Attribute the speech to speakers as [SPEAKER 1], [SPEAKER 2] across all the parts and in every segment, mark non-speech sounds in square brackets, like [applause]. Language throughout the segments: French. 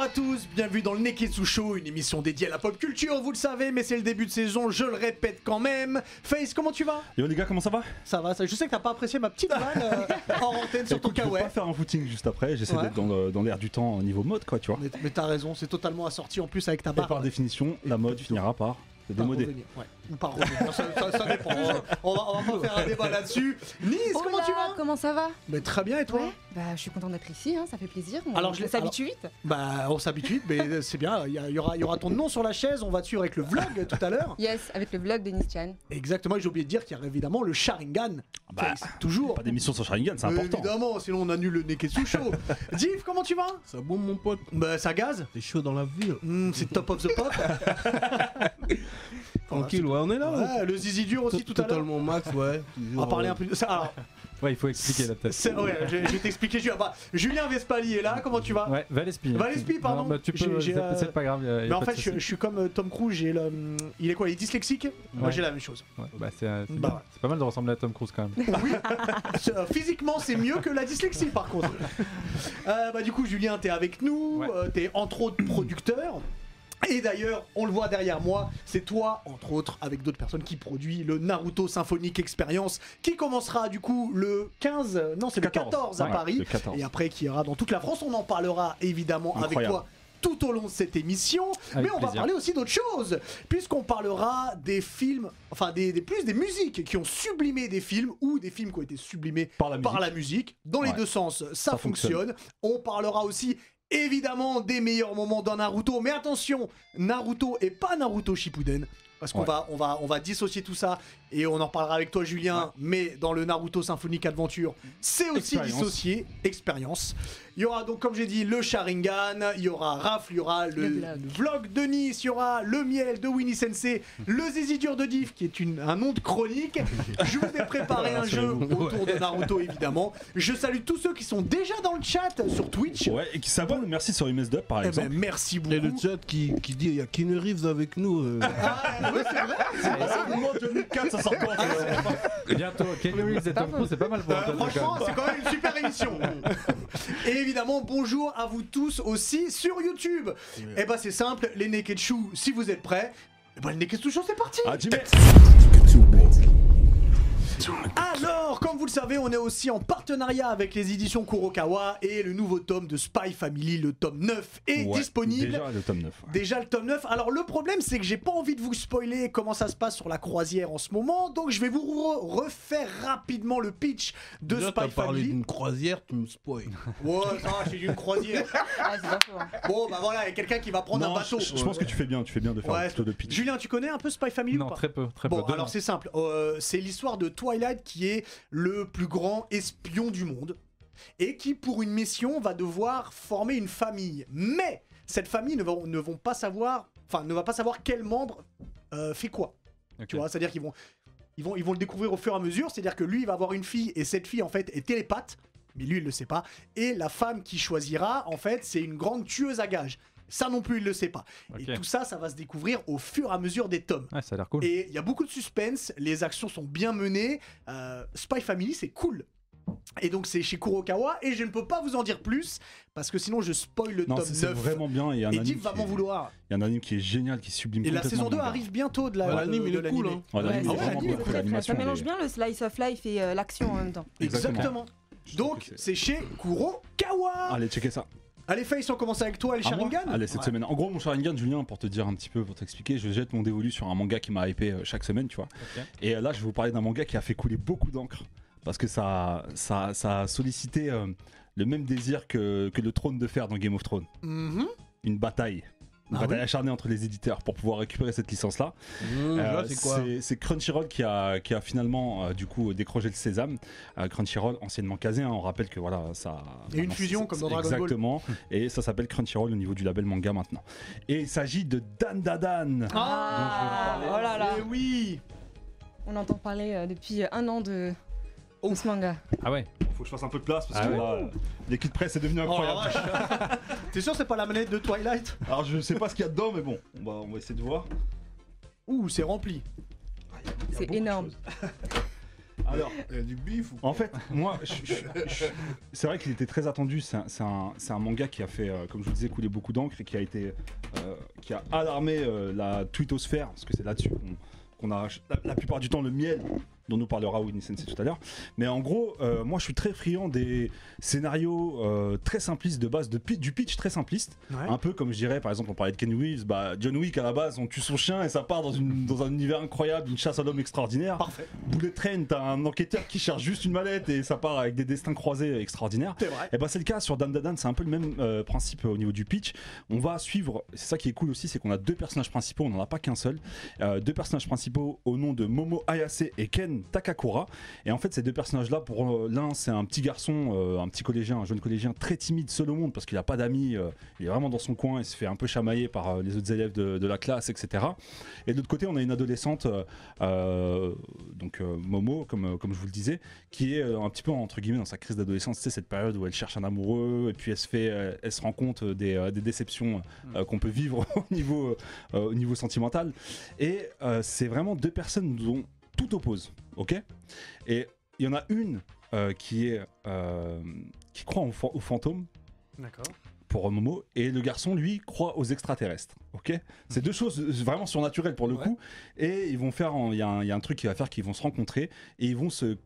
[SPEAKER 1] à tous, bienvenue dans le Neketsu Show, une émission dédiée à la pop culture, vous le savez, mais c'est le début de saison, je le répète quand même. Face, comment tu vas
[SPEAKER 2] Yo les gars, comment ça va
[SPEAKER 1] Ça va, ça, je sais que t'as pas apprécié ma petite vanne [laughs] euh, en antenne sur ton
[SPEAKER 2] Écoute, Je vais
[SPEAKER 1] kawaii.
[SPEAKER 2] pas faire un footing juste après, j'essaie
[SPEAKER 1] Ouais.
[SPEAKER 2] d'être dans, le- dans l'air du temps au niveau mode quoi, tu vois.
[SPEAKER 1] Mais, mais t'as raison, c'est totalement assorti en plus avec ta
[SPEAKER 2] Et
[SPEAKER 1] barre.
[SPEAKER 2] par définition, la mode finira par se
[SPEAKER 1] Par
[SPEAKER 2] démoder.
[SPEAKER 1] revenir, ouais. Ou par revenir, ça, ça- ça [laughs] dépend. on, va, on va pas faire un débat là-dessus. Nice,
[SPEAKER 3] Oh
[SPEAKER 1] comment
[SPEAKER 3] là,
[SPEAKER 1] tu vas
[SPEAKER 3] Comment ça va
[SPEAKER 1] Mais très bien et toi
[SPEAKER 3] Ouais. Bah, je suis contente d'être ici, hein, ça fait plaisir. On,
[SPEAKER 1] Alors, je l'ai-
[SPEAKER 3] on s'habitue vite.
[SPEAKER 1] Bah on s'habitue, mais c'est bien, il y, a- il y aura, il y aura ton nom sur la chaise, on va dessus avec le vlog tout à l'heure.
[SPEAKER 3] Yes, avec le vlog d'Ennis
[SPEAKER 1] [laughs]
[SPEAKER 3] Chan.
[SPEAKER 1] Exactement, et j'ai oublié de dire qu'il y a évidemment le Sharingan.
[SPEAKER 2] Bah,
[SPEAKER 1] Face, toujours.
[SPEAKER 2] Pas d'émission sur Sharingan, c'est
[SPEAKER 1] Mais
[SPEAKER 2] important.
[SPEAKER 1] Évidemment, sinon on annule le Neketsu
[SPEAKER 4] [laughs]
[SPEAKER 1] Show. Div, comment tu vas
[SPEAKER 5] Ça bombe mon pote,
[SPEAKER 1] Bah ça gaz
[SPEAKER 5] t'es chaud dans la ville.
[SPEAKER 1] Hmm, C'est top of
[SPEAKER 4] [laughs]
[SPEAKER 1] the pop.
[SPEAKER 5] Tranquille, ouais, on
[SPEAKER 4] Ah,
[SPEAKER 5] est là. ouais.
[SPEAKER 1] Ouais, le zizi dur aussi
[SPEAKER 5] Tot-
[SPEAKER 1] tout à l'heure.
[SPEAKER 5] Totalement max, [laughs] ouais.
[SPEAKER 1] On va parler un peu de ça. Alors,
[SPEAKER 4] Ouais, il faut expliquer là peut-être.
[SPEAKER 1] c'est- ouais, je, je vais t'expliquer. Julien. Bah, Julien Vespali est là, comment tu vas
[SPEAKER 4] Ouais, Valespi.
[SPEAKER 1] Valespi, pardon.
[SPEAKER 4] Non, bah, tu peux,
[SPEAKER 1] J'ai- j'ai,
[SPEAKER 4] c'est,
[SPEAKER 1] euh,
[SPEAKER 4] c'est pas grave. y a- y a
[SPEAKER 1] Mais en
[SPEAKER 4] pas de
[SPEAKER 1] fait, je,
[SPEAKER 4] souci.
[SPEAKER 1] je suis comme euh, Tom Cruise, j'ai le, hum, il est quoi Il est dyslexique Moi
[SPEAKER 4] Ouais.
[SPEAKER 1] j'ai la même chose.
[SPEAKER 4] Ouais, bah, c'est, euh, c'est
[SPEAKER 1] Bah
[SPEAKER 4] bien.
[SPEAKER 1] ouais.
[SPEAKER 4] C'est pas mal de ressembler à Tom Cruise quand
[SPEAKER 1] [laughs]
[SPEAKER 4] même.
[SPEAKER 1] C'est- [laughs] euh, physiquement, c'est mieux que la dyslexie par contre. Euh, bah, du coup, Julien, t'es avec nous,
[SPEAKER 4] Ouais.
[SPEAKER 1] euh, t'es entre autres producteur. Et d'ailleurs, on le voit derrière moi, c'est toi, entre autres, avec d'autres personnes, qui produit le Naruto Symphonic Experience, qui commencera du coup le 15, euh, non c'est le 14,
[SPEAKER 2] 14,
[SPEAKER 1] à
[SPEAKER 2] ouais,
[SPEAKER 1] Paris,
[SPEAKER 2] le 14.
[SPEAKER 1] et après qui ira dans toute la France. On en parlera évidemment avec
[SPEAKER 2] Incroyable.
[SPEAKER 1] toi tout au long de cette émission,
[SPEAKER 4] Avec
[SPEAKER 1] mais on va
[SPEAKER 4] plaisir.
[SPEAKER 1] parler aussi d'autres choses, puisqu'on parlera des films, enfin des, des- plus des musiques qui ont sublimé des films ou des films qui ont été sublimés
[SPEAKER 2] Par la musique.
[SPEAKER 1] par la musique. Dans les
[SPEAKER 2] Ouais.
[SPEAKER 1] deux sens, ça,
[SPEAKER 2] Ça
[SPEAKER 1] fonctionne.
[SPEAKER 2] fonctionne.
[SPEAKER 1] On parlera aussi évidemment des meilleurs moments d'un Naruto, mais attention, Naruto et pas Naruto Shippuden. Parce qu'on
[SPEAKER 2] Ouais.
[SPEAKER 1] va, on va, on va dissocier tout ça et on en parlera avec toi Julien, mais dans le Naruto Symphonic Adventure, c'est aussi
[SPEAKER 2] Expérience.
[SPEAKER 1] dissocié, expérience. Il y aura donc comme j'ai dit le Sharingan, il y aura Raph, il y aura le,
[SPEAKER 3] Le vlog.
[SPEAKER 1] vlog de Nice, il y aura le miel de Winnie Sensei, le zizi dur de Div qui est une, un nom de chronique. Je vous ai préparé
[SPEAKER 2] [laughs]
[SPEAKER 1] un jeu autour de Naruto évidemment. Je salue tous ceux qui sont déjà dans le chat sur Twitch.
[SPEAKER 2] Ouais, et qui s'abonne, merci sur Imes Dub par
[SPEAKER 1] Eh ben,
[SPEAKER 2] exemple.
[SPEAKER 1] merci beaucoup.
[SPEAKER 5] Et le chat qui, qui dit il y a Keanu Reeves avec nous. euh.
[SPEAKER 1] Ah, ouais, c'est vrai, c'est vrai, c'est vrai.
[SPEAKER 2] 2004,
[SPEAKER 1] [laughs]
[SPEAKER 2] ça euh, sort quand
[SPEAKER 4] Bientôt, Kenny Reeves et Tom Cruise, c'est pas mal pour
[SPEAKER 1] Euh,
[SPEAKER 4] un Tom Cruise,
[SPEAKER 1] franchement,
[SPEAKER 4] quand même.
[SPEAKER 1] c'est quand même une super
[SPEAKER 2] [laughs]
[SPEAKER 1] émission. Et évidemment, bonjour à vous tous aussi sur YouTube. Et bah, c'est simple, les Neketsu, si vous êtes prêts, et bah, le Neketsu Show, c'est parti.
[SPEAKER 2] Ah, Jimmy
[SPEAKER 1] Alors, comme vous le savez, on est aussi en partenariat avec les éditions Kurokawa et le nouveau tome de Spy Family, le tome 9, est
[SPEAKER 2] Ouais,
[SPEAKER 1] disponible.
[SPEAKER 2] Déjà le tome 9. ouais.
[SPEAKER 1] Déjà le tome 9. Alors le problème c'est que j'ai pas envie de vous spoiler comment ça se passe sur la croisière en ce moment, donc je vais vous re- refaire rapidement le pitch de
[SPEAKER 5] Déjà,
[SPEAKER 1] Spy
[SPEAKER 5] t'as parlé
[SPEAKER 1] Family.
[SPEAKER 5] d'une croisière, tu me spoil.
[SPEAKER 1] Ouais, ça va, c'est une croisière.
[SPEAKER 3] Ah, c'est pas faux. hein.
[SPEAKER 1] Bon bah voilà, il y a quelqu'un qui va prendre
[SPEAKER 2] Non,
[SPEAKER 1] un bateau.
[SPEAKER 2] Je, je pense que tu fais bien, tu fais bien de faire
[SPEAKER 1] Ouais.
[SPEAKER 2] plutôt de pitch.
[SPEAKER 1] Julien, tu connais un peu Spy Family ou
[SPEAKER 4] Non,
[SPEAKER 1] pas
[SPEAKER 4] très peu, très peu.
[SPEAKER 1] Bon,
[SPEAKER 4] Deux
[SPEAKER 1] alors
[SPEAKER 4] ans.
[SPEAKER 1] c'est simple. Euh, c'est l'histoire de Twilight qui est le plus grand espion du monde et qui, pour une mission, va devoir former une famille. Mais cette famille ne, va, ne vont pas savoir, enfin, ne va pas savoir quel membre euh, fait quoi.
[SPEAKER 4] Ok.
[SPEAKER 1] Tu vois, c'est-à-dire qu'ils vont, ils vont, ils vont le découvrir au fur et à mesure. C'est-à-dire que lui, il va avoir une fille et cette fille, en fait, est télépathe, mais lui, il le sait pas. Et la femme qui choisira, en fait, c'est une grande tueuse à gages. Ça non plus, il le sait pas. Et
[SPEAKER 4] Ok.
[SPEAKER 1] tout ça, ça va se découvrir au fur et à mesure des tomes.
[SPEAKER 4] Ouais, ça a l'air cool.
[SPEAKER 1] Et il y a beaucoup de suspense, les actions sont bien menées. euh, Spy Family, c'est cool. Et donc c'est chez Kurokawa et je ne peux pas vous en dire plus parce que sinon je spoil le
[SPEAKER 2] Non,
[SPEAKER 1] tome
[SPEAKER 2] c'est c'est
[SPEAKER 1] 9.
[SPEAKER 2] vraiment bien. Il y a un
[SPEAKER 1] et
[SPEAKER 2] anime
[SPEAKER 1] Div va
[SPEAKER 2] qui
[SPEAKER 1] m'en
[SPEAKER 2] est-
[SPEAKER 1] vouloir.
[SPEAKER 2] Il y a un anime qui est génial, qui sublime
[SPEAKER 1] Et la
[SPEAKER 2] complètement
[SPEAKER 1] saison 2
[SPEAKER 2] le manga.
[SPEAKER 1] arrive bientôt de la.
[SPEAKER 5] Ouais, l'anime,
[SPEAKER 1] de-
[SPEAKER 5] il est
[SPEAKER 1] de
[SPEAKER 5] cool,
[SPEAKER 1] l'anime.
[SPEAKER 5] hein.
[SPEAKER 2] Ouais, l'anime
[SPEAKER 1] Ouais,
[SPEAKER 2] est vraiment
[SPEAKER 1] l'anime
[SPEAKER 2] cool,
[SPEAKER 1] est très,
[SPEAKER 3] Très, très,
[SPEAKER 2] l'animation,
[SPEAKER 3] ça
[SPEAKER 2] elle est-
[SPEAKER 3] mélange bien le slice of life et euh, l'action en même temps.
[SPEAKER 1] Exactement. Donc c'est chez Kurokawa.
[SPEAKER 2] Allez, checker ça.
[SPEAKER 1] Allez Face, on commence avec toi, les
[SPEAKER 2] À Ah, moi
[SPEAKER 1] Sharingan.
[SPEAKER 2] Allez, cette
[SPEAKER 1] Ouais.
[SPEAKER 2] semaine. En gros, mon Sharingan, Julien, pour te dire un petit peu, pour t'expliquer, je jette mon dévolu sur un manga qui m'a hypé euh, chaque semaine, tu vois.
[SPEAKER 4] Ok.
[SPEAKER 2] Et euh, là, je vais vous parler d'un manga qui a fait couler beaucoup d'encre. Parce que ça, ça, ça a sollicité euh, le même désir que, que le trône de fer dans Game of Thrones.
[SPEAKER 1] Mhm.
[SPEAKER 2] Une bataille. Une
[SPEAKER 1] Ah
[SPEAKER 2] bataille acharnée entre les éditeurs pour pouvoir récupérer cette licence-là.
[SPEAKER 5] Mmh,
[SPEAKER 2] Euh,
[SPEAKER 5] là, c'est quoi
[SPEAKER 2] c'est- C'est Crunchyroll qui a, qui a finalement euh, du coup décroché le sésame. Euh, Crunchyroll, anciennement casé, hein, on rappelle que voilà, ça.
[SPEAKER 1] Il y a eu une
[SPEAKER 2] maintenant,
[SPEAKER 1] fusion
[SPEAKER 2] c'est-
[SPEAKER 1] comme dans Dragon Ball.
[SPEAKER 2] Exactement, et ça s'appelle Crunchyroll au niveau du label manga maintenant. Et il s'agit de Dan Dadan.
[SPEAKER 3] Ah, oh là là.
[SPEAKER 1] Eh oui.
[SPEAKER 3] On entend parler euh, depuis euh, un an de, de ce manga.
[SPEAKER 4] Ah ouais.
[SPEAKER 2] Faut que je fasse un peu de place
[SPEAKER 4] parce que là,
[SPEAKER 2] l'équipe presse est devenue
[SPEAKER 1] Ah Oh la
[SPEAKER 2] incroyable.
[SPEAKER 1] vache. T'es sûr c'est pas la manette de
[SPEAKER 2] [laughs]
[SPEAKER 1] Twilight
[SPEAKER 2] Alors je sais pas ce qu'il y a dedans, mais bon, on va, on va essayer de voir.
[SPEAKER 1] Ouh, c'est rempli.
[SPEAKER 3] C'est énorme.
[SPEAKER 2] Ah, Alors,
[SPEAKER 5] Il y a Eh, du bif ou
[SPEAKER 2] En fait, moi, je- je- je- c'est vrai qu'il était très attendu. C'est un, c'est un- c'est un manga qui a fait, euh, comme je vous disais, couler beaucoup d'encre et qui a été, euh, qui a alarmé euh, la twittosphère, parce que c'est là-dessus qu'on qu'on a la, la plupart du temps le miel dont nous parlera Winnie Sensei tout à l'heure. Mais en gros, euh, moi, je suis très friand des scénarios euh, très simplistes de base, de pi- du pitch très simpliste.
[SPEAKER 1] Ouais.
[SPEAKER 2] Un peu comme je dirais, par exemple, on parlait de Ken Reeves, bah, John Wick à la base, on tue son chien et ça part dans, une- dans un univers incroyable, une chasse à l'homme extraordinaire.
[SPEAKER 1] Parfait.
[SPEAKER 2] Bullet Train, t'as un enquêteur qui cherche juste une mallette et ça part avec des destins croisés extraordinaires.
[SPEAKER 1] C'est vrai.
[SPEAKER 2] Et ben c'est le cas sur Dan Dan Dan, c'est un peu le même euh, principe euh, au niveau du pitch. On va suivre, c'est ça qui est cool aussi, c'est qu'on a deux personnages principaux, on n'en a pas qu'un seul. Euh, deux personnages principaux au nom de Momo Ayase et Ken Takakura. Et en fait, ces deux personnages-là, pour euh, l'un, c'est un petit garçon, euh, un petit collégien, un jeune collégien très timide, seul au monde parce qu'il n'a pas d'amis, euh, il est vraiment dans son coin, il se fait un peu chamailler par euh, les autres élèves de, de la classe, etc. Et de l'autre côté, on a une adolescente, euh, euh, donc euh, Momo, comme, euh, comme je vous le disais, qui est euh, un petit peu entre guillemets dans sa crise d'adolescence, c'est cette période où elle cherche un amoureux et puis elle se fait, euh, elle se rend compte des, euh, des déceptions euh, qu'on peut vivre [laughs] au niveau, euh, au niveau sentimental. Et euh, c'est vraiment deux personnes dont tout oppose, ok Et il y en a une euh, qui est euh, qui croit au, fa- au fantôme
[SPEAKER 1] D'accord.
[SPEAKER 2] pour Momo et le garçon lui croit aux extraterrestres. Ok, c'est deux choses euh, vraiment surnaturelles pour le coup. Et ils vont faire, en- il y, a un- il y a un truc qui va faire qu'ils vont se rencontrer et ils vont se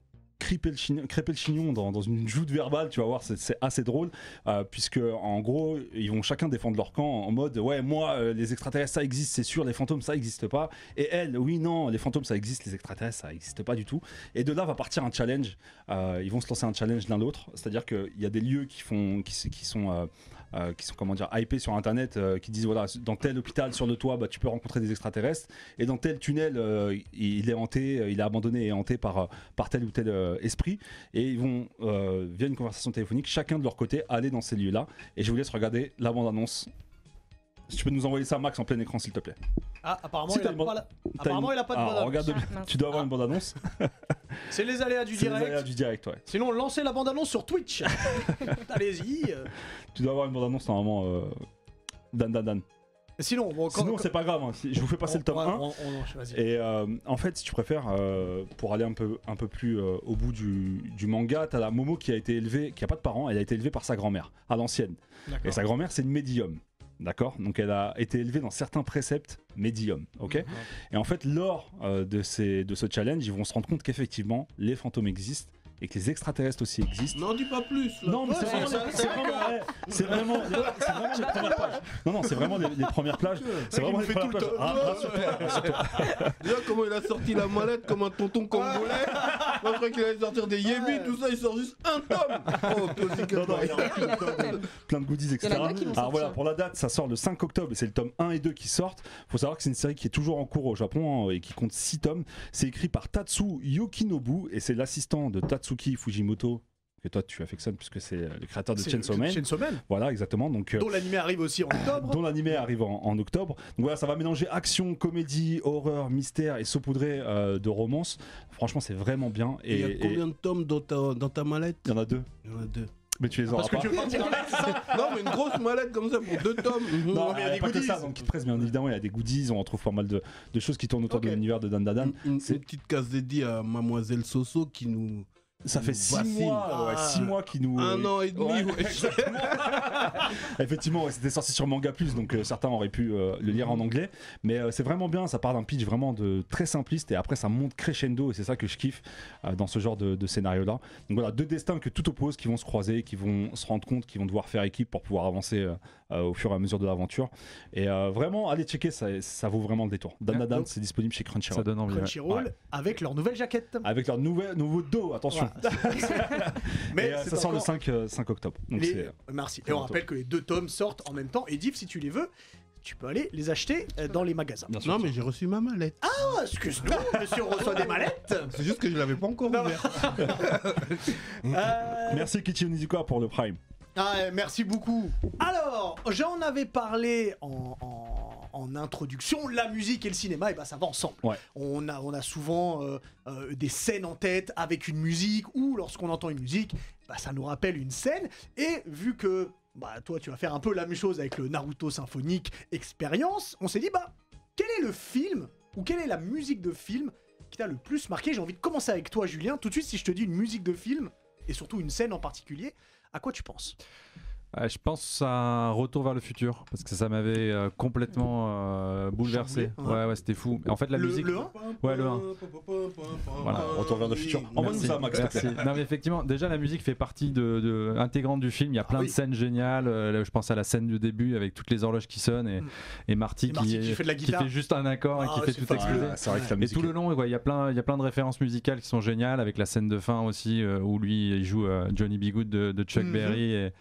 [SPEAKER 2] crêper le chignon, crêper le chignon dans, dans une joute verbale. Tu vas voir, c'est- c'est assez drôle euh, puisque en gros ils vont chacun défendre leur camp en mode ouais moi euh, les extraterrestres ça existe c'est sûr les fantômes ça existe pas et elle oui non les fantômes ça existe les extraterrestres ça existe pas du tout et de là va partir un challenge. Euh, ils vont se lancer un challenge l'un l'autre, c'est-à-dire qu'il y a des lieux qui font, qui, s- qui sont, euh, euh, qui sont comment dire, hypés sur Internet, euh, qui disent voilà, dans tel hôpital sur le toit, bah, tu peux rencontrer des extraterrestres, et dans tel tunnel, euh, il est hanté, euh, il est abandonné et hanté par, euh, par tel ou tel euh, esprit, et ils vont euh, via une conversation téléphonique, chacun de leur côté, aller dans ces lieux-là. Et je vous laisse regarder la bande-annonce. Si tu peux nous envoyer ça, Max, en plein écran, s'il te plaît.
[SPEAKER 1] Ah, apparemment,
[SPEAKER 2] Si
[SPEAKER 1] il
[SPEAKER 2] t'as
[SPEAKER 1] a
[SPEAKER 2] le bon-
[SPEAKER 1] pas la-
[SPEAKER 2] T'as
[SPEAKER 1] apparemment,
[SPEAKER 2] une-
[SPEAKER 1] il a pas de
[SPEAKER 2] Ah,
[SPEAKER 1] bande-annonce.
[SPEAKER 2] regarde bien.
[SPEAKER 3] Ah,
[SPEAKER 2] [laughs]
[SPEAKER 3] mince.
[SPEAKER 2] tu dois avoir une bande-annonce.
[SPEAKER 1] C'est les aléas du
[SPEAKER 2] C'est les aléas
[SPEAKER 1] direct.
[SPEAKER 2] du direct, ouais.
[SPEAKER 1] Sinon, lancez la bande-annonce sur
[SPEAKER 2] [laughs]
[SPEAKER 1] Twitch. Allez-y. euh.
[SPEAKER 2] Tu dois avoir une bande-annonce normalement. Euh... Dan Dan Dan.
[SPEAKER 1] Sinon, bon, quand-
[SPEAKER 2] Sinon,
[SPEAKER 1] quand-
[SPEAKER 2] c'est pas grave, hein. Si- je vous fais passer le top
[SPEAKER 1] Ouais,
[SPEAKER 2] 1.
[SPEAKER 1] on- on- on- vas-y.
[SPEAKER 2] Et euh, en fait, si tu préfères, euh, pour aller un peu, un peu plus euh, au bout du, du manga, t'as la Momo qui a été élevée, qui a pas de parents, elle a été élevée par sa grand-mère, à l'ancienne. Et
[SPEAKER 1] D'accord.
[SPEAKER 2] sa grand-mère, c'est une médium. D'accord Donc elle a été élevée dans certains préceptes médium. Ok Et en fait, lors euh, de, ces, de ce challenge, ils vont se rendre compte qu'effectivement, les fantômes existent et que les extraterrestres aussi existent.
[SPEAKER 5] N'en dis pas plus là
[SPEAKER 2] Non, mais
[SPEAKER 1] Ouais,
[SPEAKER 2] c'est
[SPEAKER 1] c'est
[SPEAKER 2] vraiment,
[SPEAKER 1] vrai,
[SPEAKER 2] c'est vraiment, ouais, c'est vraiment, c'est vraiment les premières plages. Non, non, c'est vraiment les, les premières plages. C'est vraiment les
[SPEAKER 1] fait
[SPEAKER 2] premières
[SPEAKER 1] tout
[SPEAKER 2] plages.
[SPEAKER 1] le
[SPEAKER 2] Ah, rassure-toi.
[SPEAKER 5] [laughs] Déjà, comment il a sorti la mallette comme un
[SPEAKER 2] [laughs]
[SPEAKER 5] tonton congolais Moi, je croyais qu'il allait sortir des yébis, tout ça, il sort juste un tome Oh, Tosi
[SPEAKER 2] Non, non, il y en a
[SPEAKER 3] Il y en a quand même.
[SPEAKER 2] plein de goodies,
[SPEAKER 3] Il y en a
[SPEAKER 2] etc.
[SPEAKER 3] deux qui vont
[SPEAKER 2] Alors voilà,
[SPEAKER 3] sortir.
[SPEAKER 2] pour la date, ça sort le 5 octobre et c'est le tome 1 et 2 qui sortent. Faut savoir que c'est une série qui est toujours en cours au Japon hein, et qui compte 6 tomes. C'est écrit par Tatsu Yokinobu et c'est l'assistant de Tatsuki Fujimoto que toi tu affectionnes puisque c'est euh, le créateur de
[SPEAKER 1] C'est-
[SPEAKER 2] Chainsaw Man.
[SPEAKER 1] Chainsaw Man,
[SPEAKER 2] Voilà, exactement. Donc euh,
[SPEAKER 1] dont l'animé arrive aussi en octobre.
[SPEAKER 2] dont l'animé arrive en, en octobre. Donc voilà, ça va mélanger action, comédie, horreur, mystère et saupoudrer euh, de romance. Franchement, c'est vraiment bien. Et
[SPEAKER 5] Il y a
[SPEAKER 2] et-
[SPEAKER 5] combien de tomes dans ta, dans ta mallette
[SPEAKER 2] il y en a deux,
[SPEAKER 5] Il y en a deux.
[SPEAKER 2] mais tu les auras
[SPEAKER 1] Parce que
[SPEAKER 2] pas.
[SPEAKER 1] tu veux partir en live, c'est ça
[SPEAKER 5] Non, mais une grosse mallette comme ça pour deux tomes. Mhm.
[SPEAKER 2] Non,
[SPEAKER 1] mais il y a
[SPEAKER 2] il y a
[SPEAKER 1] des
[SPEAKER 2] pas que
[SPEAKER 1] goodies.
[SPEAKER 2] ça dans le kit presse, bien évidemment, il y a des goodies, on retrouve pas mal de, de choses qui tournent autour
[SPEAKER 1] Ok. Mm.
[SPEAKER 2] de l'univers de Dan Dan Dan.
[SPEAKER 5] Une- une,
[SPEAKER 2] c'est-
[SPEAKER 5] une petite case dédiée à Mademoiselle Soso qui nous.
[SPEAKER 2] Ça fait six
[SPEAKER 5] Voici.
[SPEAKER 2] mois, ouais,
[SPEAKER 1] Ah.
[SPEAKER 2] six mois qui nous.
[SPEAKER 5] Un an et demi,
[SPEAKER 2] Ouais,
[SPEAKER 5] ouais.
[SPEAKER 2] exactement. Effectivement, ouais, c'était sorti sur Manga Plus, donc euh, certains auraient pu euh, le lire
[SPEAKER 1] Mm.
[SPEAKER 2] en anglais. Mais euh, c'est vraiment bien, ça part d'un pitch vraiment de très simpliste et après ça monte crescendo et c'est ça que je kiffe euh, dans ce genre de, de scénario-là. Donc voilà, deux destins que tout oppose, qui vont se croiser, qui vont se rendre compte, qui vont devoir faire équipe pour pouvoir avancer euh, euh, au fur et à mesure de l'aventure. Et euh, vraiment, allez checker, ça, ça vaut vraiment le détour. Dan Dan Dan, c'est disponible chez
[SPEAKER 4] Ça
[SPEAKER 2] Crunchyroll.
[SPEAKER 4] donne envie. ouais.
[SPEAKER 1] Crunchyroll avec leur nouvelle jaquette.
[SPEAKER 2] Avec leur nouvel, nouveau dos, attention.
[SPEAKER 1] Mais
[SPEAKER 2] [laughs] Et, euh,
[SPEAKER 1] c'est
[SPEAKER 2] ça sort le
[SPEAKER 1] encore
[SPEAKER 2] 5, euh, 5 octobre. Donc
[SPEAKER 1] les-
[SPEAKER 2] c'est- euh,
[SPEAKER 1] Merci. Et
[SPEAKER 2] très
[SPEAKER 1] on
[SPEAKER 2] bientôt.
[SPEAKER 1] rappelle que les deux tomes sortent en même temps. Et Div, si tu les veux, tu peux aller les acheter euh, dans les magasins.
[SPEAKER 2] Bien sûr.
[SPEAKER 5] Non, mais j'ai reçu ma mallette.
[SPEAKER 1] Ah, excuse-toi, [laughs] monsieur reçoit des mallettes.
[SPEAKER 5] C'est juste que je l'avais pas encore
[SPEAKER 1] Non.
[SPEAKER 5] ouvert.
[SPEAKER 1] Euh,
[SPEAKER 2] Merci Kichi Onizuka pour le Prime.
[SPEAKER 1] Ah, euh, merci beaucoup. Alors, j'en avais parlé en, en- en introduction, la musique et le cinéma, et ben ça va ensemble.
[SPEAKER 2] Ouais.
[SPEAKER 1] On, a, on a souvent euh, euh, des scènes en tête avec une musique, ou lorsqu'on entend une musique, bah, ça nous rappelle une scène. Et vu que bah, toi, tu vas faire un peu la même chose avec le Naruto Symphonique Expérience, on s'est dit, bah, quel est le film, ou quelle est la musique de film qui t'a le plus marqué J'ai envie de commencer avec toi, Julien. Tout de suite, si je te dis une musique de film, et surtout une scène en particulier, à quoi tu penses
[SPEAKER 4] Euh, je pense à un retour vers le futur parce que ça m'avait euh, complètement euh, bouleversé.
[SPEAKER 1] Chamboulé, ouais.
[SPEAKER 4] Ouais, ouais, c'était fou. En fait, la
[SPEAKER 1] Le-
[SPEAKER 4] musique.
[SPEAKER 1] le un
[SPEAKER 4] Ouais, le un.
[SPEAKER 5] Voilà,
[SPEAKER 2] Retour vers le futur. Envoie-nous
[SPEAKER 4] Merci,
[SPEAKER 2] ça, Max.
[SPEAKER 4] merci. Non mais effectivement, déjà la musique fait partie de, de- intégrante du film. Il y a plein
[SPEAKER 1] Ah oui.
[SPEAKER 4] de scènes géniales. Euh, là, je pense à la scène du début avec toutes les horloges qui sonnent et,
[SPEAKER 1] Mm.
[SPEAKER 4] et Marty,
[SPEAKER 1] Et Marty qui
[SPEAKER 4] est-
[SPEAKER 1] fait de la guitare.
[SPEAKER 4] juste un accord
[SPEAKER 1] Ah,
[SPEAKER 4] et qui fait
[SPEAKER 1] c'est
[SPEAKER 4] tout
[SPEAKER 1] fabuleux.
[SPEAKER 4] exploser.
[SPEAKER 1] Ah,
[SPEAKER 2] c'est vrai que la
[SPEAKER 4] Et
[SPEAKER 2] musique.
[SPEAKER 4] tout le long, ouais, il y a plein, il y a plein de références musicales qui sont géniales, avec la scène de fin aussi euh, où lui il joue euh, Johnny B. Good de, de Chuck
[SPEAKER 1] Mhm.
[SPEAKER 4] Berry et,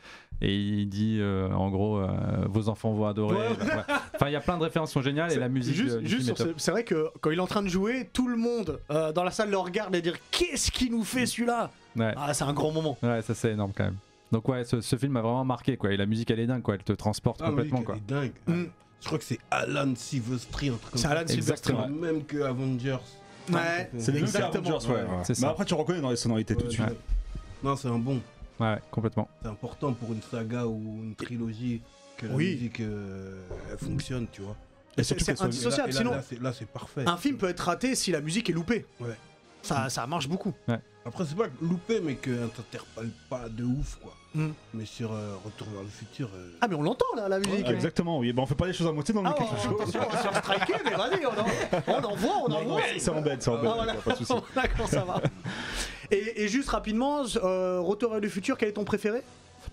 [SPEAKER 4] et il dit euh, en gros euh, vos enfants vont adorer.
[SPEAKER 1] Ouais.
[SPEAKER 4] Ouais. Enfin, il y a plein de références qui sont géniales et la musique.
[SPEAKER 1] Juste,
[SPEAKER 4] euh, du
[SPEAKER 1] juste
[SPEAKER 4] film est
[SPEAKER 1] sur
[SPEAKER 4] top.
[SPEAKER 1] ce- c'est vrai que quand il est en train de jouer, tout le monde euh, dans la salle le regarde et dire qu'est-ce qu'il nous fait celui-là
[SPEAKER 4] Ouais.
[SPEAKER 1] Ah, c'est un grand moment.
[SPEAKER 4] Ouais, ça c'est énorme quand même. Donc ouais, ce, ce film m'a vraiment marqué quoi. Et la musique elle est dingue quoi, elle te transporte
[SPEAKER 5] Ah
[SPEAKER 4] complètement quoi.
[SPEAKER 5] dingue.
[SPEAKER 1] Mm.
[SPEAKER 5] Je crois que c'est Alan Silvestri, un truc comme
[SPEAKER 1] C'est
[SPEAKER 5] ça.
[SPEAKER 1] Alan Silvestri.
[SPEAKER 4] Exactement.
[SPEAKER 5] C'est Même que Avengers.
[SPEAKER 1] Ouais.
[SPEAKER 2] C'est les deux
[SPEAKER 1] Exactement.
[SPEAKER 2] Avengers, ouais.
[SPEAKER 4] C'est
[SPEAKER 2] Mais
[SPEAKER 4] ça. Ah,
[SPEAKER 2] après, tu reconnais dans les sonorités tout de suite.
[SPEAKER 5] Non, c'est un bon.
[SPEAKER 4] Ouais, ouais, complètement.
[SPEAKER 5] C'est important pour une saga ou une trilogie que la
[SPEAKER 1] Oui.
[SPEAKER 5] musique euh, elle fonctionne, tu vois.
[SPEAKER 2] Et surtout
[SPEAKER 1] C'est
[SPEAKER 2] qu'elle soit-
[SPEAKER 5] Et là,
[SPEAKER 1] indissociable,
[SPEAKER 5] et là-
[SPEAKER 1] sinon
[SPEAKER 5] là, c'est- là, c'est parfait.
[SPEAKER 1] un film peut être raté si la musique est loupée.
[SPEAKER 5] Ouais.
[SPEAKER 1] Ça, ça marche beaucoup.
[SPEAKER 5] Après, c'est pas loupé, mais que t'interpelle pas de ouf, quoi.
[SPEAKER 1] Mm.
[SPEAKER 5] Mais sur euh, Retour vers le futur. euh,
[SPEAKER 1] Ah, mais on l'entend là, la musique.
[SPEAKER 2] Ah, Exactement, oui. Bah, on fait pas les choses à moitié dans le
[SPEAKER 1] Ah,
[SPEAKER 2] micro.
[SPEAKER 1] on, attention, on va se faire striker, mais vas-y, on en, on en voit, on en
[SPEAKER 2] Non, non,
[SPEAKER 1] voit.
[SPEAKER 2] C'est en bête, c'est en
[SPEAKER 1] Ah,
[SPEAKER 2] bête.
[SPEAKER 1] voilà.
[SPEAKER 2] d'accord, Pas
[SPEAKER 1] [laughs]
[SPEAKER 2] de souci.
[SPEAKER 1] D'accord, ça va. Et, et juste rapidement, euh, Retour vers le futur, quel est ton préféré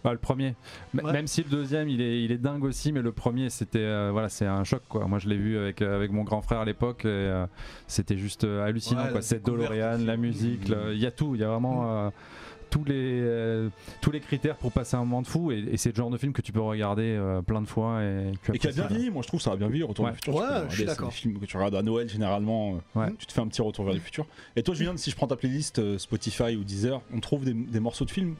[SPEAKER 4] Bah, le premier. M-
[SPEAKER 1] Ouais.
[SPEAKER 4] Même si le deuxième il est, il est dingue aussi, mais le premier c'était euh, voilà c'est un choc quoi. Moi je l'ai vu avec euh, avec mon grand frère à l'époque et euh, c'était juste euh, hallucinant
[SPEAKER 5] Ouais,
[SPEAKER 4] quoi.
[SPEAKER 5] la
[SPEAKER 4] Cette
[SPEAKER 5] découverte
[SPEAKER 4] DeLorean,
[SPEAKER 5] aussi. Mm.
[SPEAKER 4] la musique, le- il y a tout, il y a vraiment euh, tous les euh, tous les critères pour passer un moment de fou et, et c'est le genre de film que tu peux regarder euh, plein de fois et, que
[SPEAKER 2] Et qui a bien
[SPEAKER 4] apprécies.
[SPEAKER 2] vieilli, moi je trouve ça a bien vieilli, Retour
[SPEAKER 4] Ouais.
[SPEAKER 2] vers le futur.
[SPEAKER 1] Ouais,
[SPEAKER 2] tu peux
[SPEAKER 1] je
[SPEAKER 2] regarder,
[SPEAKER 1] suis
[SPEAKER 2] c'est
[SPEAKER 1] d'accord.
[SPEAKER 2] Des films que tu regardes à Noël généralement, euh,
[SPEAKER 4] Ouais.
[SPEAKER 2] tu te fais un petit retour vers le futur. Et toi, Julien, si je prends ta playlist euh, Spotify ou Deezer, on trouve des, des morceaux de films.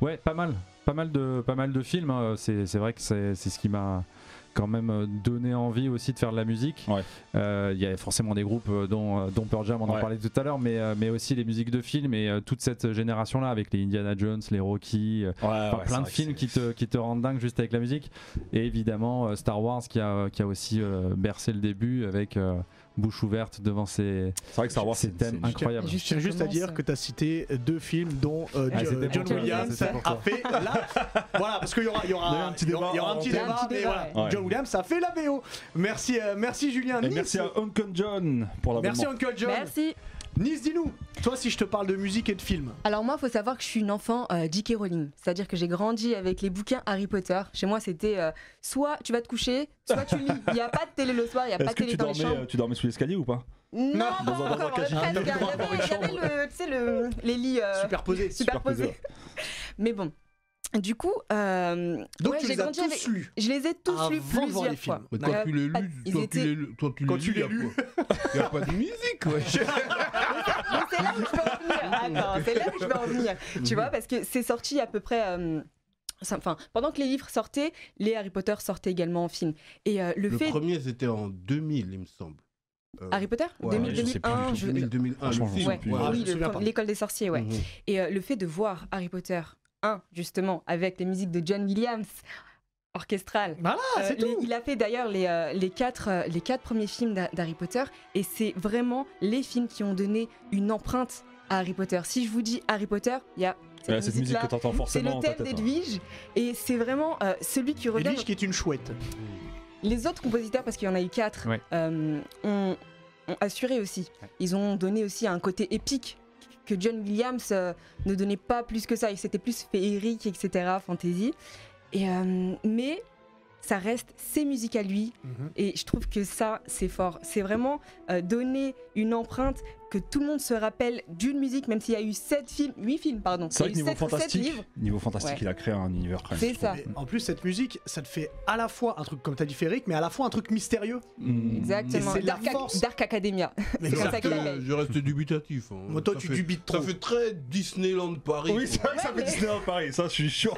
[SPEAKER 4] Ouais, pas mal. Pas mal de, pas mal de films. hein. C'est, c'est vrai que c'est, c'est ce qui m'a quand même euh, donné envie aussi de faire de la musique.
[SPEAKER 2] Ouais.
[SPEAKER 4] Euh, Il y a forcément des groupes euh, dont, euh, dont Pearl Jam, on en
[SPEAKER 2] Ouais.
[SPEAKER 4] parlait tout à l'heure, mais, euh, mais aussi les musiques de films et euh, toute cette génération-là avec les Indiana Jones, les Rocky, euh,
[SPEAKER 2] Ah Ouais,
[SPEAKER 4] enfin, plein de films qui te, qui te rendent dingue juste avec la musique. Et évidemment euh, Star Wars qui a, qui a aussi euh, bercé le début avec euh, bouche ouverte devant ses,
[SPEAKER 2] C'est vrai que Star Wars,
[SPEAKER 4] ses
[SPEAKER 2] c'est
[SPEAKER 4] thèmes
[SPEAKER 2] c'est-
[SPEAKER 4] incroyables.
[SPEAKER 1] Je tiens juste à dire que tu as cité deux films dont euh,
[SPEAKER 4] Ah,
[SPEAKER 1] Jo-
[SPEAKER 4] c'était pour
[SPEAKER 1] John
[SPEAKER 4] toi,
[SPEAKER 1] Williams
[SPEAKER 4] c'était pour
[SPEAKER 1] a
[SPEAKER 4] toi.
[SPEAKER 1] fait la. [laughs] voilà, parce qu'il y aura, il y aura
[SPEAKER 2] Il y a eu un petit
[SPEAKER 1] il y aura-
[SPEAKER 2] débat
[SPEAKER 1] il y aura un
[SPEAKER 2] en
[SPEAKER 1] petit
[SPEAKER 3] antenne.
[SPEAKER 1] débat,
[SPEAKER 3] Il y a un petit
[SPEAKER 1] mais
[SPEAKER 3] débat,
[SPEAKER 1] voilà.
[SPEAKER 2] ouais.
[SPEAKER 1] John Williams a fait la BO. Merci, euh, merci Julien.
[SPEAKER 2] Et
[SPEAKER 1] Nice.
[SPEAKER 2] merci à Uncle John pour la
[SPEAKER 1] Merci Uncle John.
[SPEAKER 3] [laughs] Merci.
[SPEAKER 1] Nice, dis-nous, toi si je te parle de musique et de film.
[SPEAKER 3] Alors moi, faut savoir que je suis une enfant euh, J.K. Rowling, c'est-à-dire que j'ai grandi avec les bouquins Harry Potter. Chez moi, c'était euh, soit tu vas te coucher, soit tu lis. Il n'y a pas de télé le soir, il n'y a pas
[SPEAKER 2] Est-ce
[SPEAKER 3] de
[SPEAKER 2] que
[SPEAKER 3] télé
[SPEAKER 2] tu
[SPEAKER 3] dans les
[SPEAKER 2] dormais,
[SPEAKER 3] chambres.
[SPEAKER 2] euh, tu dormais sous l'escalier ou pas
[SPEAKER 3] Non,
[SPEAKER 1] Non,
[SPEAKER 3] pas
[SPEAKER 2] dans un
[SPEAKER 3] encore,
[SPEAKER 2] endroit
[SPEAKER 3] presque.
[SPEAKER 2] caché,
[SPEAKER 3] Il y avait,
[SPEAKER 2] dans une
[SPEAKER 3] il y avait le, tu sais,
[SPEAKER 1] [laughs]
[SPEAKER 3] le- les lits euh, [laughs]
[SPEAKER 1] Superposé.
[SPEAKER 3] superposés. Mais bon, du coup, euh,
[SPEAKER 1] Donc
[SPEAKER 3] ouais,
[SPEAKER 1] tu
[SPEAKER 3] j'ai
[SPEAKER 1] les as
[SPEAKER 3] grandi
[SPEAKER 1] tous
[SPEAKER 3] avec.
[SPEAKER 1] lus.
[SPEAKER 3] Je les ai tous
[SPEAKER 1] Avant
[SPEAKER 3] lus
[SPEAKER 1] de voir
[SPEAKER 3] plusieurs
[SPEAKER 1] les films.
[SPEAKER 3] fois.
[SPEAKER 5] Mais quand
[SPEAKER 3] Ouais.
[SPEAKER 5] tu les
[SPEAKER 3] bah, pas-
[SPEAKER 5] lus,
[SPEAKER 3] ils
[SPEAKER 5] toi, tu
[SPEAKER 3] étaient-
[SPEAKER 5] les, lu- toi, tu
[SPEAKER 1] Quand
[SPEAKER 5] les
[SPEAKER 1] tu
[SPEAKER 5] lus, y a
[SPEAKER 1] les lus.
[SPEAKER 5] quoi Y a pas de musique, wesh.
[SPEAKER 3] Mais c'est là où je veux
[SPEAKER 1] [laughs]
[SPEAKER 3] en venir. Attends, c'est là où je veux en venir. [laughs] Tu
[SPEAKER 5] [laughs]
[SPEAKER 3] vois, parce que c'est sorti à peu près. euh, ça- Enfin, pendant que les livres sortaient, les Harry Potter sortaient également en film. Et euh, le,
[SPEAKER 5] Le
[SPEAKER 3] fait.
[SPEAKER 5] premier, c'était en 2000, il me semble. Euh,
[SPEAKER 3] Harry Potter
[SPEAKER 5] Ouais,
[SPEAKER 3] 2000,
[SPEAKER 2] je sais plus du
[SPEAKER 3] 2001,
[SPEAKER 2] tout.
[SPEAKER 3] je-
[SPEAKER 5] 2000, 2001,
[SPEAKER 2] Franchement,
[SPEAKER 5] le
[SPEAKER 2] je
[SPEAKER 5] film.
[SPEAKER 3] me
[SPEAKER 2] souviens plus.
[SPEAKER 5] Ouais.
[SPEAKER 1] Ah, je
[SPEAKER 3] oui,
[SPEAKER 1] me
[SPEAKER 3] le
[SPEAKER 1] souviens pas.
[SPEAKER 3] premier- l'école des sorciers, ouais.
[SPEAKER 5] Mhm.
[SPEAKER 3] Et euh, le fait de voir Harry Potter 1, justement, avec les musiques de John Williams, orchestrales.
[SPEAKER 1] Voilà, c'est
[SPEAKER 3] Euh, les-
[SPEAKER 1] tout.
[SPEAKER 3] il a fait d'ailleurs les, euh, les, quatre, euh, les quatre premiers films d'Ha- d'Harry Potter, et c'est vraiment les films qui ont donné une empreinte à Harry Potter. Si je vous dis Harry Potter, il y a cette
[SPEAKER 2] Ouais, Cette musique
[SPEAKER 3] musique-là.
[SPEAKER 2] que t'entends
[SPEAKER 3] c'est
[SPEAKER 2] forcément
[SPEAKER 3] le
[SPEAKER 2] en
[SPEAKER 3] thème
[SPEAKER 2] tête, hein.
[SPEAKER 3] d'Edwige, et c'est vraiment euh, celui qui revient.
[SPEAKER 1] Edwige qui est une chouette.
[SPEAKER 3] Les autres compositeurs, parce qu'il y en a eu quatre,
[SPEAKER 4] Ouais.
[SPEAKER 3] euh, ont, ont assuré aussi. Ils ont donné aussi un côté épique que John Williams euh, ne donnait pas plus que ça. Et C'était plus féerique, etc., fantasy. Et, euh, mais ça reste ses musiques à lui. Et je trouve que ça, c'est fort. C'est vraiment euh, donner une empreinte que tout le monde se rappelle d'une musique, même s'il y a eu sept films, huit films, pardon.
[SPEAKER 2] C'est vrai que
[SPEAKER 3] Il y a eu
[SPEAKER 2] niveau
[SPEAKER 3] sept- sept
[SPEAKER 2] fantastique,
[SPEAKER 3] livres.
[SPEAKER 2] niveau fantastique,
[SPEAKER 3] Ouais.
[SPEAKER 2] il a créé un univers quand même.
[SPEAKER 3] C'est
[SPEAKER 2] je trouve.
[SPEAKER 3] ça.
[SPEAKER 1] Mais en plus, cette musique, ça te fait à la fois un truc, comme t'as dit Féric, mais à la fois un truc
[SPEAKER 3] [laughs]
[SPEAKER 1] mystérieux.
[SPEAKER 2] Mm.
[SPEAKER 3] Exactement.
[SPEAKER 1] Et c'est la
[SPEAKER 3] Dark, Ac-
[SPEAKER 1] force.
[SPEAKER 3] Dark Academia.
[SPEAKER 1] Mais
[SPEAKER 3] comme ça
[SPEAKER 1] exactement.
[SPEAKER 3] qu'il a- l'appelle.
[SPEAKER 5] euh, Je reste dubitatif. hein.
[SPEAKER 1] Moi, toi,
[SPEAKER 5] Ça
[SPEAKER 1] tu
[SPEAKER 5] fait-
[SPEAKER 1] dubites
[SPEAKER 5] Ça
[SPEAKER 1] trop.
[SPEAKER 5] fait très Disneyland Paris.
[SPEAKER 2] Oui, c'est
[SPEAKER 5] quoi.
[SPEAKER 2] vrai que ça
[SPEAKER 3] Ouais,
[SPEAKER 2] fait
[SPEAKER 3] mais-
[SPEAKER 2] Disneyland Paris, ça je suis
[SPEAKER 3] [laughs]
[SPEAKER 2] sûr.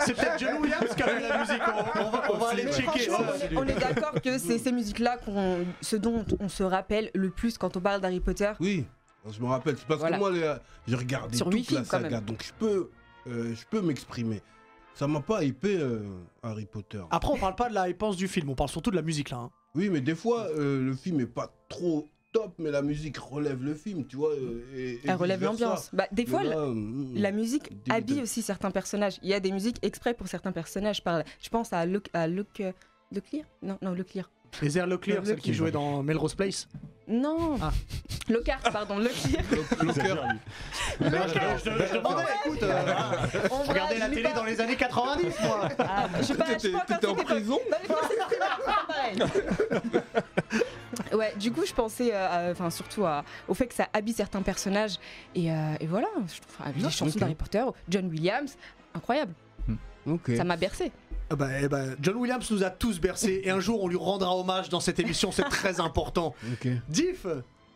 [SPEAKER 1] C'est peut-être John Williams qui a mis la musique. On, on va, on va aller
[SPEAKER 3] Mais
[SPEAKER 1] checker.
[SPEAKER 3] franchement, on est- on est d'accord que c'est ces musiques-là qu'on, ce dont on se rappelle le plus quand on parle d'Harry Potter.
[SPEAKER 5] Oui, je me rappelle. C'est parce
[SPEAKER 3] Voilà.
[SPEAKER 5] que moi, les- j'ai regardé
[SPEAKER 3] Sur huit
[SPEAKER 5] toute la
[SPEAKER 3] films, quand
[SPEAKER 5] saga,
[SPEAKER 3] même.
[SPEAKER 5] donc je peux, euh, je peux m'exprimer. Ça m'a pas hypé euh, Harry Potter.
[SPEAKER 1] Après, on parle pas de la réponse du film, on parle surtout de la musique là. hein.
[SPEAKER 5] Oui, mais des fois, euh, le film est pas trop top, mais la musique relève le film, tu vois. euh, Et, et
[SPEAKER 3] Elle relève
[SPEAKER 5] vice-versa.
[SPEAKER 3] l'ambiance. Bah, des
[SPEAKER 5] Mais
[SPEAKER 3] fois,
[SPEAKER 5] là, mm,
[SPEAKER 3] La musique
[SPEAKER 5] Des-
[SPEAKER 3] habille
[SPEAKER 5] des-
[SPEAKER 3] aussi certains personnages. Il y a des musiques exprès pour certains personnages. Par... Je pense à Luke. À Luke euh, Leclerc Non, non, Leclerc.
[SPEAKER 1] Les airs Leclerc,
[SPEAKER 3] Le-
[SPEAKER 1] celle qui jouait dans Melrose Place.
[SPEAKER 3] Non
[SPEAKER 1] Ah.
[SPEAKER 3] Lockhart,
[SPEAKER 1] [laughs]
[SPEAKER 3] pardon, Leclerc. [laughs]
[SPEAKER 5] le- le cœur.
[SPEAKER 1] demandais, écoute, euh, voilà.
[SPEAKER 3] On
[SPEAKER 1] je regardais
[SPEAKER 3] verra,
[SPEAKER 1] la
[SPEAKER 3] je l'ai
[SPEAKER 1] télé
[SPEAKER 3] pas-
[SPEAKER 1] dans les années 90, moi.
[SPEAKER 3] Ah, je sais pas, je sais
[SPEAKER 5] T'étais
[SPEAKER 3] pas quand
[SPEAKER 5] t'étais en
[SPEAKER 3] c'était pas-
[SPEAKER 5] prison
[SPEAKER 3] Bah, mais quand c'était pas- pas pareil. [laughs] Ouais, du coup, je pensais, euh, à- enfin surtout à- au fait que ça habille certains personnages et, euh, et voilà. Je trouve ah, les
[SPEAKER 5] Non,
[SPEAKER 3] chansons
[SPEAKER 5] ok.
[SPEAKER 3] d'Harry Potter, John Williams, incroyable.
[SPEAKER 5] Ok.
[SPEAKER 3] Ça m'a bercé.
[SPEAKER 1] Ah bah, eh bah, John Williams nous a tous bercés et un jour on lui rendra hommage dans cette émission, c'est très important.
[SPEAKER 5] ok.
[SPEAKER 1] Diff,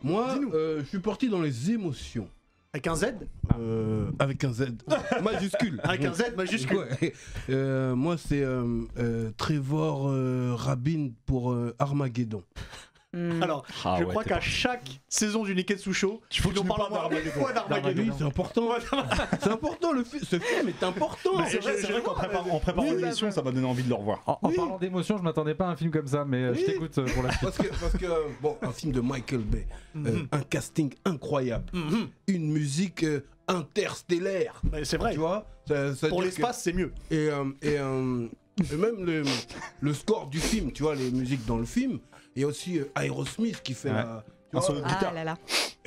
[SPEAKER 5] Moi,
[SPEAKER 1] Dis-nous.
[SPEAKER 5] euh, je suis parti dans les émotions.
[SPEAKER 1] avec un Z,
[SPEAKER 5] Euh, avec un Z.
[SPEAKER 3] Ah.
[SPEAKER 5] Majuscule.
[SPEAKER 1] avec un Z majuscule.
[SPEAKER 5] Ouais. [laughs] Euh, moi, c'est euh, euh, Trevor euh, Rabin pour euh, Armageddon.
[SPEAKER 3] Hmm.
[SPEAKER 1] Alors,
[SPEAKER 2] Ah
[SPEAKER 1] je crois qu'à chaque saison du Niketsu Show,
[SPEAKER 2] Il faut que
[SPEAKER 1] on
[SPEAKER 2] tu nous
[SPEAKER 1] parle
[SPEAKER 2] parles
[SPEAKER 1] au moins une
[SPEAKER 2] d'Armageddon.
[SPEAKER 1] fois
[SPEAKER 5] Oui,
[SPEAKER 1] d'Armageddon.
[SPEAKER 5] c'est important. c'est important. Le fi- ce film est important.
[SPEAKER 2] Mais C'est vrai, c'est vrai qu'en préparant, en préparant
[SPEAKER 1] Oui,
[SPEAKER 2] l'émission, ça m'a donné envie de le revoir.
[SPEAKER 1] Ah,
[SPEAKER 4] En, en
[SPEAKER 5] Oui.
[SPEAKER 4] parlant d'émotion, je m'attendais pas à un film comme ça, mais euh, je
[SPEAKER 5] Oui.
[SPEAKER 4] t'écoute euh,
[SPEAKER 5] [laughs]
[SPEAKER 4] pour la suite.
[SPEAKER 5] Parce que, parce que, euh, bon, un film de Michael Bay, euh,
[SPEAKER 1] Mhm.
[SPEAKER 5] un casting incroyable,
[SPEAKER 1] Mhm.
[SPEAKER 5] une musique euh, interstellaire,
[SPEAKER 1] Mais C'est vrai,
[SPEAKER 5] tu vois. Ça- ça veut
[SPEAKER 1] pour
[SPEAKER 5] dire que-
[SPEAKER 1] l'espace c'est mieux.
[SPEAKER 5] et, euh, et, euh, et même le, le score du film, tu vois, les musiques dans le film. Il y a aussi euh, Aerosmith qui fait
[SPEAKER 4] Ouais.
[SPEAKER 5] la. tu
[SPEAKER 2] Un
[SPEAKER 5] vois, euh,
[SPEAKER 2] solo de
[SPEAKER 3] ah
[SPEAKER 2] guitare.
[SPEAKER 3] là là.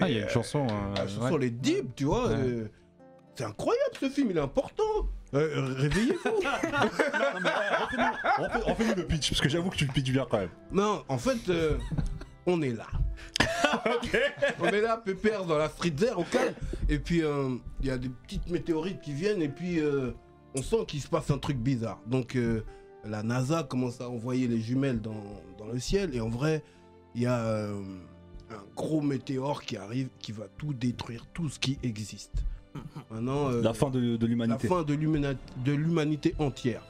[SPEAKER 4] Ah, il y a
[SPEAKER 5] et,
[SPEAKER 4] une chanson.
[SPEAKER 5] euh,
[SPEAKER 4] euh,
[SPEAKER 5] ah, ce
[SPEAKER 4] ouais.
[SPEAKER 5] sont les dips, tu vois.
[SPEAKER 4] Ouais.
[SPEAKER 5] euh, c'est incroyable ce film, il est important. Euh, euh, Réveillez-vous.
[SPEAKER 4] [laughs]
[SPEAKER 1] ah,
[SPEAKER 2] Refais- Refais-nous le pitch, parce que j'avoue que tu le pitches bien quand même.
[SPEAKER 5] non, en fait, euh, on est
[SPEAKER 4] [laughs]
[SPEAKER 5] là. On est là, pépère, dans la street air, au calme. Et puis, euh, il y a des petites météorites qui viennent, et puis, euh, on sent qu'il se passe un truc bizarre. Donc, euh, la NASA commence à envoyer les jumelles dans, dans le ciel, et en vrai, il y a euh, un gros météore qui arrive, qui va tout détruire, tout ce qui existe.
[SPEAKER 4] Mhm.
[SPEAKER 5] Maintenant, euh,
[SPEAKER 2] La fin de, de
[SPEAKER 5] la
[SPEAKER 2] l'humanité.
[SPEAKER 5] fin de l'humana- de l'humanité entière.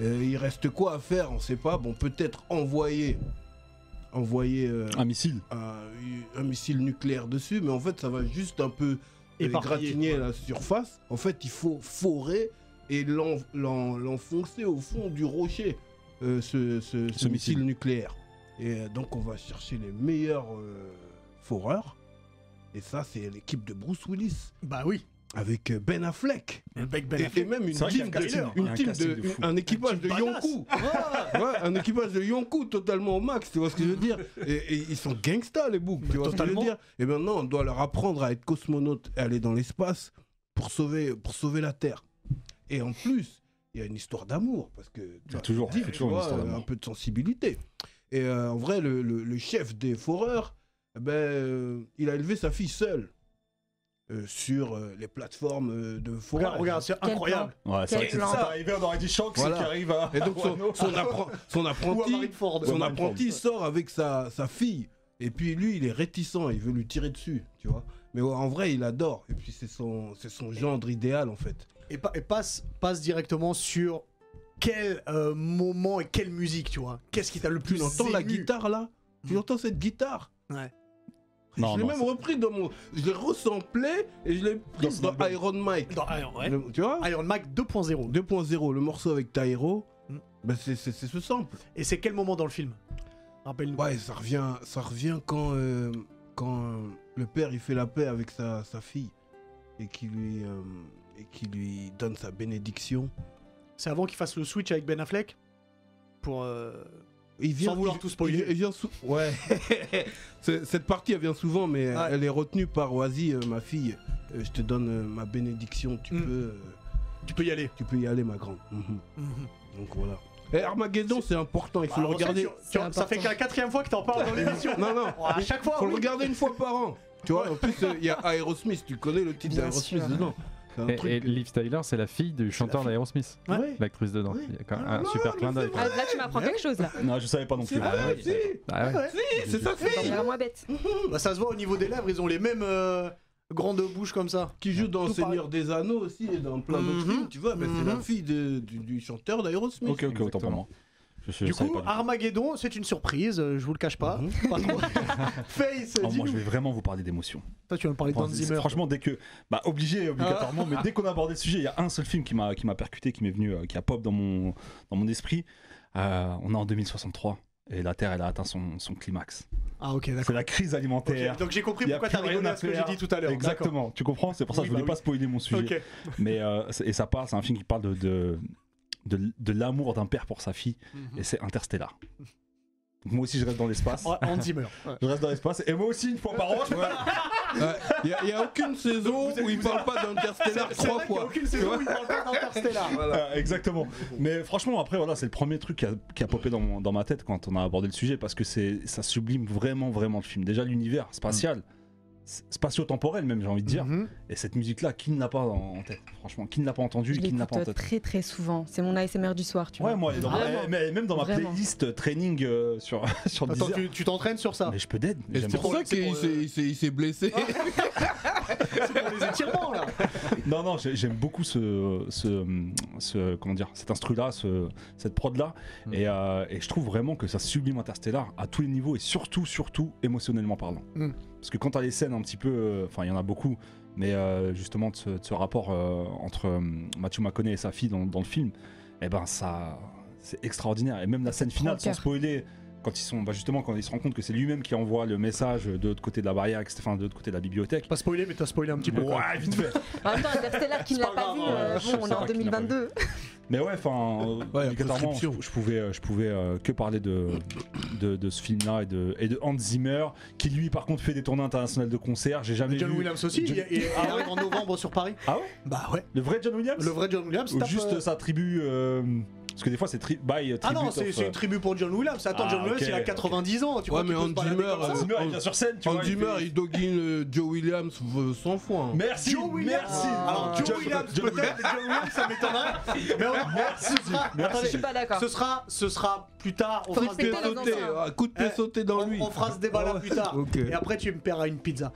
[SPEAKER 5] Euh, il reste quoi à faire On sait pas. Bon, peut-être envoyer, envoyer euh,
[SPEAKER 2] Un missile.
[SPEAKER 5] un, un missile nucléaire dessus, mais en fait, ça va juste un peu et
[SPEAKER 1] Éparpillé.
[SPEAKER 5] gratigner la surface. En fait, il faut forer et l'en- l'en- l'enfoncer au fond du rocher, euh, ce, ce- ce
[SPEAKER 2] Ce
[SPEAKER 5] missile.
[SPEAKER 2] missile.
[SPEAKER 5] nucléaire. Et euh, donc, on va chercher les meilleurs euh, foreurs. Et ça, c'est l'équipe de Bruce Willis
[SPEAKER 1] Bah oui,
[SPEAKER 5] avec euh, Ben Affleck.
[SPEAKER 1] avec Ben
[SPEAKER 5] Et- Et,
[SPEAKER 1] Affleck.
[SPEAKER 5] même une
[SPEAKER 2] C'est vrai qu'il y a un
[SPEAKER 5] team de,
[SPEAKER 2] casting, il
[SPEAKER 5] une-
[SPEAKER 2] y a
[SPEAKER 5] une
[SPEAKER 2] un
[SPEAKER 5] team
[SPEAKER 2] casting
[SPEAKER 5] de-
[SPEAKER 2] de
[SPEAKER 5] une-
[SPEAKER 2] fou.
[SPEAKER 5] un équipage
[SPEAKER 1] Un
[SPEAKER 5] de
[SPEAKER 1] team badass.
[SPEAKER 5] Yonkou. [laughs] Ouais, un équipage de Yonkou totalement au max, tu vois ce que je veux dire et, et ils sont gangsters les boucs,
[SPEAKER 1] Mais
[SPEAKER 5] tu vois ce que je veux
[SPEAKER 1] totalement.
[SPEAKER 5] dire Et maintenant, on doit leur apprendre à être cosmonaute et aller dans l'espace pour sauver, pour sauver la Terre. Et en plus, il y a une histoire d'amour parce que tu
[SPEAKER 2] Il y a
[SPEAKER 5] vois,
[SPEAKER 2] toujours, il
[SPEAKER 5] Dis,
[SPEAKER 2] y a
[SPEAKER 5] tu
[SPEAKER 2] toujours une
[SPEAKER 5] vois,
[SPEAKER 2] histoire
[SPEAKER 5] euh, un
[SPEAKER 2] d'amour.
[SPEAKER 5] peu de sensibilité. Et euh, en vrai, le, le- le chef des foreurs, eh ben, euh, il a élevé sa fille seule euh, sur euh, les plateformes euh, de forage.
[SPEAKER 1] Regarde, regarde, c'est
[SPEAKER 3] Quel
[SPEAKER 1] incroyable.
[SPEAKER 2] Ouais, c'est
[SPEAKER 3] Quel
[SPEAKER 2] vrai que c'est
[SPEAKER 3] plan.
[SPEAKER 2] c'est arrivé, on aurait dit Shanks
[SPEAKER 5] Voilà.
[SPEAKER 2] qui arrive à.
[SPEAKER 5] Et donc son, son appren- son
[SPEAKER 1] Ou à
[SPEAKER 5] apprenti,
[SPEAKER 1] Marineford.
[SPEAKER 5] son
[SPEAKER 2] Ouais,
[SPEAKER 5] apprenti
[SPEAKER 2] Marineford.
[SPEAKER 5] sort avec sa, sa fille. Et puis lui, il est réticent, il veut lui tirer dessus, tu vois. Mais ouais, en vrai, il adore. Et puis c'est son, c'est son gendre idéal en fait.
[SPEAKER 1] et, pa- et passe, passe directement sur quel euh, moment et quelle musique, tu vois. Qu'est-ce qui t'a le plus
[SPEAKER 5] Tu entends la
[SPEAKER 1] ému
[SPEAKER 5] guitare là Tu
[SPEAKER 1] Mm.
[SPEAKER 5] entends cette guitare
[SPEAKER 1] Ouais.
[SPEAKER 2] Non,
[SPEAKER 5] je l'ai
[SPEAKER 2] non,
[SPEAKER 5] même
[SPEAKER 2] c'est-
[SPEAKER 5] repris dans mon. Je l'ai ressemblé et je l'ai pris
[SPEAKER 2] son
[SPEAKER 5] dans,
[SPEAKER 2] album.
[SPEAKER 5] Iron Mike.
[SPEAKER 1] Dans Iron, ouais.
[SPEAKER 5] Le- tu vois
[SPEAKER 1] Iron Mac 2.0.
[SPEAKER 5] 2.0, le morceau avec Tyro,
[SPEAKER 1] Mm.
[SPEAKER 5] bah, c'est c'est- c'est ce sample.
[SPEAKER 1] Et c'est quel moment dans le film Rappelle-nous.
[SPEAKER 5] Ouais, ça revient, ça revient quand, euh, quand euh, le père il fait la paix avec sa, sa fille et qui lui euh, et qui lui donne sa bénédiction.
[SPEAKER 1] C'est avant qu'il fasse le switch avec Ben Affleck Pour. euh,
[SPEAKER 5] Il
[SPEAKER 1] Sans vouloir
[SPEAKER 5] il-
[SPEAKER 1] tout spoiler.
[SPEAKER 5] il- il vient sou- ouais. [laughs] C'est- Cette partie elle vient souvent, mais
[SPEAKER 1] Ouais.
[SPEAKER 5] elle est retenue par Oasis, euh, ma fille. euh, je te donne euh, ma bénédiction, tu
[SPEAKER 1] Mm.
[SPEAKER 5] peux, euh,
[SPEAKER 1] Tu peux y aller.
[SPEAKER 5] tu peux y aller, ma grande. Mhm.
[SPEAKER 1] Mhm.
[SPEAKER 5] Donc voilà. Et Armageddon, c'est important, il faut
[SPEAKER 1] Bah,
[SPEAKER 5] le
[SPEAKER 1] on sait
[SPEAKER 5] regarder.
[SPEAKER 1] que tu- tu-
[SPEAKER 3] C'est
[SPEAKER 1] ça fait que la quatrième fois que t'en parles dans l'émission.
[SPEAKER 5] Non,
[SPEAKER 1] [laughs]
[SPEAKER 5] non.
[SPEAKER 1] Oh, à chaque fois.
[SPEAKER 5] Faut
[SPEAKER 1] oui.
[SPEAKER 5] le regarder une fois par an. Tu vois, en plus, euh, il y a Aerosmith, tu connais le titre
[SPEAKER 3] Bien
[SPEAKER 5] d'Aerosmith
[SPEAKER 3] sûr.
[SPEAKER 5] dedans. C'est un
[SPEAKER 4] Et,
[SPEAKER 5] truc.
[SPEAKER 4] et Liv Tyler, c'est la fille du chanteur d'Aerosmith,
[SPEAKER 1] Ouais.
[SPEAKER 5] Ouais.
[SPEAKER 4] l'actrice dedans.
[SPEAKER 5] Oui.
[SPEAKER 4] Il y a quand même
[SPEAKER 5] Ah,
[SPEAKER 4] un
[SPEAKER 5] non,
[SPEAKER 4] super
[SPEAKER 5] mais
[SPEAKER 4] clin d'œil.
[SPEAKER 5] c'est
[SPEAKER 4] quoi.
[SPEAKER 3] Ah, là, tu m'apprends quelque chose là.
[SPEAKER 2] Non, je savais pas non
[SPEAKER 5] C'est
[SPEAKER 2] plus.
[SPEAKER 5] vrai,
[SPEAKER 4] ouais,
[SPEAKER 5] si,
[SPEAKER 4] Ah ouais.
[SPEAKER 1] Ouais.
[SPEAKER 5] si, c'est sa
[SPEAKER 3] C'est
[SPEAKER 5] fille
[SPEAKER 3] vraiment bête.
[SPEAKER 1] Bah, ça se voit au niveau des lèvres, ils ont les mêmes euh, grandes bouches comme ça.
[SPEAKER 5] qui joue dans
[SPEAKER 1] Tout
[SPEAKER 5] Seigneur des Anneaux aussi et dans plein d'autres
[SPEAKER 1] Mhm.
[SPEAKER 5] films, tu vois, ben, c'est la
[SPEAKER 1] Mhm.
[SPEAKER 5] fille de- du, du chanteur d'Aerosmith.
[SPEAKER 2] Ok, ok, autant pour moi. Je- je
[SPEAKER 1] du
[SPEAKER 2] savais
[SPEAKER 1] coup,
[SPEAKER 2] pas Mhm.
[SPEAKER 1] Armageddon, c'est une surprise, euh, je vous le cache pas. Pas
[SPEAKER 2] [laughs]
[SPEAKER 1] trop. Face,
[SPEAKER 2] Oh, moi,
[SPEAKER 1] dis-nous.
[SPEAKER 2] je vais vraiment vous parler d'émotion.
[SPEAKER 1] Toi, tu vas me parler de
[SPEAKER 2] Enfin,
[SPEAKER 1] Dan
[SPEAKER 2] c'est-
[SPEAKER 1] Zimmer. Ah.
[SPEAKER 2] Franchement, dès que. Bah, obligé, obligatoirement, mais dès qu'on a abordé le sujet, il y a un seul film qui m'a qui m'a percuté, qui m'est venu, euh, qui a pop dans mon, dans mon esprit. Euh, on est en 2063 et la Terre, elle a atteint son, son climax.
[SPEAKER 1] Ah, ok,
[SPEAKER 2] C'est
[SPEAKER 1] d'accord.
[SPEAKER 2] la crise alimentaire.
[SPEAKER 1] Ok, Donc j'ai compris
[SPEAKER 2] Il y a
[SPEAKER 1] pourquoi
[SPEAKER 2] plus
[SPEAKER 1] t'as rigolé
[SPEAKER 2] rien
[SPEAKER 1] à ce que j'ai
[SPEAKER 2] faire.
[SPEAKER 1] dit tout à l'heure. d'accord.
[SPEAKER 2] Exactement, tu comprends C'est pour ça que
[SPEAKER 1] Oui,
[SPEAKER 2] je voulais
[SPEAKER 1] bah
[SPEAKER 2] pas
[SPEAKER 1] oui.
[SPEAKER 2] spoiler mon sujet.
[SPEAKER 1] Ok.
[SPEAKER 2] [laughs] Mais euh, c'est- et ça parle, c'est un film qui parle de de, de- de l'amour d'un père pour sa fille et c'est Interstellar. Donc moi aussi je reste dans l'espace.
[SPEAKER 1] Oh, Hans Zimmer. Mhm. Ouais.
[SPEAKER 2] Je reste dans l'espace et moi aussi une fois par an. je-
[SPEAKER 5] Il n'y a, aucune saison
[SPEAKER 1] Vous êtes-
[SPEAKER 5] où il
[SPEAKER 1] vous
[SPEAKER 5] parle pas d'Interstellar
[SPEAKER 1] C'est
[SPEAKER 5] trois
[SPEAKER 1] vrai qu'il y a
[SPEAKER 5] fois.
[SPEAKER 1] aucune saison où il parle pas d'Interstellar.
[SPEAKER 5] Voilà.
[SPEAKER 2] Euh, exactement. Mais franchement, après, voilà, c'est le premier truc qui a, qui a popé dans, mon- dans ma tête quand on a abordé le sujet parce que c'est ça sublime vraiment, vraiment le film. Déjà, l'univers spatial, s- spatio-temporel, même, j'ai envie de dire.
[SPEAKER 1] Mhm.
[SPEAKER 2] Et cette musique-là, qui ne l'a pas en en tête Franchement, qui ne l'a pas entendue
[SPEAKER 3] Je
[SPEAKER 2] Qui ne l'a pas en
[SPEAKER 3] l'écoute
[SPEAKER 2] tête
[SPEAKER 3] très très souvent. C'est mon ASMR du soir, tu
[SPEAKER 2] Ouais,
[SPEAKER 3] vois.
[SPEAKER 2] moi, dans ma-
[SPEAKER 3] Vraiment.
[SPEAKER 2] mais même dans ma
[SPEAKER 3] Vraiment.
[SPEAKER 2] playlist euh, training euh, sur, [laughs] sur
[SPEAKER 1] Attends,
[SPEAKER 2] Deezer.
[SPEAKER 1] tu tu t'entraînes sur ça
[SPEAKER 2] Mais je peux d'aide.
[SPEAKER 5] Et c'est pour ça
[SPEAKER 1] c'est
[SPEAKER 5] qu'il
[SPEAKER 1] pour,
[SPEAKER 5] s'est-
[SPEAKER 1] euh,
[SPEAKER 5] il s'est- il s'est blessé.
[SPEAKER 1] C'est pour les étirements là.
[SPEAKER 2] Non, non, j'ai- j'aime beaucoup ce, ce, ce- comment dire, cet instru-là, ce- cette prod-là,
[SPEAKER 4] Mm.
[SPEAKER 2] et, euh, et je trouve vraiment que ça sublime Interstellar à tous les niveaux et surtout, surtout émotionnellement parlant.
[SPEAKER 1] Mm.
[SPEAKER 2] Parce que quand t'as les scènes un petit peu, euh, enfin, il y en a beaucoup, mais euh, justement de ce, de ce rapport euh, entre euh, Matthew McConaughey et sa fille dans, dans le film, eh ben ça, c'est extraordinaire. Et même la scène finale,
[SPEAKER 3] prend
[SPEAKER 2] sans
[SPEAKER 3] le cœur.
[SPEAKER 2] spoiler. Quand ils sont, bah, justement, quand ils se rendent compte que c'est lui-même qui envoie le message de l'autre côté de la barrière, etc., enfin, de l'autre côté de la bibliothèque.
[SPEAKER 1] Pas spoilé, mais t'as spoilé un petit peu. quoi.
[SPEAKER 2] Ouais, vite fait.
[SPEAKER 3] En même temps, Interstellar qui ne l'a
[SPEAKER 1] pas
[SPEAKER 3] pas
[SPEAKER 1] grave,
[SPEAKER 3] vu,
[SPEAKER 1] ouais,
[SPEAKER 3] euh,
[SPEAKER 2] je sais
[SPEAKER 3] bon, on est
[SPEAKER 2] pas
[SPEAKER 3] en
[SPEAKER 2] qui l'a pas vu.
[SPEAKER 3] 2022.
[SPEAKER 2] Mais ouais, enfin, euh,
[SPEAKER 5] Ouais,
[SPEAKER 2] obligatoirement, je,
[SPEAKER 5] prescription.
[SPEAKER 2] je pouvais, euh, je pouvais euh, que parler de, de, de ce film-là et de, et de Hans Zimmer, qui lui, par contre, fait des tournées internationales de concerts. J'ai jamais
[SPEAKER 1] John
[SPEAKER 2] vu
[SPEAKER 1] Williams aussi,
[SPEAKER 2] John-
[SPEAKER 1] il, il- il arrive en novembre sur Paris.
[SPEAKER 2] Ah ouais
[SPEAKER 1] Bah ouais.
[SPEAKER 2] le vrai John Williams,
[SPEAKER 1] Le vrai John Williams.
[SPEAKER 2] ou
[SPEAKER 1] tape,
[SPEAKER 2] juste
[SPEAKER 1] euh,
[SPEAKER 2] sa tribu, euh, parce que des fois c'est tri by
[SPEAKER 1] Ah non,
[SPEAKER 2] tribute
[SPEAKER 1] c'est
[SPEAKER 2] of,
[SPEAKER 1] c'est
[SPEAKER 2] euh,
[SPEAKER 1] une tribu pour John Williams. Attends,
[SPEAKER 2] Ah,
[SPEAKER 1] John Williams,
[SPEAKER 2] ok,
[SPEAKER 1] il a 90 ans. Tu vois,
[SPEAKER 5] Ouais,
[SPEAKER 1] tu
[SPEAKER 5] mais
[SPEAKER 1] peux
[SPEAKER 5] Hans
[SPEAKER 1] se balader
[SPEAKER 5] Zimmer, euh,
[SPEAKER 1] comme ça.
[SPEAKER 2] Hans Zimmer, il vient sur scène, tu vois.
[SPEAKER 5] Andy
[SPEAKER 2] il fait-
[SPEAKER 5] Murray, il doguine euh, Joe Williams euh, 100 fois. hein.
[SPEAKER 2] Merci,
[SPEAKER 1] Joe Williams.
[SPEAKER 2] merci.
[SPEAKER 1] Alors Joe
[SPEAKER 2] John-
[SPEAKER 1] Williams
[SPEAKER 2] John
[SPEAKER 1] peut-être, mais John Williams ça m'étonnerait. Mais on- ce sera,
[SPEAKER 2] Merci.
[SPEAKER 3] Je suis
[SPEAKER 1] attendez,
[SPEAKER 3] pas d'accord.
[SPEAKER 1] ce sera, ce sera plus tard. On
[SPEAKER 3] Faut
[SPEAKER 1] fera ce
[SPEAKER 5] Coup de
[SPEAKER 1] débat,
[SPEAKER 3] respecter
[SPEAKER 5] pied
[SPEAKER 3] les
[SPEAKER 5] sauté,
[SPEAKER 3] enfants.
[SPEAKER 5] ah, coup de pied
[SPEAKER 1] Eh,
[SPEAKER 5] sauté dans lui.
[SPEAKER 1] on, on fera ce débat là plus tard.
[SPEAKER 5] Ok.
[SPEAKER 1] Et après tu me paieras une pizza.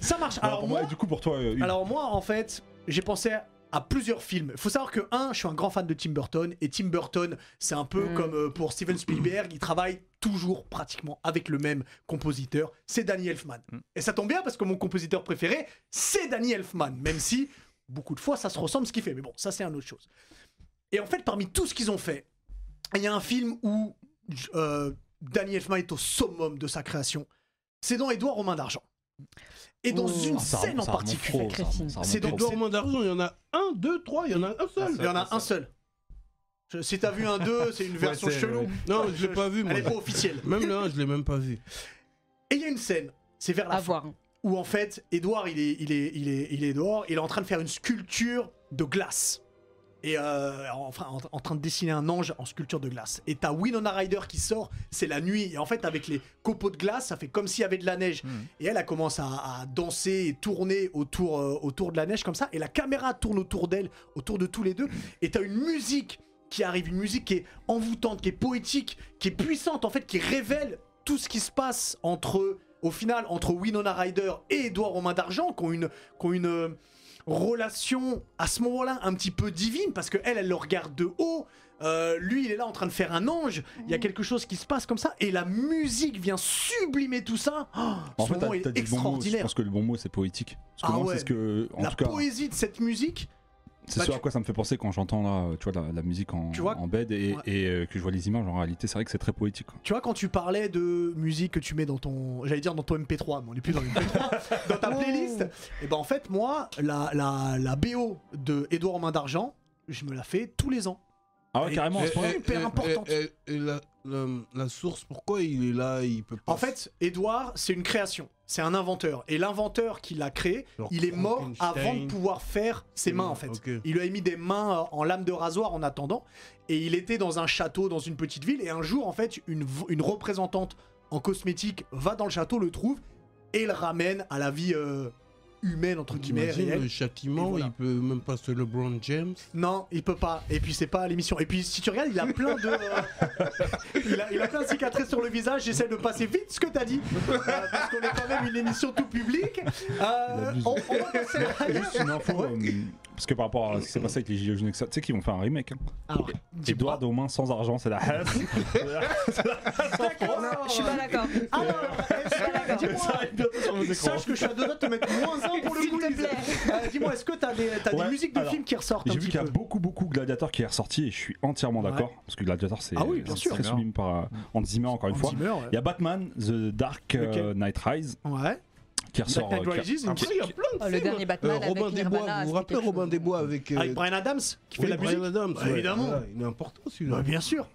[SPEAKER 1] Ça marche.
[SPEAKER 2] Alors,
[SPEAKER 1] Alors
[SPEAKER 2] pour
[SPEAKER 1] moi,
[SPEAKER 2] moi, et du coup, pour toi, euh, Hugues.
[SPEAKER 1] alors moi en fait, j'ai pensé à plusieurs films. Faut savoir que un, je suis un grand fan de Tim Burton et Tim Burton, c'est un peu
[SPEAKER 3] Mm.
[SPEAKER 1] comme euh, pour Steven Spielberg, il travaille toujours pratiquement avec le même compositeur, c'est Danny Elfman. Et ça tombe bien parce que mon compositeur préféré, c'est Danny Elfman, même si beaucoup de fois ça se ressemble ce qu'il fait. Mais bon, ça c'est une autre chose. Et en fait, parmi tout ce qu'ils ont fait, il y a un film où euh, Danny Elfman est au summum de sa création. C'est dans Édouard aux mains d'argent. Et dans
[SPEAKER 3] Oh,
[SPEAKER 1] une
[SPEAKER 2] Ah, ça
[SPEAKER 1] scène
[SPEAKER 2] remonte-
[SPEAKER 1] en
[SPEAKER 2] ça remonte
[SPEAKER 1] particulier.
[SPEAKER 2] trop, ça remonte- ça remonte
[SPEAKER 1] C'est
[SPEAKER 2] trop.
[SPEAKER 1] donc-
[SPEAKER 5] Edouard Main d'Argent, il y en a un, deux, trois, il y en a un seul.
[SPEAKER 1] Il y en a un seul. Je- si t'as vu un
[SPEAKER 2] [laughs]
[SPEAKER 1] 2, c'est une version
[SPEAKER 4] c'est-
[SPEAKER 1] chelou.
[SPEAKER 4] ouais.
[SPEAKER 5] Non, je l'ai pas vu, moi.
[SPEAKER 1] Elle est pas officielle.
[SPEAKER 5] Même le 1, je l'ai même pas vu.
[SPEAKER 1] Et il y a une scène, c'est vers la
[SPEAKER 3] À
[SPEAKER 1] fin,
[SPEAKER 3] voir.
[SPEAKER 1] où en fait, Edouard, il est, il, est, il, est, il est dehors, il est en train de faire une sculpture de glace. Et euh, enfin, en, en train de dessiner un ange en sculpture de glace. Et t'as Winona Ryder qui sort, c'est la nuit. Et en fait, avec les copeaux de glace, ça fait comme s'il y avait de la neige.
[SPEAKER 2] Hmm.
[SPEAKER 1] Et elle, elle commence à, à danser et tourner autour, euh, autour de la neige comme ça. Et la caméra tourne autour d'elle, autour de tous les deux. Et t'as une musique qui arrive, une musique qui est envoûtante, qui est poétique, qui est puissante, en fait, qui révèle tout ce qui se passe entre, au final, entre Winona Ryder et Edouard Romain d'Argent, qui ont une, qui ont une euh, relation à ce moment-là un petit peu divine, parce que elle, elle le regarde de haut. Euh, lui, il est là en train de faire un ange. Il y a quelque chose qui se passe comme ça, et la musique vient sublimer tout ça. Oh,
[SPEAKER 2] En
[SPEAKER 1] ce
[SPEAKER 2] fait,
[SPEAKER 1] moment
[SPEAKER 2] t'as
[SPEAKER 1] est
[SPEAKER 2] t'as dit le bon mot. Je
[SPEAKER 1] extraordinaire.
[SPEAKER 2] pense que le bon mot, c'est poétique. Parce que
[SPEAKER 1] Ah
[SPEAKER 2] moi,
[SPEAKER 1] ouais.
[SPEAKER 2] c'est ce que, en
[SPEAKER 1] la
[SPEAKER 2] tout cas,
[SPEAKER 1] poésie de cette musique,
[SPEAKER 2] C'est
[SPEAKER 1] Bah,
[SPEAKER 2] ce
[SPEAKER 1] tu-
[SPEAKER 2] à quoi ça me fait penser quand j'entends là, euh, tu vois, la, la musique en,
[SPEAKER 1] Tu vois
[SPEAKER 2] en bed et,
[SPEAKER 1] Ouais.
[SPEAKER 2] et, euh, que je vois les images. En réalité, c'est vrai que c'est très poétique. quoi.
[SPEAKER 1] tu vois, quand tu parlais de musique que tu mets dans ton. J'allais dire dans ton MP3, mais on n'est plus dans le MP3. dans ta
[SPEAKER 3] Oh.
[SPEAKER 1] playlist. Et ben en fait, moi, la, la, la BO de Édouard en main d'argent, je me la fais tous les ans.
[SPEAKER 2] Ah ouais,
[SPEAKER 1] Et-
[SPEAKER 2] carrément. à ce
[SPEAKER 1] et-
[SPEAKER 2] point-là.
[SPEAKER 1] et- hyper importante.
[SPEAKER 5] et- euh, et la, la- la source, pourquoi il est là, il peut pas.
[SPEAKER 1] En fait, Édouard, c'est une création. C'est un inventeur. Et l'inventeur qui l'a créé,
[SPEAKER 5] Genre
[SPEAKER 1] il est mort
[SPEAKER 5] Frankenstein.
[SPEAKER 1] avant de pouvoir faire ses mains en fait.
[SPEAKER 5] Ok.
[SPEAKER 1] Il lui a mis des mains euh, en lame de rasoir en attendant. Et il était dans un château, dans une petite ville. Et un jour, en fait, une, v- une représentante en cosmétique va dans le château, le trouve et le ramène à la vie euh, humaine, entre guillemets,
[SPEAKER 5] T'imagines
[SPEAKER 1] réelle.
[SPEAKER 5] le châtiment,
[SPEAKER 1] Et voilà.
[SPEAKER 5] il peut même pas se LeBron James.
[SPEAKER 1] Non, il peut pas. Et puis, c'est pas à l'émission. Et puis, si tu regardes, il a plein de. euh, [laughs] il, a, il a plein de cicatrices sur le visage. J'essaie de passer vite ce que t'as dit. Euh, parce qu'on est quand même une émission tout public. Euh,
[SPEAKER 2] Il abuse.
[SPEAKER 1] on, on va passer à la-
[SPEAKER 2] Juste une info, euh, Parce que par rapport à ce qui s'est passé avec les Gilets jaunes, et ça, tu sais qu'ils vont faire un remake. Hein.
[SPEAKER 1] Alors,
[SPEAKER 2] Edouard aux mains sans argent, c'est la
[SPEAKER 3] Je suis pas d'accord.
[SPEAKER 1] Alors, est-ce que-
[SPEAKER 2] Ça arrive bientôt sur vos
[SPEAKER 1] dis-moi,
[SPEAKER 2] écrans.
[SPEAKER 1] sache que je suis à deux doigts de te mettre moins un pour le
[SPEAKER 3] S'il
[SPEAKER 1] coup.
[SPEAKER 3] te
[SPEAKER 1] Lise.
[SPEAKER 3] plaît.
[SPEAKER 1] Euh, Dis-moi, est-ce que t'as des, t'as des
[SPEAKER 2] Ouais,
[SPEAKER 1] musiques de
[SPEAKER 2] alors,
[SPEAKER 1] films qui ressortent un
[SPEAKER 2] J'ai vu
[SPEAKER 1] petit
[SPEAKER 2] qu'il y a
[SPEAKER 1] peu
[SPEAKER 2] beaucoup, beaucoup Gladiator qui est ressorti et je suis entièrement
[SPEAKER 1] Ouais.
[SPEAKER 2] d'accord. Parce que Gladiator, c'est
[SPEAKER 1] Ah oui, bien
[SPEAKER 2] c'est
[SPEAKER 1] sûr.
[SPEAKER 2] très sublime par euh, Hans Zimmer, encore une
[SPEAKER 1] Hans
[SPEAKER 2] fois.
[SPEAKER 1] Zimmer,
[SPEAKER 2] Il y a Batman, The Dark euh,
[SPEAKER 1] Lequel
[SPEAKER 2] Knight Rise,
[SPEAKER 1] Ouais.
[SPEAKER 2] qui ressort.
[SPEAKER 1] Knight
[SPEAKER 2] euh, qui-
[SPEAKER 1] Rises, il me
[SPEAKER 5] Après, il y a
[SPEAKER 2] qui-
[SPEAKER 5] plein de
[SPEAKER 3] Oh, le
[SPEAKER 5] films.
[SPEAKER 3] dernier Batman avec
[SPEAKER 5] Euh, Robin
[SPEAKER 3] Nirvana,
[SPEAKER 5] Desbois, vous vous
[SPEAKER 3] c'était
[SPEAKER 5] rappelez
[SPEAKER 3] quelque
[SPEAKER 5] Robin
[SPEAKER 3] chose.
[SPEAKER 5] Desbois avec. euh,
[SPEAKER 1] Avec Brian Adams qui fait
[SPEAKER 5] oui,
[SPEAKER 1] la
[SPEAKER 5] Brian
[SPEAKER 1] musique.
[SPEAKER 5] Adams,
[SPEAKER 1] Bah,
[SPEAKER 5] ouais,
[SPEAKER 1] évidemment.
[SPEAKER 5] voilà, il est important celui-là.
[SPEAKER 1] Bah, bien sûr.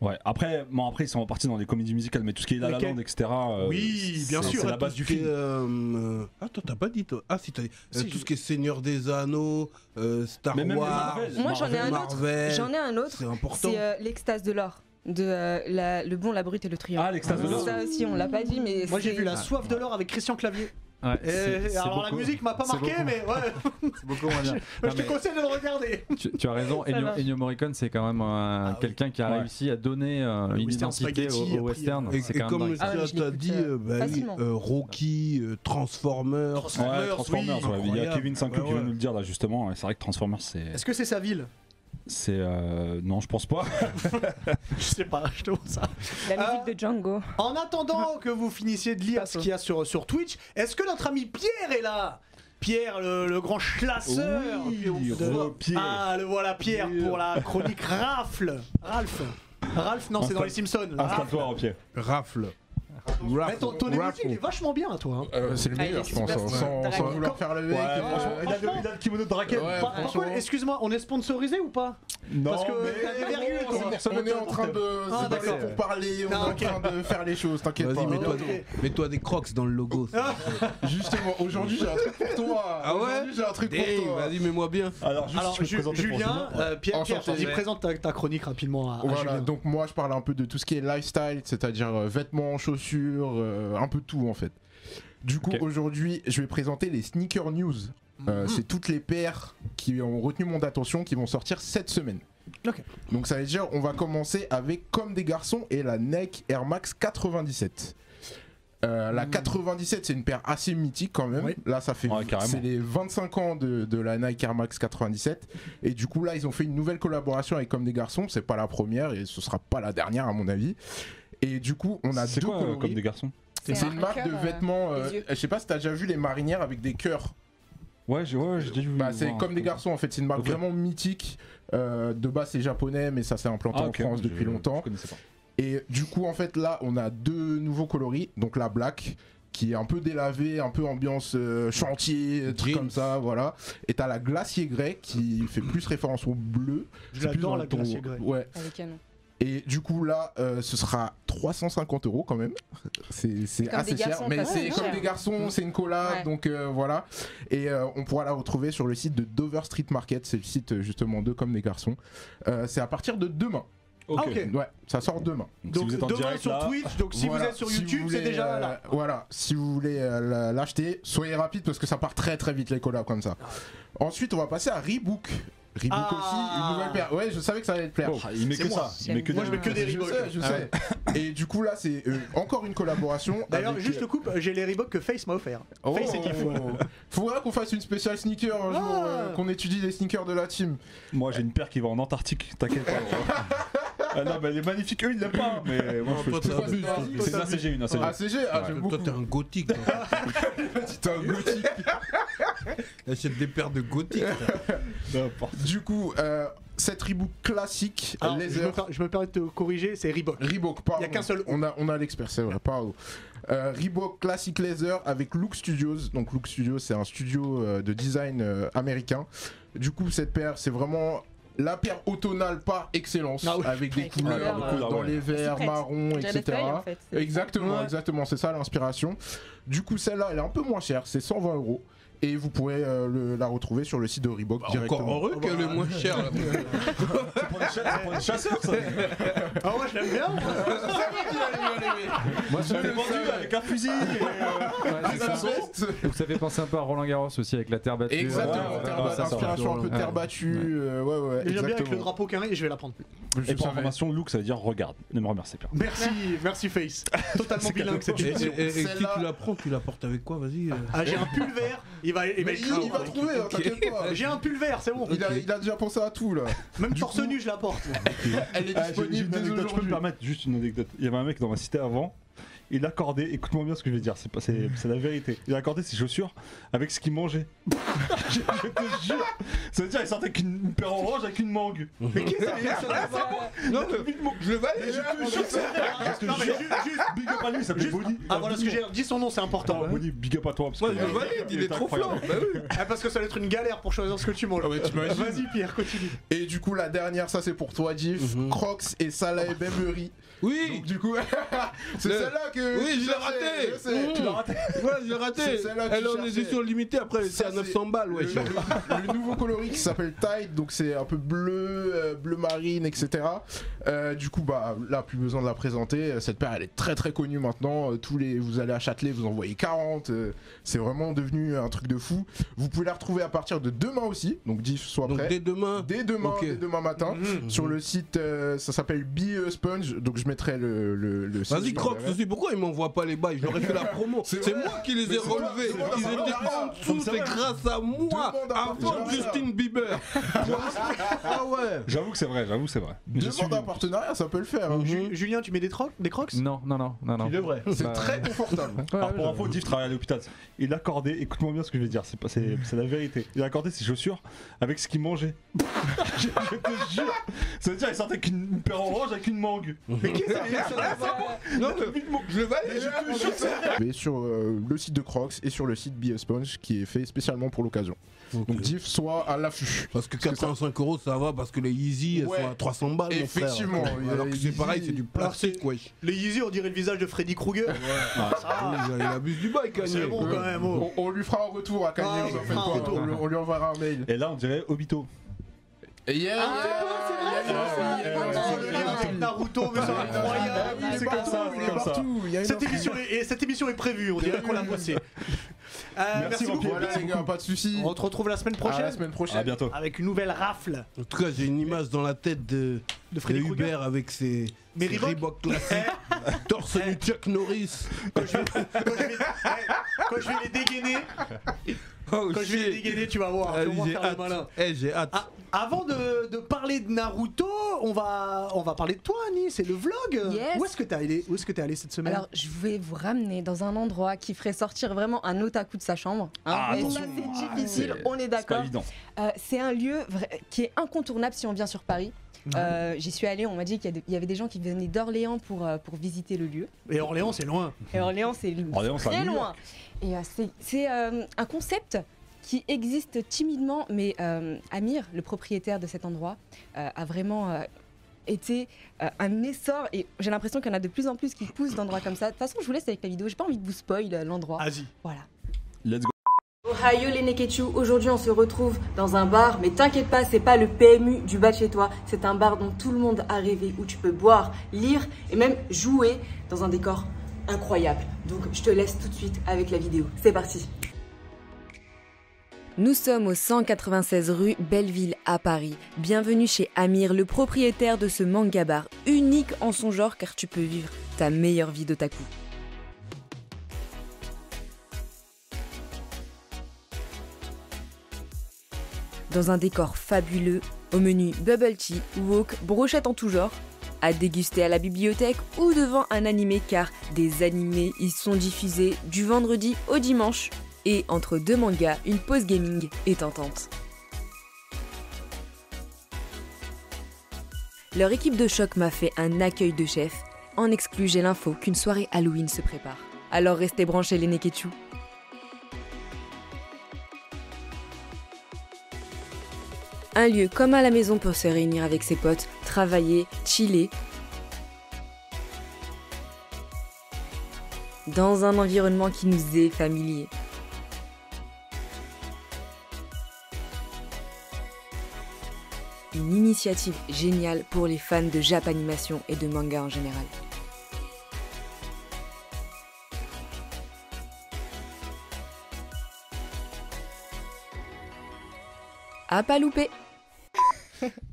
[SPEAKER 2] Ouais. Après, bon, après, ils sont repartis dans des comédies musicales, mais tout ce qui est La La
[SPEAKER 1] Lequel
[SPEAKER 2] Land, etc. euh,
[SPEAKER 1] Oui, bien
[SPEAKER 2] c'est-
[SPEAKER 1] sûr,
[SPEAKER 2] C'est la
[SPEAKER 1] tout
[SPEAKER 2] base
[SPEAKER 5] Tout
[SPEAKER 2] du
[SPEAKER 5] ce qui est,
[SPEAKER 2] film.
[SPEAKER 5] euh, euh, Ah, toi, t'as pas dit toi. Ah, si, t'as dit. Euh,
[SPEAKER 1] Si,
[SPEAKER 5] tout
[SPEAKER 1] j'ai-
[SPEAKER 5] ce qui est Seigneur des Anneaux, euh, Star
[SPEAKER 2] Mais même les
[SPEAKER 5] Wars.
[SPEAKER 2] Marvel.
[SPEAKER 3] Moi, j'en ai un autre.
[SPEAKER 5] Marvel.
[SPEAKER 3] J'en ai un autre.
[SPEAKER 5] C'est important.
[SPEAKER 3] C'est euh, l'extase de l'or. De euh, la- le bon, la brute et le triomphe.
[SPEAKER 2] Ah, l'extase de l'or.
[SPEAKER 3] Ça aussi, on l'a pas dit, mais.
[SPEAKER 1] Moi j'ai
[SPEAKER 3] c'est-
[SPEAKER 1] vu La soif de l'or avec Christian Clavier.
[SPEAKER 4] Ouais,
[SPEAKER 1] Et
[SPEAKER 4] c'est- c'est
[SPEAKER 1] alors la
[SPEAKER 4] beaucoup- hein.
[SPEAKER 1] musique m'a pas
[SPEAKER 4] c'est
[SPEAKER 1] marqué,
[SPEAKER 4] beaucoup-
[SPEAKER 1] mais ouais,
[SPEAKER 4] c'est beaucoup moins bien.
[SPEAKER 1] je
[SPEAKER 4] Non,
[SPEAKER 1] te
[SPEAKER 4] mais-
[SPEAKER 1] conseille de le regarder.
[SPEAKER 4] Tu, tu as raison,
[SPEAKER 3] Ça
[SPEAKER 4] Ennio,
[SPEAKER 3] va.
[SPEAKER 4] Ennio Morricone, c'est quand même un-
[SPEAKER 1] Ah oui.
[SPEAKER 4] quelqu'un qui a
[SPEAKER 2] Ouais.
[SPEAKER 4] réussi à donner euh,
[SPEAKER 1] Le
[SPEAKER 4] une
[SPEAKER 1] western
[SPEAKER 4] identité au-
[SPEAKER 1] spaghetti,
[SPEAKER 4] au,
[SPEAKER 1] après,
[SPEAKER 4] western.
[SPEAKER 1] euh,
[SPEAKER 5] Et,
[SPEAKER 4] C'est
[SPEAKER 5] et
[SPEAKER 4] quand même
[SPEAKER 5] comme
[SPEAKER 4] dingue.
[SPEAKER 3] Ah ouais,
[SPEAKER 5] t'as-
[SPEAKER 3] je
[SPEAKER 5] t'as
[SPEAKER 3] l'écoute,
[SPEAKER 5] dit,
[SPEAKER 3] euh,
[SPEAKER 5] euh, bah oui,
[SPEAKER 3] facilement.
[SPEAKER 5] euh, Rocky, euh, Transformers.
[SPEAKER 2] Ouais, Transformers, ouais, il y a
[SPEAKER 5] incroyable.
[SPEAKER 2] Kevin Sanko
[SPEAKER 5] Ouais,
[SPEAKER 2] qui va
[SPEAKER 5] ouais.
[SPEAKER 2] nous le dire là justement. et C'est vrai que Transformers, c'est.
[SPEAKER 1] Est-ce que c'est sa ville
[SPEAKER 2] c'est, euh, Non, je pense pas.
[SPEAKER 1] Je sais pas, je te vois ça.
[SPEAKER 3] La
[SPEAKER 1] Ah.
[SPEAKER 3] musique de Django.
[SPEAKER 1] En attendant que vous finissiez de lire
[SPEAKER 3] Pas
[SPEAKER 1] ce
[SPEAKER 3] faux.
[SPEAKER 1] qu'il y a sur, sur Twitch, est-ce que notre ami Pierre est là Pierre, le, le grand schlasseur
[SPEAKER 2] Oui,
[SPEAKER 1] de-
[SPEAKER 2] re-Pierre.
[SPEAKER 1] Ah, le voilà Pierre pour la chronique Rafle. Ralph. Ralph, non, c'est dans les Simpsons.
[SPEAKER 2] ah, [laughs]
[SPEAKER 1] Ralph.
[SPEAKER 2] Installe-toi, Pierre.
[SPEAKER 5] Rafle.
[SPEAKER 1] Mais
[SPEAKER 5] Rafle.
[SPEAKER 1] ton, ton émotion, il est vachement bien, toi. hein.
[SPEAKER 6] Euh, c'est le
[SPEAKER 3] Ah, il est
[SPEAKER 6] meilleur, je pense,
[SPEAKER 3] super
[SPEAKER 6] hein,
[SPEAKER 3] sympa.
[SPEAKER 6] sans, sans
[SPEAKER 3] Ouais.
[SPEAKER 6] vouloir faire le mec.
[SPEAKER 2] Ouais,
[SPEAKER 6] euh,
[SPEAKER 2] franchement, il a le- il a le kimono de Draken.
[SPEAKER 6] Ouais,
[SPEAKER 1] Par- par
[SPEAKER 6] franchement.
[SPEAKER 1] contre, excuse-moi, on est sponsorisé ou pas
[SPEAKER 6] Non,
[SPEAKER 1] Parce que t'as des virgules, toi.
[SPEAKER 6] on est en train de
[SPEAKER 1] Ah,
[SPEAKER 6] se battre
[SPEAKER 1] d'accord.
[SPEAKER 6] pour parler, on est
[SPEAKER 1] Ah,
[SPEAKER 6] en
[SPEAKER 1] ok.
[SPEAKER 6] train de faire les choses, t'inquiète pas.
[SPEAKER 5] Vas-y, mets-toi
[SPEAKER 1] Ok.
[SPEAKER 5] des- mets-toi des crocs dans le logo. ça.
[SPEAKER 6] Justement, aujourd'hui j'ai un truc pour toi.
[SPEAKER 5] Ah ouais
[SPEAKER 6] Aujourd'hui j'ai un truc
[SPEAKER 5] Hey,
[SPEAKER 6] pour toi.
[SPEAKER 5] Vas-y, mets-moi bien.
[SPEAKER 2] Alors, juste
[SPEAKER 1] Alors,
[SPEAKER 2] si je
[SPEAKER 1] Ju-
[SPEAKER 2] peux présenter
[SPEAKER 1] Julien,
[SPEAKER 2] pour Julien.
[SPEAKER 1] euh, Pierre, Pierre,
[SPEAKER 6] Enchanté.
[SPEAKER 1] vas-y, présente ta, ta chronique rapidement à, à
[SPEAKER 6] Voilà,
[SPEAKER 1] Julien.
[SPEAKER 6] donc moi je parle un peu de tout ce qui est lifestyle, c'est-à-dire euh, vêtements, chaussures, euh, un peu tout en fait. Du coup,
[SPEAKER 4] Ok.
[SPEAKER 6] aujourd'hui, je vais présenter les sneaker news.
[SPEAKER 1] Mm.
[SPEAKER 6] Euh, C'est toutes les paires qui ont retenu mon attention qui vont sortir cette semaine.
[SPEAKER 1] Ok.
[SPEAKER 6] Donc ça veut dire, on va commencer avec Comme des garçons et la Nike Air Max 97. Euh, la 97, c'est une paire assez mythique quand même.
[SPEAKER 1] Mm. Oui.
[SPEAKER 6] Là, ça fait
[SPEAKER 2] Ouais, carrément.
[SPEAKER 6] c'est les 25 ans de, de la Nike Air Max 97. Et du coup, là, ils ont fait une nouvelle collaboration avec Comme des garçons. C'est pas la première et ce sera pas la dernière, à mon avis. Et du coup, on a
[SPEAKER 2] C'est
[SPEAKER 6] deux
[SPEAKER 2] quoi euh,
[SPEAKER 6] coloris.
[SPEAKER 2] comme des garçons
[SPEAKER 6] C'est
[SPEAKER 3] C'est
[SPEAKER 6] une
[SPEAKER 3] un
[SPEAKER 6] marque
[SPEAKER 3] cœur,
[SPEAKER 6] de
[SPEAKER 3] euh,
[SPEAKER 6] vêtements. euh,
[SPEAKER 3] les yeux.
[SPEAKER 6] je sais pas si t'as déjà vu les marinières avec des cœurs.
[SPEAKER 2] Ouais, j'ai ouais, j'ai déjà vu.
[SPEAKER 6] Bah, c'est
[SPEAKER 2] voir un
[SPEAKER 6] comme des
[SPEAKER 2] truc.
[SPEAKER 6] garçons en fait, c'est une marque
[SPEAKER 2] Hmm, Ok.
[SPEAKER 6] vraiment mythique. Euh, de base, c'est japonais, mais ça s'est implanté
[SPEAKER 2] Ah, ok,
[SPEAKER 6] en France
[SPEAKER 2] je-
[SPEAKER 6] depuis longtemps.
[SPEAKER 2] Je connaissais pas.
[SPEAKER 6] Et du coup, en fait, là, on a deux nouveaux coloris. Donc la black, qui est un peu délavée, un peu ambiance euh, chantier, truc
[SPEAKER 5] Dreams.
[SPEAKER 6] comme ça, voilà. Et t'as la glacier grey qui fait plus référence au bleu.
[SPEAKER 1] Je
[SPEAKER 6] C'est plus dans
[SPEAKER 1] l'adore,
[SPEAKER 6] le
[SPEAKER 1] la
[SPEAKER 6] ton-
[SPEAKER 1] glacier grey.
[SPEAKER 6] Ouais.
[SPEAKER 3] Avec canon.
[SPEAKER 6] Et du coup, là, euh, ce sera 350 euros quand même. [laughs] C'est c'est
[SPEAKER 3] comme
[SPEAKER 6] assez
[SPEAKER 3] des
[SPEAKER 6] cher.
[SPEAKER 3] garçons,
[SPEAKER 6] Mais
[SPEAKER 3] pas
[SPEAKER 6] c'est
[SPEAKER 3] cher.
[SPEAKER 6] comme des garçons, c'est une collab,
[SPEAKER 3] Ouais.
[SPEAKER 6] donc euh, voilà. Et euh, on pourra la retrouver sur le site de Dover Street Market. C'est le site euh, justement de Comme des garçons. Euh, c'est à partir de demain.
[SPEAKER 1] Ah, ok.
[SPEAKER 6] Ouais, ça sort demain.
[SPEAKER 1] Donc
[SPEAKER 2] Donc, si vous êtes en
[SPEAKER 1] demain
[SPEAKER 2] direct
[SPEAKER 1] sur
[SPEAKER 2] là,
[SPEAKER 1] Twitch, donc si
[SPEAKER 6] Voilà.
[SPEAKER 1] vous êtes sur
[SPEAKER 6] Si
[SPEAKER 1] YouTube,
[SPEAKER 6] vous
[SPEAKER 1] c'est
[SPEAKER 6] voulez,
[SPEAKER 1] déjà
[SPEAKER 6] euh,
[SPEAKER 1] là.
[SPEAKER 6] Voilà, si vous voulez euh, la- l'acheter, soyez rapide parce que ça part très très vite les collabs comme ça. Ensuite, on va passer à Rebook. Rebook
[SPEAKER 1] Ah.
[SPEAKER 6] aussi, une nouvelle paire. Ouais, je savais que ça allait te plaire.
[SPEAKER 2] Oh, il met
[SPEAKER 1] C'est
[SPEAKER 2] que
[SPEAKER 1] moi.
[SPEAKER 2] ça. Il met que
[SPEAKER 1] Moi, je
[SPEAKER 2] des-
[SPEAKER 1] mets que des
[SPEAKER 6] Je
[SPEAKER 1] Reebok.
[SPEAKER 6] sais, je sais. Ah Et du coup là c'est euh, encore une collaboration.
[SPEAKER 1] D'ailleurs,
[SPEAKER 6] avec-
[SPEAKER 1] juste Bah, le coupe, j'ai les Reebok que Face m'a offert.
[SPEAKER 6] Oh.
[SPEAKER 1] Face et Kiff.
[SPEAKER 6] Faudra qu'on fasse une spéciale sneaker un jour,
[SPEAKER 1] Ah.
[SPEAKER 6] euh, qu'on étudie les sneakers de la team.
[SPEAKER 2] Moi, j'ai une paire qui va en Antarctique, t'inquiète pas. [laughs] Ah non, mais elle est magnifique, eux ils l'aiment pas, hein, mais moi je peux-
[SPEAKER 5] toi,
[SPEAKER 2] je
[SPEAKER 5] t'as
[SPEAKER 2] peux.
[SPEAKER 5] abusé,
[SPEAKER 6] toi,
[SPEAKER 2] pas.
[SPEAKER 6] t'as
[SPEAKER 2] C'est une
[SPEAKER 6] abusé.
[SPEAKER 2] ACG, une ACG.
[SPEAKER 6] Ah c'est G, ah,
[SPEAKER 2] Ouais.
[SPEAKER 6] j'aime
[SPEAKER 5] Toi,
[SPEAKER 6] beaucoup.
[SPEAKER 5] t'es un gothique. toi.
[SPEAKER 6] T'es un gothique.
[SPEAKER 5] T'achètes des paires de gothique.
[SPEAKER 2] N'importe.
[SPEAKER 6] Du coup, euh, cette Reebok classique,
[SPEAKER 1] Alors, Ah, je, me,
[SPEAKER 6] laser.
[SPEAKER 1] per- je me permets de te corriger, c'est
[SPEAKER 6] [laughs]
[SPEAKER 1] Reebok.
[SPEAKER 6] Reebok, pardon.
[SPEAKER 1] Y a qu'un seul.
[SPEAKER 6] On a, on a l'expert, c'est vrai, pardon. Euh, Reebok Classic Laser avec Look Studios. Donc Look Studios, c'est un studio euh, de design euh, américain. Du coup, cette paire, c'est vraiment la paire automnale par excellence,
[SPEAKER 1] Ah oui.
[SPEAKER 6] avec des
[SPEAKER 3] Avec les
[SPEAKER 6] couleurs
[SPEAKER 3] couleurs,
[SPEAKER 6] euh,
[SPEAKER 2] ouais.
[SPEAKER 6] dans les
[SPEAKER 3] C'est
[SPEAKER 6] verts,
[SPEAKER 3] prête.
[SPEAKER 6] marrons,
[SPEAKER 3] J'ai la
[SPEAKER 6] etc.
[SPEAKER 3] feuille, en fait.
[SPEAKER 6] Exactement,
[SPEAKER 1] Ouais.
[SPEAKER 6] exactement, c'est ça l'inspiration. Du coup, celle-là, elle est un peu moins chère, c'est 120 euros. Et vous pourrez euh, le- la retrouver sur le site de Reebok
[SPEAKER 5] Encore
[SPEAKER 6] directement.
[SPEAKER 5] heureux qu'elle est moins chère.
[SPEAKER 6] [laughs]
[SPEAKER 5] là.
[SPEAKER 2] C'est pour les cha- c'est pour les chasseurs ça
[SPEAKER 1] Ah ouais, je l'aime bien.
[SPEAKER 4] Moi,
[SPEAKER 2] Je
[SPEAKER 4] ça
[SPEAKER 2] l'ai
[SPEAKER 4] fait,
[SPEAKER 2] vendu avec un fusil et, euh,
[SPEAKER 4] ouais,
[SPEAKER 6] [laughs]
[SPEAKER 4] c'est ça.
[SPEAKER 6] Veste.
[SPEAKER 4] Donc, ça fait penser un peu à Roland Garros aussi avec la terre battue. euh,
[SPEAKER 6] Exactement,
[SPEAKER 2] ouais,
[SPEAKER 6] terre
[SPEAKER 2] ouais, ça,
[SPEAKER 6] battue,
[SPEAKER 2] ça
[SPEAKER 6] inspiration un peu
[SPEAKER 4] Ouais.
[SPEAKER 6] terre battue,
[SPEAKER 4] Ouais.
[SPEAKER 6] euh, ouais, ouais,
[SPEAKER 1] J'aime bien avec le
[SPEAKER 6] exactement.
[SPEAKER 1] drapeau carré et je vais la prendre.
[SPEAKER 6] Je
[SPEAKER 2] Et pour
[SPEAKER 6] savais.
[SPEAKER 2] information, look ça veut dire regarde, ne me remercie pas.
[SPEAKER 1] Merci, merci Face. Totalement bilingue cette
[SPEAKER 5] Et,
[SPEAKER 1] [laughs]
[SPEAKER 5] et-
[SPEAKER 1] émission.
[SPEAKER 5] et- et si
[SPEAKER 6] Celle-là-
[SPEAKER 5] tu la prends, tu la portes avec quoi Vas-y. euh.
[SPEAKER 1] Ah, j'ai un pull vert et il va, il va
[SPEAKER 6] Mais
[SPEAKER 1] être
[SPEAKER 6] il,
[SPEAKER 1] craint,
[SPEAKER 6] il va
[SPEAKER 1] mec.
[SPEAKER 6] trouver, hein, t'inquiète pas.
[SPEAKER 1] J'ai Ah, un pull vert, c'est bon.
[SPEAKER 6] Il a, il a déjà pensé à tout là.
[SPEAKER 1] Même
[SPEAKER 2] Du
[SPEAKER 1] torse
[SPEAKER 2] coup-
[SPEAKER 1] nu, je la porte.
[SPEAKER 6] Elle est
[SPEAKER 2] Ah, j'ai- j'ai
[SPEAKER 6] disponible
[SPEAKER 2] une
[SPEAKER 6] dès
[SPEAKER 2] anecdote, je peux me
[SPEAKER 6] aujourd'hui.
[SPEAKER 2] permettre juste une anecdote. Il y avait un mec dans ma cité avant, il accordait, écoute-moi bien ce que je vais dire, c'est pas- c'est c'est la vérité. Il accordait ses chaussures avec ce qu'il mangeait. [laughs] je, je te jure Ça veut dire il sortait avec une, une paire orange avec une mangue. Mais qui ça
[SPEAKER 3] Ah, Euh,
[SPEAKER 5] Non, mais je le valide.
[SPEAKER 2] Je te jure, je
[SPEAKER 1] Non,
[SPEAKER 2] te
[SPEAKER 1] mais
[SPEAKER 2] jure.
[SPEAKER 1] ju- juste,
[SPEAKER 2] Big up à lui, il s'appelle
[SPEAKER 1] Juste-
[SPEAKER 2] Bonnie.
[SPEAKER 1] ah voilà ce que j'ai. Dis son nom, c'est important.
[SPEAKER 2] Bonnie, big up à toi. Parce
[SPEAKER 5] Moi,
[SPEAKER 2] que-
[SPEAKER 5] je le valide, il est trop fort.
[SPEAKER 2] incroyable.
[SPEAKER 5] Bah oui.
[SPEAKER 1] [laughs] Ah, parce que ça va être une galère pour choisir ce que tu manges.
[SPEAKER 6] Ah ouais, t'imagines.
[SPEAKER 1] Vas-y, Pierre, continue.
[SPEAKER 6] Et du coup, la dernière, ça c'est pour toi, Diff.
[SPEAKER 5] Mhm.
[SPEAKER 6] Crocs et Salah et Bebery.
[SPEAKER 5] Oui,
[SPEAKER 6] Donc, du coup, [laughs] c'est
[SPEAKER 5] Le-
[SPEAKER 6] celle-là que.
[SPEAKER 5] Oui,
[SPEAKER 6] tu
[SPEAKER 5] je l'ai
[SPEAKER 6] cherchais,
[SPEAKER 5] raté.
[SPEAKER 6] je sais.
[SPEAKER 5] Mmh.
[SPEAKER 6] Tu l'as raté.
[SPEAKER 5] voilà, je l'ai raté.
[SPEAKER 6] C'est celle-là que
[SPEAKER 5] Elle est
[SPEAKER 6] tu
[SPEAKER 5] en
[SPEAKER 6] cherchais.
[SPEAKER 5] édition limitée, après elle était
[SPEAKER 6] Ça,
[SPEAKER 5] à
[SPEAKER 6] c'est
[SPEAKER 5] 900 balles, ouais.
[SPEAKER 6] Ah, le, le- le nouveau coloris qui s'appelle Tide, donc c'est un peu bleu, euh, bleu marine, etc. Euh, du coup, bah là, plus besoin de la présenter. Euh, Cette paire, elle est très très connue maintenant. Euh, Tous les, vous allez à Châtelet, vous en voyez 40. Euh, c'est vraiment devenu euh, un truc de fou. Vous pouvez la retrouver à partir de demain aussi. Donc, dis, sois
[SPEAKER 5] Donc
[SPEAKER 6] prêt.
[SPEAKER 5] dès demain,
[SPEAKER 6] Dès demain,
[SPEAKER 5] Ok. Mmh,
[SPEAKER 6] dès demain matin,
[SPEAKER 1] Mhm.
[SPEAKER 6] sur le site, euh, ça s'appelle Be a Sponge, donc je mettrai le, le, le site.
[SPEAKER 5] Vas-y, Crocs, aussi, pourquoi ils m'envoient pas les bails Je leur ai fait la promo.
[SPEAKER 6] C'est
[SPEAKER 5] C'est
[SPEAKER 6] vrai.
[SPEAKER 5] moi qui les
[SPEAKER 6] Mais
[SPEAKER 5] ai
[SPEAKER 6] c'est toi,
[SPEAKER 5] relevés.
[SPEAKER 6] c'est toi,
[SPEAKER 5] Ils
[SPEAKER 6] c'est
[SPEAKER 5] étaient
[SPEAKER 6] toi.
[SPEAKER 5] en dessous,
[SPEAKER 2] C'est
[SPEAKER 5] c'est
[SPEAKER 2] vrai.
[SPEAKER 5] grâce à moi.
[SPEAKER 6] Demande à
[SPEAKER 5] Avant
[SPEAKER 6] partenaire.
[SPEAKER 5] Justin Bieber. [laughs] ah ouais.
[SPEAKER 2] J'avoue que c'est vrai, j'avoue que c'est vrai. J'ai
[SPEAKER 6] Demande
[SPEAKER 2] suivi.
[SPEAKER 6] un partenariat, ça peut le faire. hein.
[SPEAKER 5] Mhm.
[SPEAKER 1] Ju- Julien, tu mets des, trocs- des crocs
[SPEAKER 4] Non, non, non, non, non.
[SPEAKER 5] devrait.
[SPEAKER 6] C'est
[SPEAKER 4] Bah,
[SPEAKER 6] très confortable.
[SPEAKER 4] Ouais,
[SPEAKER 2] Alors
[SPEAKER 4] ouais,
[SPEAKER 2] pour
[SPEAKER 4] je-
[SPEAKER 2] info, Diff travaille à l'hôpital. Il accordait, écoute-moi bien ce que je vais dire, c'est pas- c'est c'est la vérité. Il accordait ses chaussures avec ce qu'il mangeait. [laughs] je, je te jure. Ça veut dire il sortait avec une, une paire orange avec une mangue. Mais qui ça
[SPEAKER 5] Non, mais je le valide.
[SPEAKER 6] hein. Mais sur euh, le site de Crocs et sur le site Be a Sponge qui est fait spécialement pour l'occasion. Donc
[SPEAKER 1] Euh.
[SPEAKER 6] Diff, soit à l'affût.
[SPEAKER 5] Parce que
[SPEAKER 6] Parce que ça-
[SPEAKER 5] 85 euros ça va parce que les Yeezy elles
[SPEAKER 6] Ouais.
[SPEAKER 5] sont à 300 balles. mon frère.
[SPEAKER 6] Effectivement,
[SPEAKER 5] Alors
[SPEAKER 6] les
[SPEAKER 5] que c'est
[SPEAKER 6] Yeezy-
[SPEAKER 5] pareil, c'est du plastique, wesh.
[SPEAKER 1] Les Yeezy, on dirait le visage de Freddy Krueger.
[SPEAKER 5] Ah, Il abuse du bail, Kanye.
[SPEAKER 1] C'est bon quand même. oh.
[SPEAKER 6] On, on lui fera un retour à Kanye,
[SPEAKER 1] Ah,
[SPEAKER 6] vous en
[SPEAKER 1] on
[SPEAKER 6] faites
[SPEAKER 1] fera un
[SPEAKER 6] pas,
[SPEAKER 1] retour.
[SPEAKER 6] on, lui- on lui enverra un mail.
[SPEAKER 2] Et là on dirait Obito.
[SPEAKER 6] Et yeah,
[SPEAKER 3] Ah, c'est vrai, c'est vrai,
[SPEAKER 6] yeah,
[SPEAKER 3] c'est
[SPEAKER 1] Oh,
[SPEAKER 6] yeah,
[SPEAKER 3] vrai.
[SPEAKER 1] le
[SPEAKER 6] yeah,
[SPEAKER 1] lien
[SPEAKER 6] yeah.
[SPEAKER 1] avec Naruto, mais c'est incroyable.
[SPEAKER 6] Il est
[SPEAKER 1] C'est comme
[SPEAKER 6] partout,
[SPEAKER 1] ça.
[SPEAKER 6] il est partout. il y a une
[SPEAKER 1] Cette
[SPEAKER 6] offre.
[SPEAKER 1] émission, est, et cette émission est prévue, on dirait qu'on l'a [laughs] bossée. Euh, merci,
[SPEAKER 2] Merci,
[SPEAKER 1] beaucoup. Ah,
[SPEAKER 2] Jean-Pierre.
[SPEAKER 6] Voilà les gars, pas de soucis.
[SPEAKER 1] On te retrouve la semaine
[SPEAKER 6] À
[SPEAKER 1] prochaine
[SPEAKER 6] la semaine prochaine.
[SPEAKER 2] À bientôt.
[SPEAKER 1] avec une nouvelle rafle
[SPEAKER 5] En tout cas, j'ai une image dans la tête de,
[SPEAKER 1] de
[SPEAKER 5] de
[SPEAKER 1] Freddy Krueger.
[SPEAKER 5] Hubert avec ses,
[SPEAKER 1] Mais
[SPEAKER 5] ses
[SPEAKER 1] Reebok- Eh
[SPEAKER 5] Reebok classiques.
[SPEAKER 1] [laughs]
[SPEAKER 5] [laughs] Torse nu Chuck Norris.
[SPEAKER 1] Quand je vais- ouais, quand je vais les dégainer,
[SPEAKER 5] Oh,
[SPEAKER 1] quand je vais les
[SPEAKER 5] shit.
[SPEAKER 1] dégainer, tu vas voir.
[SPEAKER 5] Ah,
[SPEAKER 1] tu vas voir
[SPEAKER 5] J'ai
[SPEAKER 1] faire le malin.
[SPEAKER 5] hâte. Eh, j'ai hâte.
[SPEAKER 1] Ah, avant de, de parler de Naruto, on va, on va parler de toi, Annie. C'est le vlog.
[SPEAKER 3] Yes.
[SPEAKER 1] Où est-ce que t'es allé, où est-ce que t'es allé cette semaine
[SPEAKER 3] Alors, je vais vous ramener dans un endroit qui ferait sortir vraiment un otaku de sa chambre. hein.
[SPEAKER 2] Ah,
[SPEAKER 3] Et
[SPEAKER 2] attention.
[SPEAKER 3] ça, c'est difficile,
[SPEAKER 2] C'est-
[SPEAKER 3] on est
[SPEAKER 2] C'est pas
[SPEAKER 3] d'accord.
[SPEAKER 2] évident.
[SPEAKER 3] Euh, c'est un lieu vra- qui est incontournable si on vient sur Paris. Euh, J'y suis allée, on m'a dit qu'il y, a des- il y avait des gens qui venaient d'Orléans pour, euh, pour visiter le lieu.
[SPEAKER 1] Et Orléans, c'est loin.
[SPEAKER 3] Et Orléans, c'est l-
[SPEAKER 2] Orléans, c'est à
[SPEAKER 3] très
[SPEAKER 2] New
[SPEAKER 3] loin. Et euh, c'est- c'est euh, un concept qui existe timidement, mais euh, Amir, le propriétaire de cet endroit, euh, a vraiment euh, été euh, un essor. Et j'ai l'impression qu'il y en a de plus en plus qui poussent d'endroits comme ça. De toute façon, je vous laisse avec la vidéo. J'ai pas envie de vous spoil euh, l'endroit.
[SPEAKER 1] Asie.
[SPEAKER 3] Voilà.
[SPEAKER 2] Let's go.
[SPEAKER 7] Ohio les Neketsu, aujourd'hui on se retrouve dans un bar, mais t'inquiète pas, c'est pas le PMU du bas de chez toi, c'est un bar dont tout le monde a rêvé, où tu peux boire, lire et même jouer dans un décor incroyable. Donc je te laisse tout de suite avec la vidéo. C'est parti
[SPEAKER 8] Nous sommes au 196 rue Belleville à Paris. Bienvenue chez Amir, le propriétaire de ce manga bar, unique en son genre car tu peux vivre ta meilleure vie d'otaku. Dans un décor fabuleux, au menu bubble tea, wok, brochette en tout genre, à déguster à la bibliothèque ou devant un animé car des animés y sont diffusés du vendredi au dimanche et entre deux mangas, une pause gaming est tentante. Leur équipe de choc m'a fait un accueil de chef. En exclu, j'ai l'info qu'une soirée Halloween se prépare. Alors restez branchés les Neketsu. Un lieu comme à la maison pour se réunir avec ses potes, travailler, chiller. Dans un environnement qui nous est familier. une initiative géniale pour les fans de Japanimation et de manga en général. À pas louper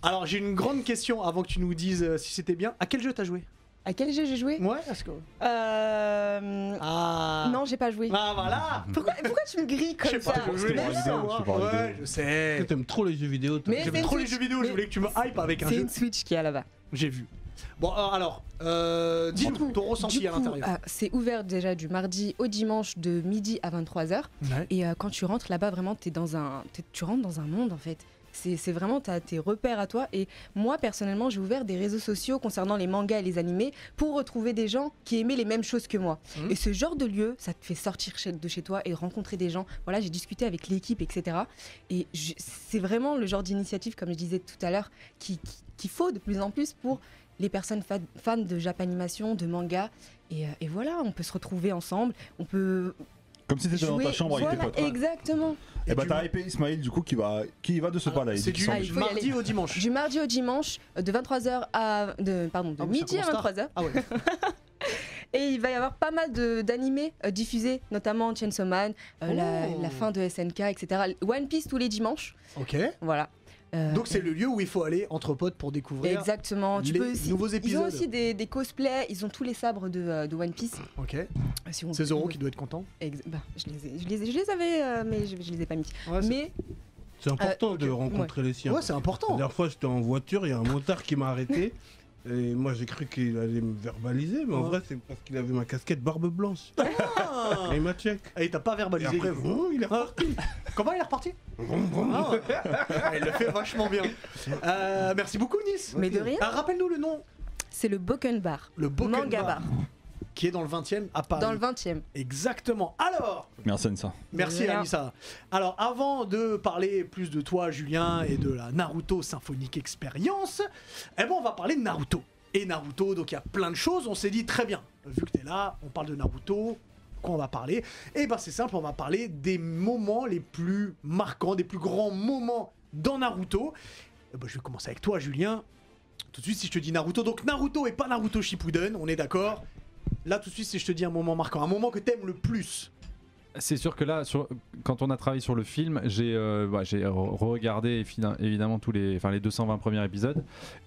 [SPEAKER 1] Alors j'ai une grande question avant que tu nous dises euh, si c'était bien. À quel jeu t'as joué
[SPEAKER 3] À quel jeu j'ai joué
[SPEAKER 1] Ouais, parce que.
[SPEAKER 3] Euh,
[SPEAKER 1] Ah
[SPEAKER 3] Non, j'ai pas joué.
[SPEAKER 1] Ah voilà
[SPEAKER 3] Pourquoi, pourquoi tu me grilles
[SPEAKER 1] Je
[SPEAKER 3] [laughs] comme
[SPEAKER 1] sais
[SPEAKER 3] ça
[SPEAKER 1] pas, je voulais
[SPEAKER 3] Mais
[SPEAKER 1] juste
[SPEAKER 3] non.
[SPEAKER 1] savoir.
[SPEAKER 6] par la
[SPEAKER 1] Ouais,
[SPEAKER 6] vidéo.
[SPEAKER 1] je
[SPEAKER 5] Parce
[SPEAKER 1] sais.
[SPEAKER 5] que T'aimes trop les jeux vidéo, toi.
[SPEAKER 3] Mais c'est
[SPEAKER 1] J'aime
[SPEAKER 3] une
[SPEAKER 1] trop les
[SPEAKER 3] Switch.
[SPEAKER 1] jeux vidéo, je
[SPEAKER 3] Mais
[SPEAKER 1] voulais que tu me hype avec un
[SPEAKER 3] C'est
[SPEAKER 1] jeu.
[SPEAKER 3] une Switch qui est là-bas.
[SPEAKER 1] J'ai vu. Bon, euh, alors, euh,
[SPEAKER 3] Du
[SPEAKER 1] dis-nous
[SPEAKER 3] coup-
[SPEAKER 1] ton ressenti
[SPEAKER 3] du
[SPEAKER 1] à
[SPEAKER 3] coup,
[SPEAKER 1] l'intérieur.
[SPEAKER 3] euh, c'est ouvert déjà du mardi au dimanche de midi à 23h.
[SPEAKER 1] Ouais.
[SPEAKER 3] Et euh, quand tu rentres là-bas, vraiment, t'es dans un, t'es- tu rentres dans un monde en fait. C'est c'est vraiment, t'as tes repères à toi. Et moi, personnellement, j'ai ouvert des réseaux sociaux concernant les mangas et les animés pour retrouver des gens qui aimaient les mêmes choses que moi.
[SPEAKER 1] Mhm.
[SPEAKER 3] Et ce genre de lieu, ça te fait sortir chez- de chez toi et rencontrer des gens. Voilà, j'ai discuté avec l'équipe, etc. Et je- c'est vraiment le genre d'initiative, comme je disais tout à l'heure, qui- qui- qu'il faut de plus en plus pour les personnes fa- fans de Japanimation, de manga. Et, euh, et voilà, on peut se retrouver ensemble, on peut
[SPEAKER 2] Comme si t'étais dans ta
[SPEAKER 3] jouer-
[SPEAKER 2] chambre
[SPEAKER 3] voilà,
[SPEAKER 2] avec tes potes. ouais.
[SPEAKER 3] exactement.
[SPEAKER 2] Et, bah
[SPEAKER 1] du-
[SPEAKER 2] t'as hypé Ismail du coup qui va, qui y va de ce pas là. il
[SPEAKER 1] C'est
[SPEAKER 2] dit
[SPEAKER 1] du
[SPEAKER 2] qu'il s'en
[SPEAKER 3] Ah, il
[SPEAKER 2] fiche.
[SPEAKER 3] faut y
[SPEAKER 1] mardi
[SPEAKER 3] aller.
[SPEAKER 1] au
[SPEAKER 3] [laughs]
[SPEAKER 1] dimanche.
[SPEAKER 3] Du mardi au dimanche, euh, de 23h à. De, pardon, de
[SPEAKER 1] Ah oui, ça
[SPEAKER 3] midi à
[SPEAKER 1] commence tard.
[SPEAKER 3] 23h.
[SPEAKER 1] Ah ouais.
[SPEAKER 3] Et il va y avoir pas mal de- d'animés euh, diffusés, notamment Chainsaw Man, euh, la,
[SPEAKER 1] Oh.
[SPEAKER 3] la fin de SNK, etc. One Piece tous les dimanches.
[SPEAKER 1] Ok.
[SPEAKER 3] Voilà. Euh,
[SPEAKER 1] Donc c'est le lieu où il faut aller entre potes pour découvrir
[SPEAKER 3] Exactement. Tu
[SPEAKER 1] les
[SPEAKER 3] peux aussi-
[SPEAKER 1] nouveaux
[SPEAKER 3] Ils ont
[SPEAKER 1] épisodes.
[SPEAKER 3] aussi des, des cosplays, ils ont tous les sabres de, euh, de One Piece.
[SPEAKER 1] Ok.
[SPEAKER 3] Euh, si on-
[SPEAKER 1] C'est Zoro qui doit être content.
[SPEAKER 3] Ex- bah, je, les ai- je les ai- je les avais, euh, mais je, je les ai pas mis.
[SPEAKER 1] Ouais, Ah, c'est-
[SPEAKER 3] mais
[SPEAKER 5] C'est important de rencontrer les siens.
[SPEAKER 1] euh, Ouais, c'est
[SPEAKER 5] La
[SPEAKER 1] important.
[SPEAKER 5] dernière fois, j'étais en voiture, il y a un motard qui m'a
[SPEAKER 1] [laughs]
[SPEAKER 5] arrêté. Et moi, j'ai cru qu'il allait me verbaliser, mais en
[SPEAKER 1] Ouais.
[SPEAKER 5] vrai, c'est parce qu'il avait ma casquette barbe blanche.
[SPEAKER 1] Ah.
[SPEAKER 5] Et il m'a check.
[SPEAKER 1] Et t'as pas
[SPEAKER 5] Et
[SPEAKER 1] verbalisé.
[SPEAKER 5] après, vroom, il est
[SPEAKER 1] Ah.
[SPEAKER 5] reparti.
[SPEAKER 1] Comment il est reparti [laughs] Ah. Ah, Il le fait vachement bien. Euh, merci beaucoup Nice.
[SPEAKER 3] Mais de rien.
[SPEAKER 1] Ah, Rappelle-nous le nom.
[SPEAKER 3] c'est le Boken Bar,
[SPEAKER 1] Le Boken
[SPEAKER 3] Manga
[SPEAKER 1] Bar.
[SPEAKER 3] Bar,
[SPEAKER 1] Qui est dans le 20e à Paris.
[SPEAKER 3] dans le 20e.
[SPEAKER 1] Exactement. Alors,
[SPEAKER 2] Merci Anissa.
[SPEAKER 1] Merci
[SPEAKER 3] Voilà.
[SPEAKER 1] Anissa. Alors avant de parler plus de toi Julien et de la Naruto Symphonique Experience, eh ben on va parler de Naruto. Et Naruto, donc il y a plein de choses, on s'est dit très bien, vu que t'es là, on parle de Naruto, quoi on va parler Eh ben c'est simple, on va parler des moments les plus marquants, des plus grands moments dans Naruto. Eh ben, je vais commencer avec toi Julien. Tout de suite si je te dis Naruto, donc Naruto et pas Naruto Shippuden, on est d'accord Là tout de suite si je te dis un moment marquant, un moment que t'aimes le plus.
[SPEAKER 4] C'est sûr que là, sur- quand on a travaillé sur le film, j'ai euh, bah, j'ai regardé évidemment tous les, enfin, les 220 premiers épisodes.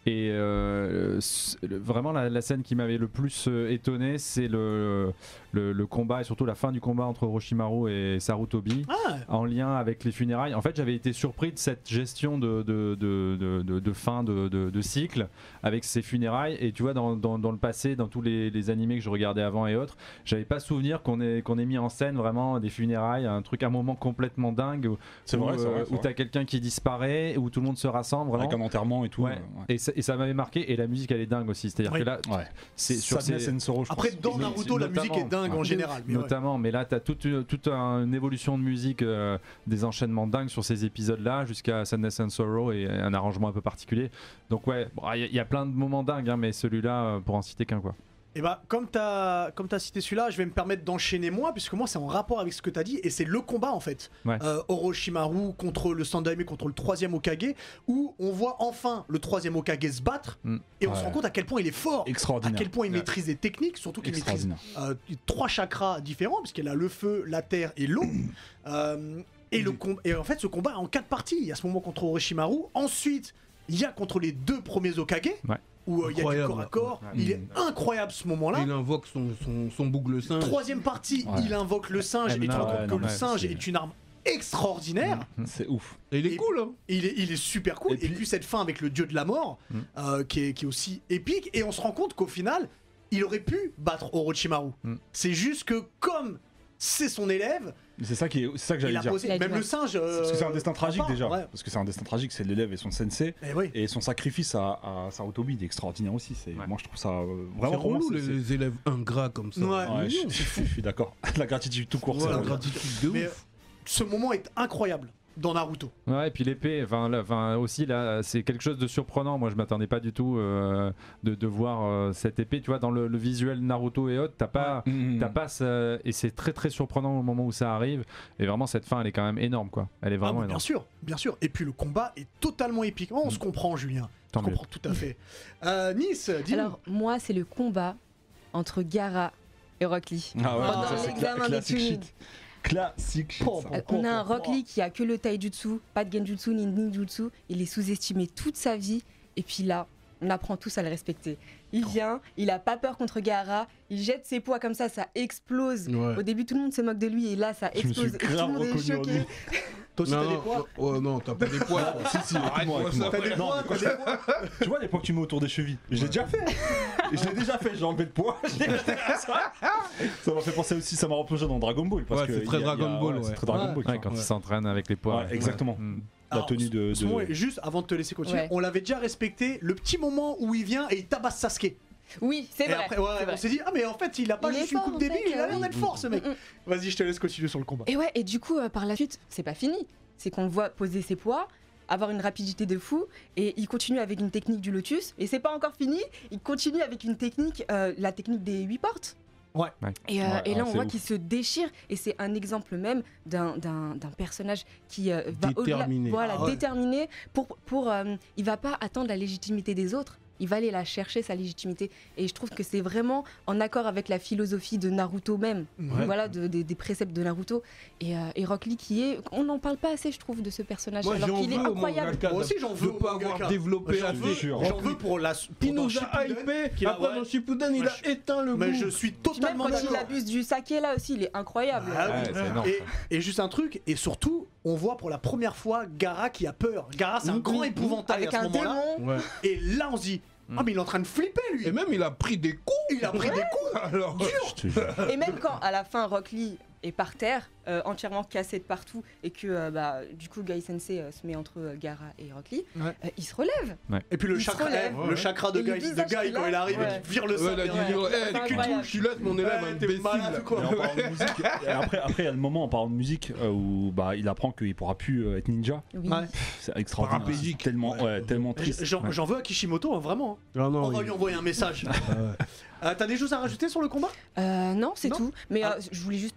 [SPEAKER 4] Et euh, s- le- vraiment, la, la scène qui m'avait le plus euh, étonné, c'est le, le, le combat et surtout la fin du combat entre Orochimaru et Sarutobi
[SPEAKER 1] Ah
[SPEAKER 4] en lien avec les funérailles. En fait, j'avais été surpris de cette gestion de, de, de- de- de- de fin de, de- de cycle avec ces funérailles. Et tu vois, dans, dans- dans le passé, dans tous les, les animés que je regardais avant et autres, j'avais pas souvenir qu'on ait, qu'on ait mis en scène vraiment des funérailles, un truc, un moment complètement dingue où,
[SPEAKER 2] C'est
[SPEAKER 4] où,
[SPEAKER 2] vrai, c'est
[SPEAKER 4] euh,
[SPEAKER 2] vrai. Ah, c'est
[SPEAKER 4] où
[SPEAKER 2] vrai.
[SPEAKER 4] t'as quelqu'un qui disparaît, où tout le monde se rassemble. Vraiment.
[SPEAKER 2] Avec un enterrement et tout.
[SPEAKER 4] Ouais.
[SPEAKER 2] euh, ouais.
[SPEAKER 4] Et ça, et ça m'avait marqué. Et la musique, elle est dingue aussi. C'est-à-dire
[SPEAKER 1] Oui.
[SPEAKER 4] que là,
[SPEAKER 2] Ouais.
[SPEAKER 4] c'est sur
[SPEAKER 2] Sadness
[SPEAKER 4] ces-
[SPEAKER 2] and Sorrow, je
[SPEAKER 1] Après,
[SPEAKER 2] pense.
[SPEAKER 1] dans
[SPEAKER 4] Mais
[SPEAKER 1] Naruto, la
[SPEAKER 4] notamment-
[SPEAKER 1] musique est dingue en
[SPEAKER 4] Ouais.
[SPEAKER 1] général. mais ouais.
[SPEAKER 4] Notamment, mais là, tu as toute une, toute un- une évolution de musique, euh, des enchaînements dingues sur ces épisodes-là, jusqu'à Sadness and Sorrow et un arrangement un peu particulier. Donc, ouais, bon, il y, a- il y a plein de moments dingues, hein, mais celui-là, euh, pour en citer qu'un, quoi.
[SPEAKER 1] Et bah, comme t'as comme t'as cité celui-là, je vais me permettre d'enchaîner moi, puisque moi c'est en rapport avec ce que t'as dit, et c'est le combat en fait.
[SPEAKER 4] Ouais.
[SPEAKER 1] Euh, Orochimaru contre le Sandaime, contre le troisième Okage, où on voit enfin le troisième Okage se battre,
[SPEAKER 4] Mm.
[SPEAKER 1] et on se
[SPEAKER 2] Ouais.
[SPEAKER 1] rend compte à quel point il est fort, à
[SPEAKER 2] Extraordinaire.
[SPEAKER 1] quel point il
[SPEAKER 2] Ouais.
[SPEAKER 1] maîtrise les techniques, surtout qu'il maîtrise
[SPEAKER 2] Extraordinaire.
[SPEAKER 1] euh, trois chakras différents, puisqu'elle a le feu, la terre et l'eau. Euh, et, le com- et en fait, ce combat est en quatre parties. Il y a ce moment contre Orochimaru, ensuite, il y a contre les deux premiers Okage,
[SPEAKER 4] Ouais.
[SPEAKER 1] où euh, il y a du
[SPEAKER 5] Incroyable.
[SPEAKER 1] corps à corps.
[SPEAKER 4] Ouais.
[SPEAKER 1] Il est
[SPEAKER 2] Mm.
[SPEAKER 1] incroyable ce moment-là.
[SPEAKER 5] Il invoque son, son, son bougle singe.
[SPEAKER 1] Troisième partie,
[SPEAKER 2] Ouais.
[SPEAKER 1] il invoque le singe, et tu te rends
[SPEAKER 4] Ouais,
[SPEAKER 1] compte que
[SPEAKER 4] non,
[SPEAKER 1] le
[SPEAKER 4] ouais,
[SPEAKER 1] singe
[SPEAKER 2] c'est-
[SPEAKER 1] est une arme extraordinaire.
[SPEAKER 2] C'est ouf.
[SPEAKER 5] Et il est
[SPEAKER 1] Et-
[SPEAKER 5] cool, hein.
[SPEAKER 1] Il est, il est super cool. Et
[SPEAKER 2] Et
[SPEAKER 1] puis,
[SPEAKER 2] puis-
[SPEAKER 1] cette fin avec le dieu de la mort,
[SPEAKER 4] Mm.
[SPEAKER 1] euh, qui, est, qui est aussi épique. Et on se rend compte qu'au final, il aurait pu battre Orochimaru.
[SPEAKER 4] Mm.
[SPEAKER 1] C'est juste que comme c'est son élève,
[SPEAKER 2] C'est ça qui est, c'est ça que
[SPEAKER 1] il
[SPEAKER 2] j'allais
[SPEAKER 1] a
[SPEAKER 2] dire.
[SPEAKER 1] posé.
[SPEAKER 3] Il a
[SPEAKER 1] Même
[SPEAKER 3] dit,
[SPEAKER 1] le
[SPEAKER 3] ouais.
[SPEAKER 1] singe.
[SPEAKER 2] Parce que c'est un destin tragique déjà.
[SPEAKER 1] euh, Ouais.
[SPEAKER 2] Parce que c'est un destin tragique, c'est l'élève et son sensei.
[SPEAKER 1] Eh oui.
[SPEAKER 2] Et son sacrifice à, à Sarutobi, il est extraordinaire aussi. C'est,
[SPEAKER 4] Ouais.
[SPEAKER 2] Moi je trouve ça euh,
[SPEAKER 5] C'est
[SPEAKER 2] vraiment
[SPEAKER 5] relou,
[SPEAKER 2] c'est-
[SPEAKER 5] les,
[SPEAKER 2] c'est-
[SPEAKER 5] les élèves ingrats comme ça.
[SPEAKER 1] Ouais.
[SPEAKER 2] Ouais, je, je- je suis d'accord. [laughs] La gratitude tout court,
[SPEAKER 5] Ouais,
[SPEAKER 2] c'est
[SPEAKER 5] la
[SPEAKER 2] vrai.
[SPEAKER 5] gratitude de
[SPEAKER 1] Mais-
[SPEAKER 5] ouf.
[SPEAKER 1] Ce moment est incroyable dans Naruto.
[SPEAKER 4] Ouais, et puis l'épée, enfin, là, enfin, aussi, là, c'est quelque chose de surprenant. Moi, je m'attendais pas du tout euh, de, de voir euh, cette épée. Tu vois, dans le, le visuel Naruto et autres, t'as pas.
[SPEAKER 1] Mmh,
[SPEAKER 2] Mm, mm.
[SPEAKER 4] T'as pas ça- et c'est très très surprenant au moment où ça arrive. Et vraiment, cette fin, elle est quand même énorme, quoi. Elle est
[SPEAKER 1] Ah,
[SPEAKER 4] vraiment
[SPEAKER 1] bah, bien
[SPEAKER 4] énorme.
[SPEAKER 1] sûr, bien sûr. Et puis le combat est totalement épique. Oh, on
[SPEAKER 4] Mm.
[SPEAKER 1] se comprend, Julien. on
[SPEAKER 4] Tant
[SPEAKER 1] se
[SPEAKER 4] mieux.
[SPEAKER 1] comprend tout à fait. Euh, nice, dis
[SPEAKER 3] Alors, moi, c'est le combat entre Gara et Rock Lee.
[SPEAKER 2] Ah ouais,
[SPEAKER 1] Pendant
[SPEAKER 2] ça, c'est
[SPEAKER 3] l'examen
[SPEAKER 2] cla-
[SPEAKER 3] des
[SPEAKER 2] classique
[SPEAKER 3] tuniques.
[SPEAKER 2] shit. Classique shit,
[SPEAKER 1] Pom,
[SPEAKER 2] ça.
[SPEAKER 1] pom,
[SPEAKER 3] Euh, On a un
[SPEAKER 1] pom, pom.
[SPEAKER 3] Rock Lee qui a que le taijutsu, pas de genjutsu ni ninjutsu. Il est sous-estimé toute sa vie. Et puis là, on apprend tous à le respecter. Il vient, il a pas peur contre Gaara, il jette ses poids comme ça, ça explose.
[SPEAKER 5] Ouais.
[SPEAKER 3] Au début, tout le monde se moque de lui et là, ça
[SPEAKER 2] Je me suis
[SPEAKER 3] explose. Et tout le
[SPEAKER 2] grave
[SPEAKER 3] monde est
[SPEAKER 2] reconnu en lui.
[SPEAKER 3] choqué.
[SPEAKER 1] Toi aussi,
[SPEAKER 5] non,
[SPEAKER 1] t'as des
[SPEAKER 5] non,
[SPEAKER 1] poids
[SPEAKER 5] oh, non, t'as pas des poids. toi.
[SPEAKER 2] Si, si, écoute-moi,
[SPEAKER 5] Arrête-moi
[SPEAKER 2] écoute-moi.
[SPEAKER 5] ça.
[SPEAKER 1] T'as des
[SPEAKER 2] Non,
[SPEAKER 1] poids,
[SPEAKER 2] mais
[SPEAKER 1] t'as des poids
[SPEAKER 2] Tu vois les poids que tu mets autour des chevilles Je l'ai déjà fait Je l'ai déjà fait, j'ai enlevé le poids, je l'ai jeté comme ça
[SPEAKER 3] [laughs]
[SPEAKER 2] Ça m'a fait penser aussi, ça m'a replongé dans Dragon Ball. Parce
[SPEAKER 9] Ouais,
[SPEAKER 2] que
[SPEAKER 9] c'est très
[SPEAKER 2] il y a- il y a-
[SPEAKER 9] Dragon Ball,
[SPEAKER 2] ouais, C'est
[SPEAKER 9] ouais.
[SPEAKER 2] très Dragon
[SPEAKER 1] Ouais.
[SPEAKER 2] Ball. tu
[SPEAKER 4] Ouais,
[SPEAKER 2] vois.
[SPEAKER 4] quand il s'entraîne avec les poids.
[SPEAKER 2] Ouais, exactement.
[SPEAKER 4] Mm.
[SPEAKER 2] La
[SPEAKER 1] Alors,
[SPEAKER 2] tenue de.
[SPEAKER 1] Simon,
[SPEAKER 2] de-
[SPEAKER 1] juste avant de te laisser continuer,
[SPEAKER 3] Ouais.
[SPEAKER 1] on l'avait déjà respecté le petit moment où il vient et il tabasse Sasuke.
[SPEAKER 3] Oui, c'est
[SPEAKER 1] Et
[SPEAKER 3] vrai.
[SPEAKER 1] après, ouais,
[SPEAKER 3] c'est vrai.
[SPEAKER 1] on s'est dit, ah, mais en fait, il a pas
[SPEAKER 3] Il est
[SPEAKER 1] juste une
[SPEAKER 3] fort,
[SPEAKER 1] coupe
[SPEAKER 3] en
[SPEAKER 1] débile,
[SPEAKER 3] fait,
[SPEAKER 1] il a l'air
[SPEAKER 3] euh,
[SPEAKER 1] d'être fort ce mec.
[SPEAKER 3] [laughs] Mm, mm.
[SPEAKER 1] Vas-y, je te laisse continuer sur le combat.
[SPEAKER 3] Et ouais, et du coup, euh, par la suite, c'est pas fini. C'est qu'on le voit poser ses poids, avoir une rapidité de fou, et il continue avec une technique du lotus, et c'est pas encore fini, il continue avec une technique, euh, la technique des huit portes.
[SPEAKER 4] Ouais.
[SPEAKER 3] Et, euh,
[SPEAKER 2] Ouais,
[SPEAKER 3] et là,
[SPEAKER 2] ouais,
[SPEAKER 3] on
[SPEAKER 2] c'est
[SPEAKER 3] voit
[SPEAKER 2] ouf.
[SPEAKER 3] qu'il se déchire, et c'est un exemple même d'un- d'un d'un personnage qui euh, va au-delà-
[SPEAKER 5] Déterminé.
[SPEAKER 3] Voilà,
[SPEAKER 5] Ah ouais.
[SPEAKER 3] déterminé. Pour, pour, euh, il va pas attendre la légitimité des autres, il va aller la chercher, sa légitimité. Et je trouve que c'est vraiment en accord avec la philosophie de Naruto même,
[SPEAKER 1] Ouais.
[SPEAKER 3] voilà, de- des- des préceptes de Naruto. Et, euh, et Rock Lee qui est, on n'en parle pas assez je trouve de ce personnage
[SPEAKER 5] Moi,
[SPEAKER 3] alors
[SPEAKER 5] j'en
[SPEAKER 3] qu'il est
[SPEAKER 5] veux au
[SPEAKER 3] incroyable.
[SPEAKER 5] mangaka
[SPEAKER 1] Moi aussi, j'en veux
[SPEAKER 5] de
[SPEAKER 1] au
[SPEAKER 5] pas avoir
[SPEAKER 1] mangaka.
[SPEAKER 5] développé
[SPEAKER 1] J'en
[SPEAKER 5] la
[SPEAKER 1] veux,
[SPEAKER 5] fiche.
[SPEAKER 1] j'en veux pour la. pour
[SPEAKER 5] Il
[SPEAKER 1] dans
[SPEAKER 5] nous a
[SPEAKER 1] Shippuden,
[SPEAKER 5] hypé,
[SPEAKER 1] qu'il a-
[SPEAKER 5] après dans
[SPEAKER 1] ouais.
[SPEAKER 5] Shippuden, il
[SPEAKER 1] Moi,
[SPEAKER 5] a éteint le
[SPEAKER 1] Mais je
[SPEAKER 5] goût.
[SPEAKER 1] suis
[SPEAKER 3] Puis Même
[SPEAKER 1] totalement
[SPEAKER 3] quand il
[SPEAKER 1] d'accord.
[SPEAKER 3] abuse du saké là aussi, il est incroyable.
[SPEAKER 1] Ah oui.
[SPEAKER 4] Ouais, c'est énorme,
[SPEAKER 1] Et-
[SPEAKER 4] ça.
[SPEAKER 1] Et juste un truc, et surtout, on voit pour la première fois Gara qui a peur. Gara, c'est un
[SPEAKER 5] Oui,
[SPEAKER 1] grand
[SPEAKER 5] oui,
[SPEAKER 1] épouvantail
[SPEAKER 3] Mm-hmm. Avec
[SPEAKER 1] à ce
[SPEAKER 3] un
[SPEAKER 1] moment-là.
[SPEAKER 3] démon.
[SPEAKER 5] Ouais.
[SPEAKER 1] Et là, on se dit, ah, mais il est en train de flipper lui.
[SPEAKER 5] Et même il a pris des coups
[SPEAKER 1] Il a pris des coups.
[SPEAKER 5] alors.
[SPEAKER 2] Je te jure.
[SPEAKER 1] [laughs]
[SPEAKER 3] Et même quand à la fin Rock Lee est par terre, euh, entièrement cassé de partout, et que euh, bah, du coup Guy Sensei euh, se met entre euh, Gara et Rock Lee,
[SPEAKER 1] Ouais.
[SPEAKER 3] euh, il se relève.
[SPEAKER 1] Et puis le
[SPEAKER 3] Il se
[SPEAKER 1] chakra,
[SPEAKER 3] relève.
[SPEAKER 1] le chakra de
[SPEAKER 3] Et le
[SPEAKER 1] Guy, de
[SPEAKER 3] visage
[SPEAKER 1] Guy,
[SPEAKER 3] qu'il a.
[SPEAKER 1] quand il arrive,
[SPEAKER 3] Ouais.
[SPEAKER 1] il vire le hein.
[SPEAKER 5] Ouais, il a
[SPEAKER 1] sabre.
[SPEAKER 5] dit,
[SPEAKER 3] Ouais.
[SPEAKER 5] eh,
[SPEAKER 3] C'est
[SPEAKER 5] tu
[SPEAKER 3] incroyable.
[SPEAKER 5] touches, tu laisses mon élève,
[SPEAKER 1] Ouais, t'es
[SPEAKER 5] imbécile.
[SPEAKER 1] malade ou quoi
[SPEAKER 2] Et en parlant de musique, [laughs] et après, après, il y a le moment en parlant de musique euh, où bah, il apprend qu'il pourra plus euh, être ninja.
[SPEAKER 3] Oui.
[SPEAKER 1] Ouais.
[SPEAKER 2] C'est extraordinaire.
[SPEAKER 5] Paraplégique.
[SPEAKER 2] C'est Tellement, ouais, tellement triste.
[SPEAKER 1] J'en j'en veux à Kishimoto, hein, vraiment.
[SPEAKER 5] Ah Non,
[SPEAKER 1] On
[SPEAKER 5] non,
[SPEAKER 1] va
[SPEAKER 5] il- ah
[SPEAKER 1] lui envoyer un [laughs] message. Euh, T'as des choses à rajouter sur le combat
[SPEAKER 3] Euh, non, c'est
[SPEAKER 1] Non.
[SPEAKER 3] tout. Mais
[SPEAKER 1] Ah. Oh.
[SPEAKER 3] euh, je voulais juste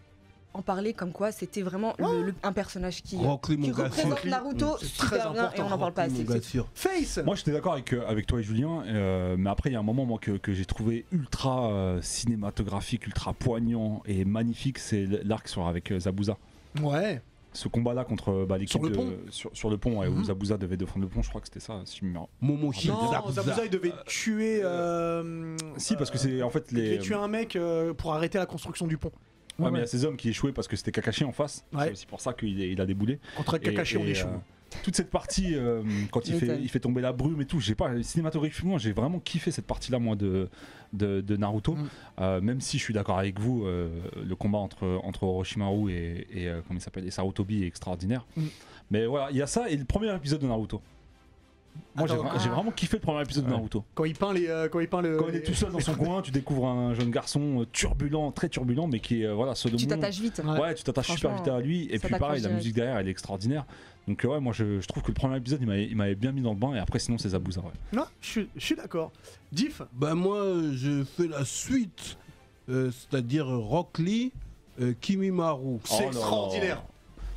[SPEAKER 3] en parler comme quoi c'était vraiment le- le- un personnage qui,
[SPEAKER 5] Rock Lee,
[SPEAKER 3] qui
[SPEAKER 5] mon gars sûr.
[SPEAKER 3] représente Naruto
[SPEAKER 1] C'est très
[SPEAKER 3] super bien et
[SPEAKER 1] important,
[SPEAKER 3] on n'en parle pas
[SPEAKER 5] Rock Lee,
[SPEAKER 3] assez.
[SPEAKER 5] mon
[SPEAKER 3] c'est
[SPEAKER 5] gars sûr.
[SPEAKER 1] Face
[SPEAKER 2] Moi j'étais d'accord avec, euh, avec toi et Julien, euh, mais après il y a un moment moi, que, que j'ai trouvé ultra euh, cinématographique, ultra poignant et magnifique, c'est l- l'arc sur, avec euh, Zabuza.
[SPEAKER 1] Ouais.
[SPEAKER 2] Ce combat-là contre euh, bah, l'équipe
[SPEAKER 1] Sur le
[SPEAKER 2] de-
[SPEAKER 1] pont.
[SPEAKER 2] Sur, sur le pont, ouais, où
[SPEAKER 1] Mhm.
[SPEAKER 2] Zabuza devait défendre le pont, je crois que c'était ça. Si je me...
[SPEAKER 5] Momoshi
[SPEAKER 1] Non,
[SPEAKER 5] Zabuza.
[SPEAKER 1] Zabuza, il devait tuer. euh,
[SPEAKER 2] Si, parce que c'est en fait
[SPEAKER 1] Il devait
[SPEAKER 2] les...
[SPEAKER 1] tuer un mec euh, pour arrêter la construction du pont.
[SPEAKER 2] Ouais, mais il y a ces hommes qui échouaient parce que c'était Kakashi en face.
[SPEAKER 1] Ouais.
[SPEAKER 2] C'est aussi pour ça qu'il est- il a déboulé.
[SPEAKER 1] Contre Kakashi,
[SPEAKER 2] Et-
[SPEAKER 1] on
[SPEAKER 2] et,
[SPEAKER 1] échoue.
[SPEAKER 2] euh, toute cette partie, euh, quand il fait,
[SPEAKER 3] M'étonne.
[SPEAKER 2] il fait tomber la brume et tout, j'ai pas cinématographiquement, j'ai vraiment kiffé cette partie-là, moi, de, de, de Naruto.
[SPEAKER 1] Mm.
[SPEAKER 2] Euh, même si je suis d'accord avec vous, euh, le combat entre, entre Orochimaru et, et euh, comment il s'appelle, et Sarutobi est extraordinaire.
[SPEAKER 1] Mm.
[SPEAKER 2] Mais voilà, il y a ça et le premier épisode de Naruto. Moi, j'ai
[SPEAKER 1] Attends, ah.
[SPEAKER 2] vra- j'ai vraiment kiffé le premier épisode de
[SPEAKER 4] Ouais.
[SPEAKER 2] Naruto.
[SPEAKER 1] Quand il peint les, euh, quand il peint le.
[SPEAKER 2] Quand il est tout seul dans son coin, tu découvres un jeune garçon euh, turbulent, très turbulent, mais qui est euh, voilà, Solomon.
[SPEAKER 3] Tu t'attaches vite.
[SPEAKER 1] Ouais.
[SPEAKER 2] Ouais, tu t'attaches super vite
[SPEAKER 3] Franchement,
[SPEAKER 2] à lui. Et
[SPEAKER 3] ça
[SPEAKER 2] puis pareil,
[SPEAKER 3] t'accroche
[SPEAKER 2] la
[SPEAKER 3] direct.
[SPEAKER 2] musique derrière, elle est extraordinaire. Donc euh, ouais, moi je, je trouve que le premier épisode, il m'avait- il m'avait bien mis dans le bain. Et après, sinon, c'est Zabuza. Ouais.
[SPEAKER 1] Non, je suis- je suis d'accord. Diff,
[SPEAKER 5] Bah moi, euh, je fais la suite, euh, c'est-à-dire euh, Rock Lee, euh, Kimimaru.
[SPEAKER 2] Oh là
[SPEAKER 1] c'est
[SPEAKER 2] là.
[SPEAKER 1] extraordinaire.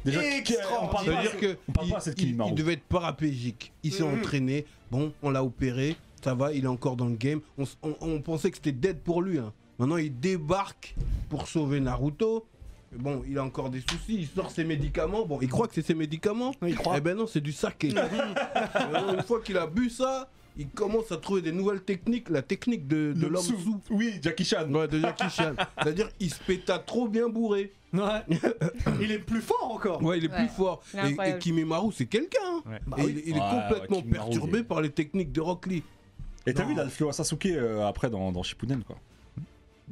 [SPEAKER 2] Déjà,
[SPEAKER 1] Extraordinaire.
[SPEAKER 2] on parle
[SPEAKER 1] Ça
[SPEAKER 2] pas
[SPEAKER 1] veut
[SPEAKER 5] C'est-à-dire
[SPEAKER 2] assez-
[SPEAKER 5] que
[SPEAKER 2] on parle
[SPEAKER 5] il,
[SPEAKER 2] pas assez de
[SPEAKER 5] il-
[SPEAKER 2] Kimimaru.
[SPEAKER 5] il devait être paraplégique. Il s'est
[SPEAKER 1] Mhm.
[SPEAKER 5] entraîné. Bon, on l'a opéré. Ça va, il est encore dans le game. On, s- on- on pensait que c'était dead pour lui. hein. Maintenant, il débarque pour sauver Naruto. Bon, il a encore des soucis. Il sort ses médicaments. Bon, il croit que c'est ses médicaments.
[SPEAKER 1] Il croit.
[SPEAKER 5] Eh ben non, c'est du
[SPEAKER 1] [laughs]
[SPEAKER 5] saké. Maintenant, Une fois qu'il a bu ça, il commence à trouver des nouvelles techniques. La technique de, de l'homme sous.
[SPEAKER 2] Oui, Jackie Chan.
[SPEAKER 5] Ouais, de Jackie Chan. C'est-à-dire, il se péta trop bien bourré.
[SPEAKER 1] Ouais. [laughs] il est plus fort encore.
[SPEAKER 5] Ouais, il est
[SPEAKER 3] Ouais.
[SPEAKER 5] plus fort.
[SPEAKER 3] Il est
[SPEAKER 5] Et, et
[SPEAKER 3] incroyable.
[SPEAKER 5] Kimemaru, c'est quelqu'un. hein.
[SPEAKER 1] Bah
[SPEAKER 5] Et
[SPEAKER 1] oui.
[SPEAKER 5] il, il
[SPEAKER 2] Ouais,
[SPEAKER 5] est
[SPEAKER 2] ouais,
[SPEAKER 5] complètement
[SPEAKER 2] Kimimaru,
[SPEAKER 5] perturbé
[SPEAKER 2] il est-
[SPEAKER 5] par les techniques de Rock Lee.
[SPEAKER 2] Et t'as
[SPEAKER 5] Non.
[SPEAKER 2] vu, il a le flow à Sasuke euh, après dans, dans Shippuden, quoi.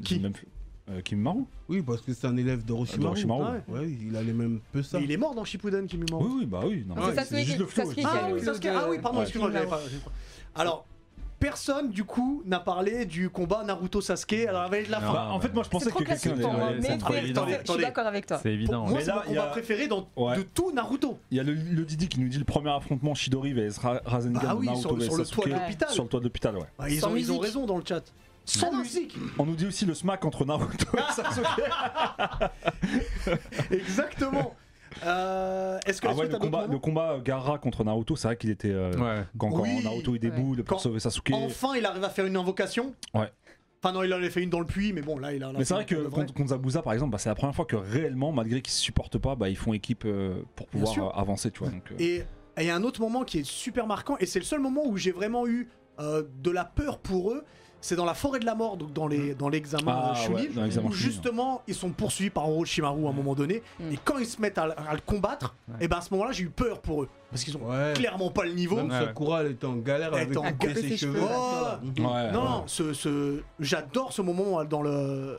[SPEAKER 1] Qui
[SPEAKER 2] Le même flow. Euh, Kimimaru.
[SPEAKER 5] Oui, parce que c'est un élève
[SPEAKER 2] Euh,
[SPEAKER 5] d'Orochimaru.
[SPEAKER 2] d'Orochimaru.
[SPEAKER 5] Ouais, ouais, il a les mêmes peu ça.
[SPEAKER 1] Mais il est mort dans Shippuden, Kimi Maro.
[SPEAKER 2] Oui, oui, bah oui. Non,
[SPEAKER 3] C'est
[SPEAKER 2] mais
[SPEAKER 3] Sasuke
[SPEAKER 2] c'est juste
[SPEAKER 3] qui-
[SPEAKER 2] le flow.
[SPEAKER 3] Sasuke
[SPEAKER 2] je
[SPEAKER 3] qui
[SPEAKER 1] Ah
[SPEAKER 3] a
[SPEAKER 1] oui,
[SPEAKER 2] disais,
[SPEAKER 3] le
[SPEAKER 2] euh,
[SPEAKER 1] Sasuke.
[SPEAKER 3] de-
[SPEAKER 1] Ah oui, pardon,
[SPEAKER 2] Ouais.
[SPEAKER 1] excuse-moi, j'avais pas.
[SPEAKER 3] Kimimaro.
[SPEAKER 1] j'avais pas- Alors, personne du coup n'a parlé du combat Naruto Sasuke à la veille de la
[SPEAKER 4] Non.
[SPEAKER 1] fin.
[SPEAKER 2] bah, en fait, moi, je pensais
[SPEAKER 3] C'est trop
[SPEAKER 2] que
[SPEAKER 3] classique
[SPEAKER 2] quelqu'un
[SPEAKER 3] pour moi,
[SPEAKER 4] allait-
[SPEAKER 3] mais
[SPEAKER 4] c'est
[SPEAKER 3] c'est-
[SPEAKER 4] trop
[SPEAKER 3] c'est-
[SPEAKER 4] évident.
[SPEAKER 3] je suis d'accord avec toi.
[SPEAKER 4] C'est
[SPEAKER 1] Pour
[SPEAKER 4] évident.
[SPEAKER 1] moi,
[SPEAKER 2] Mais
[SPEAKER 1] c'est
[SPEAKER 2] là,
[SPEAKER 1] mon
[SPEAKER 2] il y
[SPEAKER 1] combat
[SPEAKER 2] a-
[SPEAKER 1] préféré dans,
[SPEAKER 2] Ouais.
[SPEAKER 1] de tout Naruto.
[SPEAKER 2] Il y a le, le Didi qui nous dit le premier affrontement Shidori vs Ra- Rasengan
[SPEAKER 1] Bah
[SPEAKER 2] de
[SPEAKER 1] oui,
[SPEAKER 2] Naruto
[SPEAKER 1] sur,
[SPEAKER 2] vs
[SPEAKER 1] sur le
[SPEAKER 2] Sasuke
[SPEAKER 1] toit de l'hôpital.
[SPEAKER 2] sur le toit de l'hôpital, ouais.
[SPEAKER 1] Bah, ils,
[SPEAKER 3] Sans
[SPEAKER 1] ont, ils ont
[SPEAKER 3] musique.
[SPEAKER 1] raison dans le chat. Sans musique [laughs]
[SPEAKER 2] On nous dit aussi le smack entre Naruto et [laughs] Sasuke.
[SPEAKER 1] Exactement Euh, Est-ce que,
[SPEAKER 2] Ah
[SPEAKER 1] est-ce
[SPEAKER 2] ouais,
[SPEAKER 1] que t'as
[SPEAKER 2] le
[SPEAKER 1] d'autres
[SPEAKER 2] combat,
[SPEAKER 1] moments
[SPEAKER 2] le combat Gaara contre Naruto, c'est vrai qu'il était. euh,
[SPEAKER 4] Ouais.
[SPEAKER 2] Quand, quand
[SPEAKER 1] Oui.
[SPEAKER 2] Naruto il déboule
[SPEAKER 1] Quand-
[SPEAKER 2] pour sauver Sasuke.
[SPEAKER 1] Enfin, il arrive à faire une invocation.
[SPEAKER 2] Ouais.
[SPEAKER 1] Enfin, non, il en a fait une dans le puits, mais bon, là, il en a.
[SPEAKER 2] Mais c'est vrai
[SPEAKER 1] fait une
[SPEAKER 2] que
[SPEAKER 1] pour de vrai.
[SPEAKER 2] contre, contre Zabuza, par exemple, bah, c'est la première fois que réellement, malgré qu'ils se supportent pas, bah, ils font équipe euh, pour
[SPEAKER 1] Bien
[SPEAKER 2] pouvoir
[SPEAKER 1] sûr.
[SPEAKER 2] euh, avancer, tu vois. Donc, euh,
[SPEAKER 1] Et et il y a un autre moment qui est super marquant, et c'est le seul moment où j'ai vraiment eu euh, de la peur pour eux. C'est dans la forêt de la mort, donc dans les dans l'examen
[SPEAKER 2] Ah,
[SPEAKER 1] euh, Chunin,
[SPEAKER 2] ouais, dans l'examen
[SPEAKER 1] où
[SPEAKER 2] Chunin.
[SPEAKER 1] justement ils sont poursuivis par Orochimaru à un moment donné.
[SPEAKER 3] Mm.
[SPEAKER 1] Et quand ils se mettent à, à le combattre, et ben à ce moment-là j'ai eu peur pour eux parce qu'ils ont
[SPEAKER 5] Ouais.
[SPEAKER 1] clairement pas le niveau.
[SPEAKER 5] Même
[SPEAKER 4] Ouais, ouais.
[SPEAKER 5] Sakura, elle était en galère
[SPEAKER 1] Elle
[SPEAKER 5] avec
[SPEAKER 1] était en
[SPEAKER 5] couper
[SPEAKER 3] galère.
[SPEAKER 5] ses cheveux.
[SPEAKER 1] Oh.
[SPEAKER 5] Mhm.
[SPEAKER 2] Ouais,
[SPEAKER 1] Non,
[SPEAKER 2] ouais.
[SPEAKER 1] non, ce, ce- j'adore ce moment dans le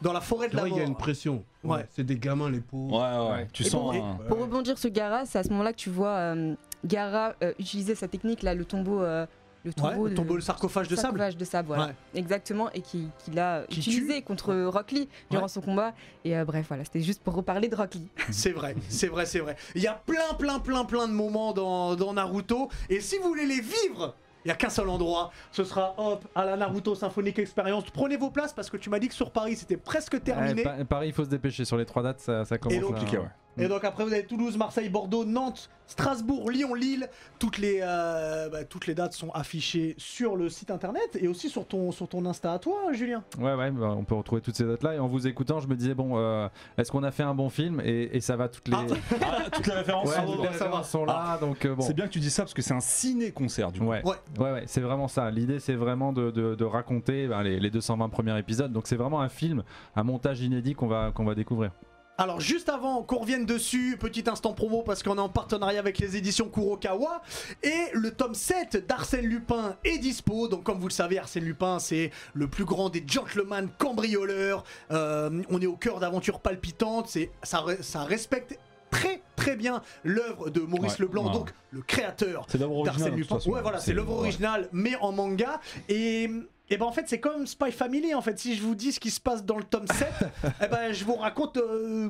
[SPEAKER 1] dans la forêt de
[SPEAKER 5] C'est
[SPEAKER 1] la
[SPEAKER 5] vrai
[SPEAKER 1] mort.
[SPEAKER 5] qu'il y a une pression.
[SPEAKER 1] Ouais.
[SPEAKER 5] C'est des gamins, les pauvres.
[SPEAKER 2] Ouais, ouais, ouais. Tu
[SPEAKER 3] Et
[SPEAKER 2] sens.
[SPEAKER 1] bon,
[SPEAKER 2] un-
[SPEAKER 3] Pour rebondir sur Gara, c'est à ce moment-là que tu vois euh, Gara euh, utiliser sa technique, là, le tombeau. euh, le
[SPEAKER 1] Ouais,
[SPEAKER 3] tombeau,
[SPEAKER 1] le tombeau, le sarcophage de sable.
[SPEAKER 3] sarcophage de sable, voilà.
[SPEAKER 1] Ouais.
[SPEAKER 3] Exactement, et qui, qui l'a
[SPEAKER 1] Qui
[SPEAKER 3] utilisé contre Rock Lee durant son combat. Et euh, bref, voilà, c'était juste pour reparler de Rock Lee.
[SPEAKER 1] C'est vrai, c'est vrai, c'est vrai. Il y a plein, plein, plein, plein de moments dans, dans Naruto. Et si vous voulez les vivre, il n'y a qu'un seul endroit. Ce sera hop, à la Naruto Symphonic Experience. Prenez vos places parce que tu m'as dit que sur Paris c'était presque terminé.
[SPEAKER 4] Ouais, pa- pareil, il faut se dépêcher sur les trois dates, ça, ça commence.
[SPEAKER 1] donc,
[SPEAKER 4] là.
[SPEAKER 2] compliqué, ouais.
[SPEAKER 1] Et donc après vous avez Toulouse, Marseille, Bordeaux, Nantes, Strasbourg, Lyon, Lille. Toutes les, euh, bah, toutes les dates sont affichées sur le site internet et aussi sur ton, sur ton Insta à toi, Julien.
[SPEAKER 4] Ouais, ouais, bah, on peut retrouver toutes ces dates-là. Et en vous écoutant, je me disais, bon, euh, est-ce qu'on a fait un bon film et, et ça va toutes les.
[SPEAKER 1] Ah,
[SPEAKER 2] Ah, toutes les références
[SPEAKER 4] Ouais,
[SPEAKER 2] sont-
[SPEAKER 4] toutes les références sont là, donc euh, bon.
[SPEAKER 2] C'est bien que tu dis ça parce que c'est un ciné-concert du coup.
[SPEAKER 4] Ouais.
[SPEAKER 1] Ouais.
[SPEAKER 4] ouais, ouais, c'est vraiment ça. L'idée, c'est vraiment de, de- de raconter ben, les, les 220 premiers épisodes. Donc, c'est vraiment un film, un montage inédit qu'on va, qu'on va découvrir.
[SPEAKER 1] Alors juste avant qu'on revienne dessus, petit instant promo parce qu'on est en partenariat avec les éditions Kurokawa et le tome 7 d'Arsène Lupin est dispo. Donc comme vous le savez, Arsène Lupin c'est le plus grand des gentlemen cambrioleurs. Euh, on est au cœur d'aventures palpitantes, c'est ça, re- ça respecte très très bien l'œuvre de Maurice
[SPEAKER 2] Ouais,
[SPEAKER 1] Leblanc,
[SPEAKER 2] ouais.
[SPEAKER 1] donc le créateur
[SPEAKER 2] C'est d'abord original. hein,
[SPEAKER 1] d'Arsène
[SPEAKER 2] de toute
[SPEAKER 1] Lupin.
[SPEAKER 2] façon.
[SPEAKER 1] ouais, voilà, c'est l'œuvre
[SPEAKER 2] ouais.
[SPEAKER 1] originale, mais en manga. Et. Et ben en fait c'est comme Spy Family en fait si je vous dis ce qui se passe dans le tome 7
[SPEAKER 2] [laughs]
[SPEAKER 1] eh ben je vous raconte euh,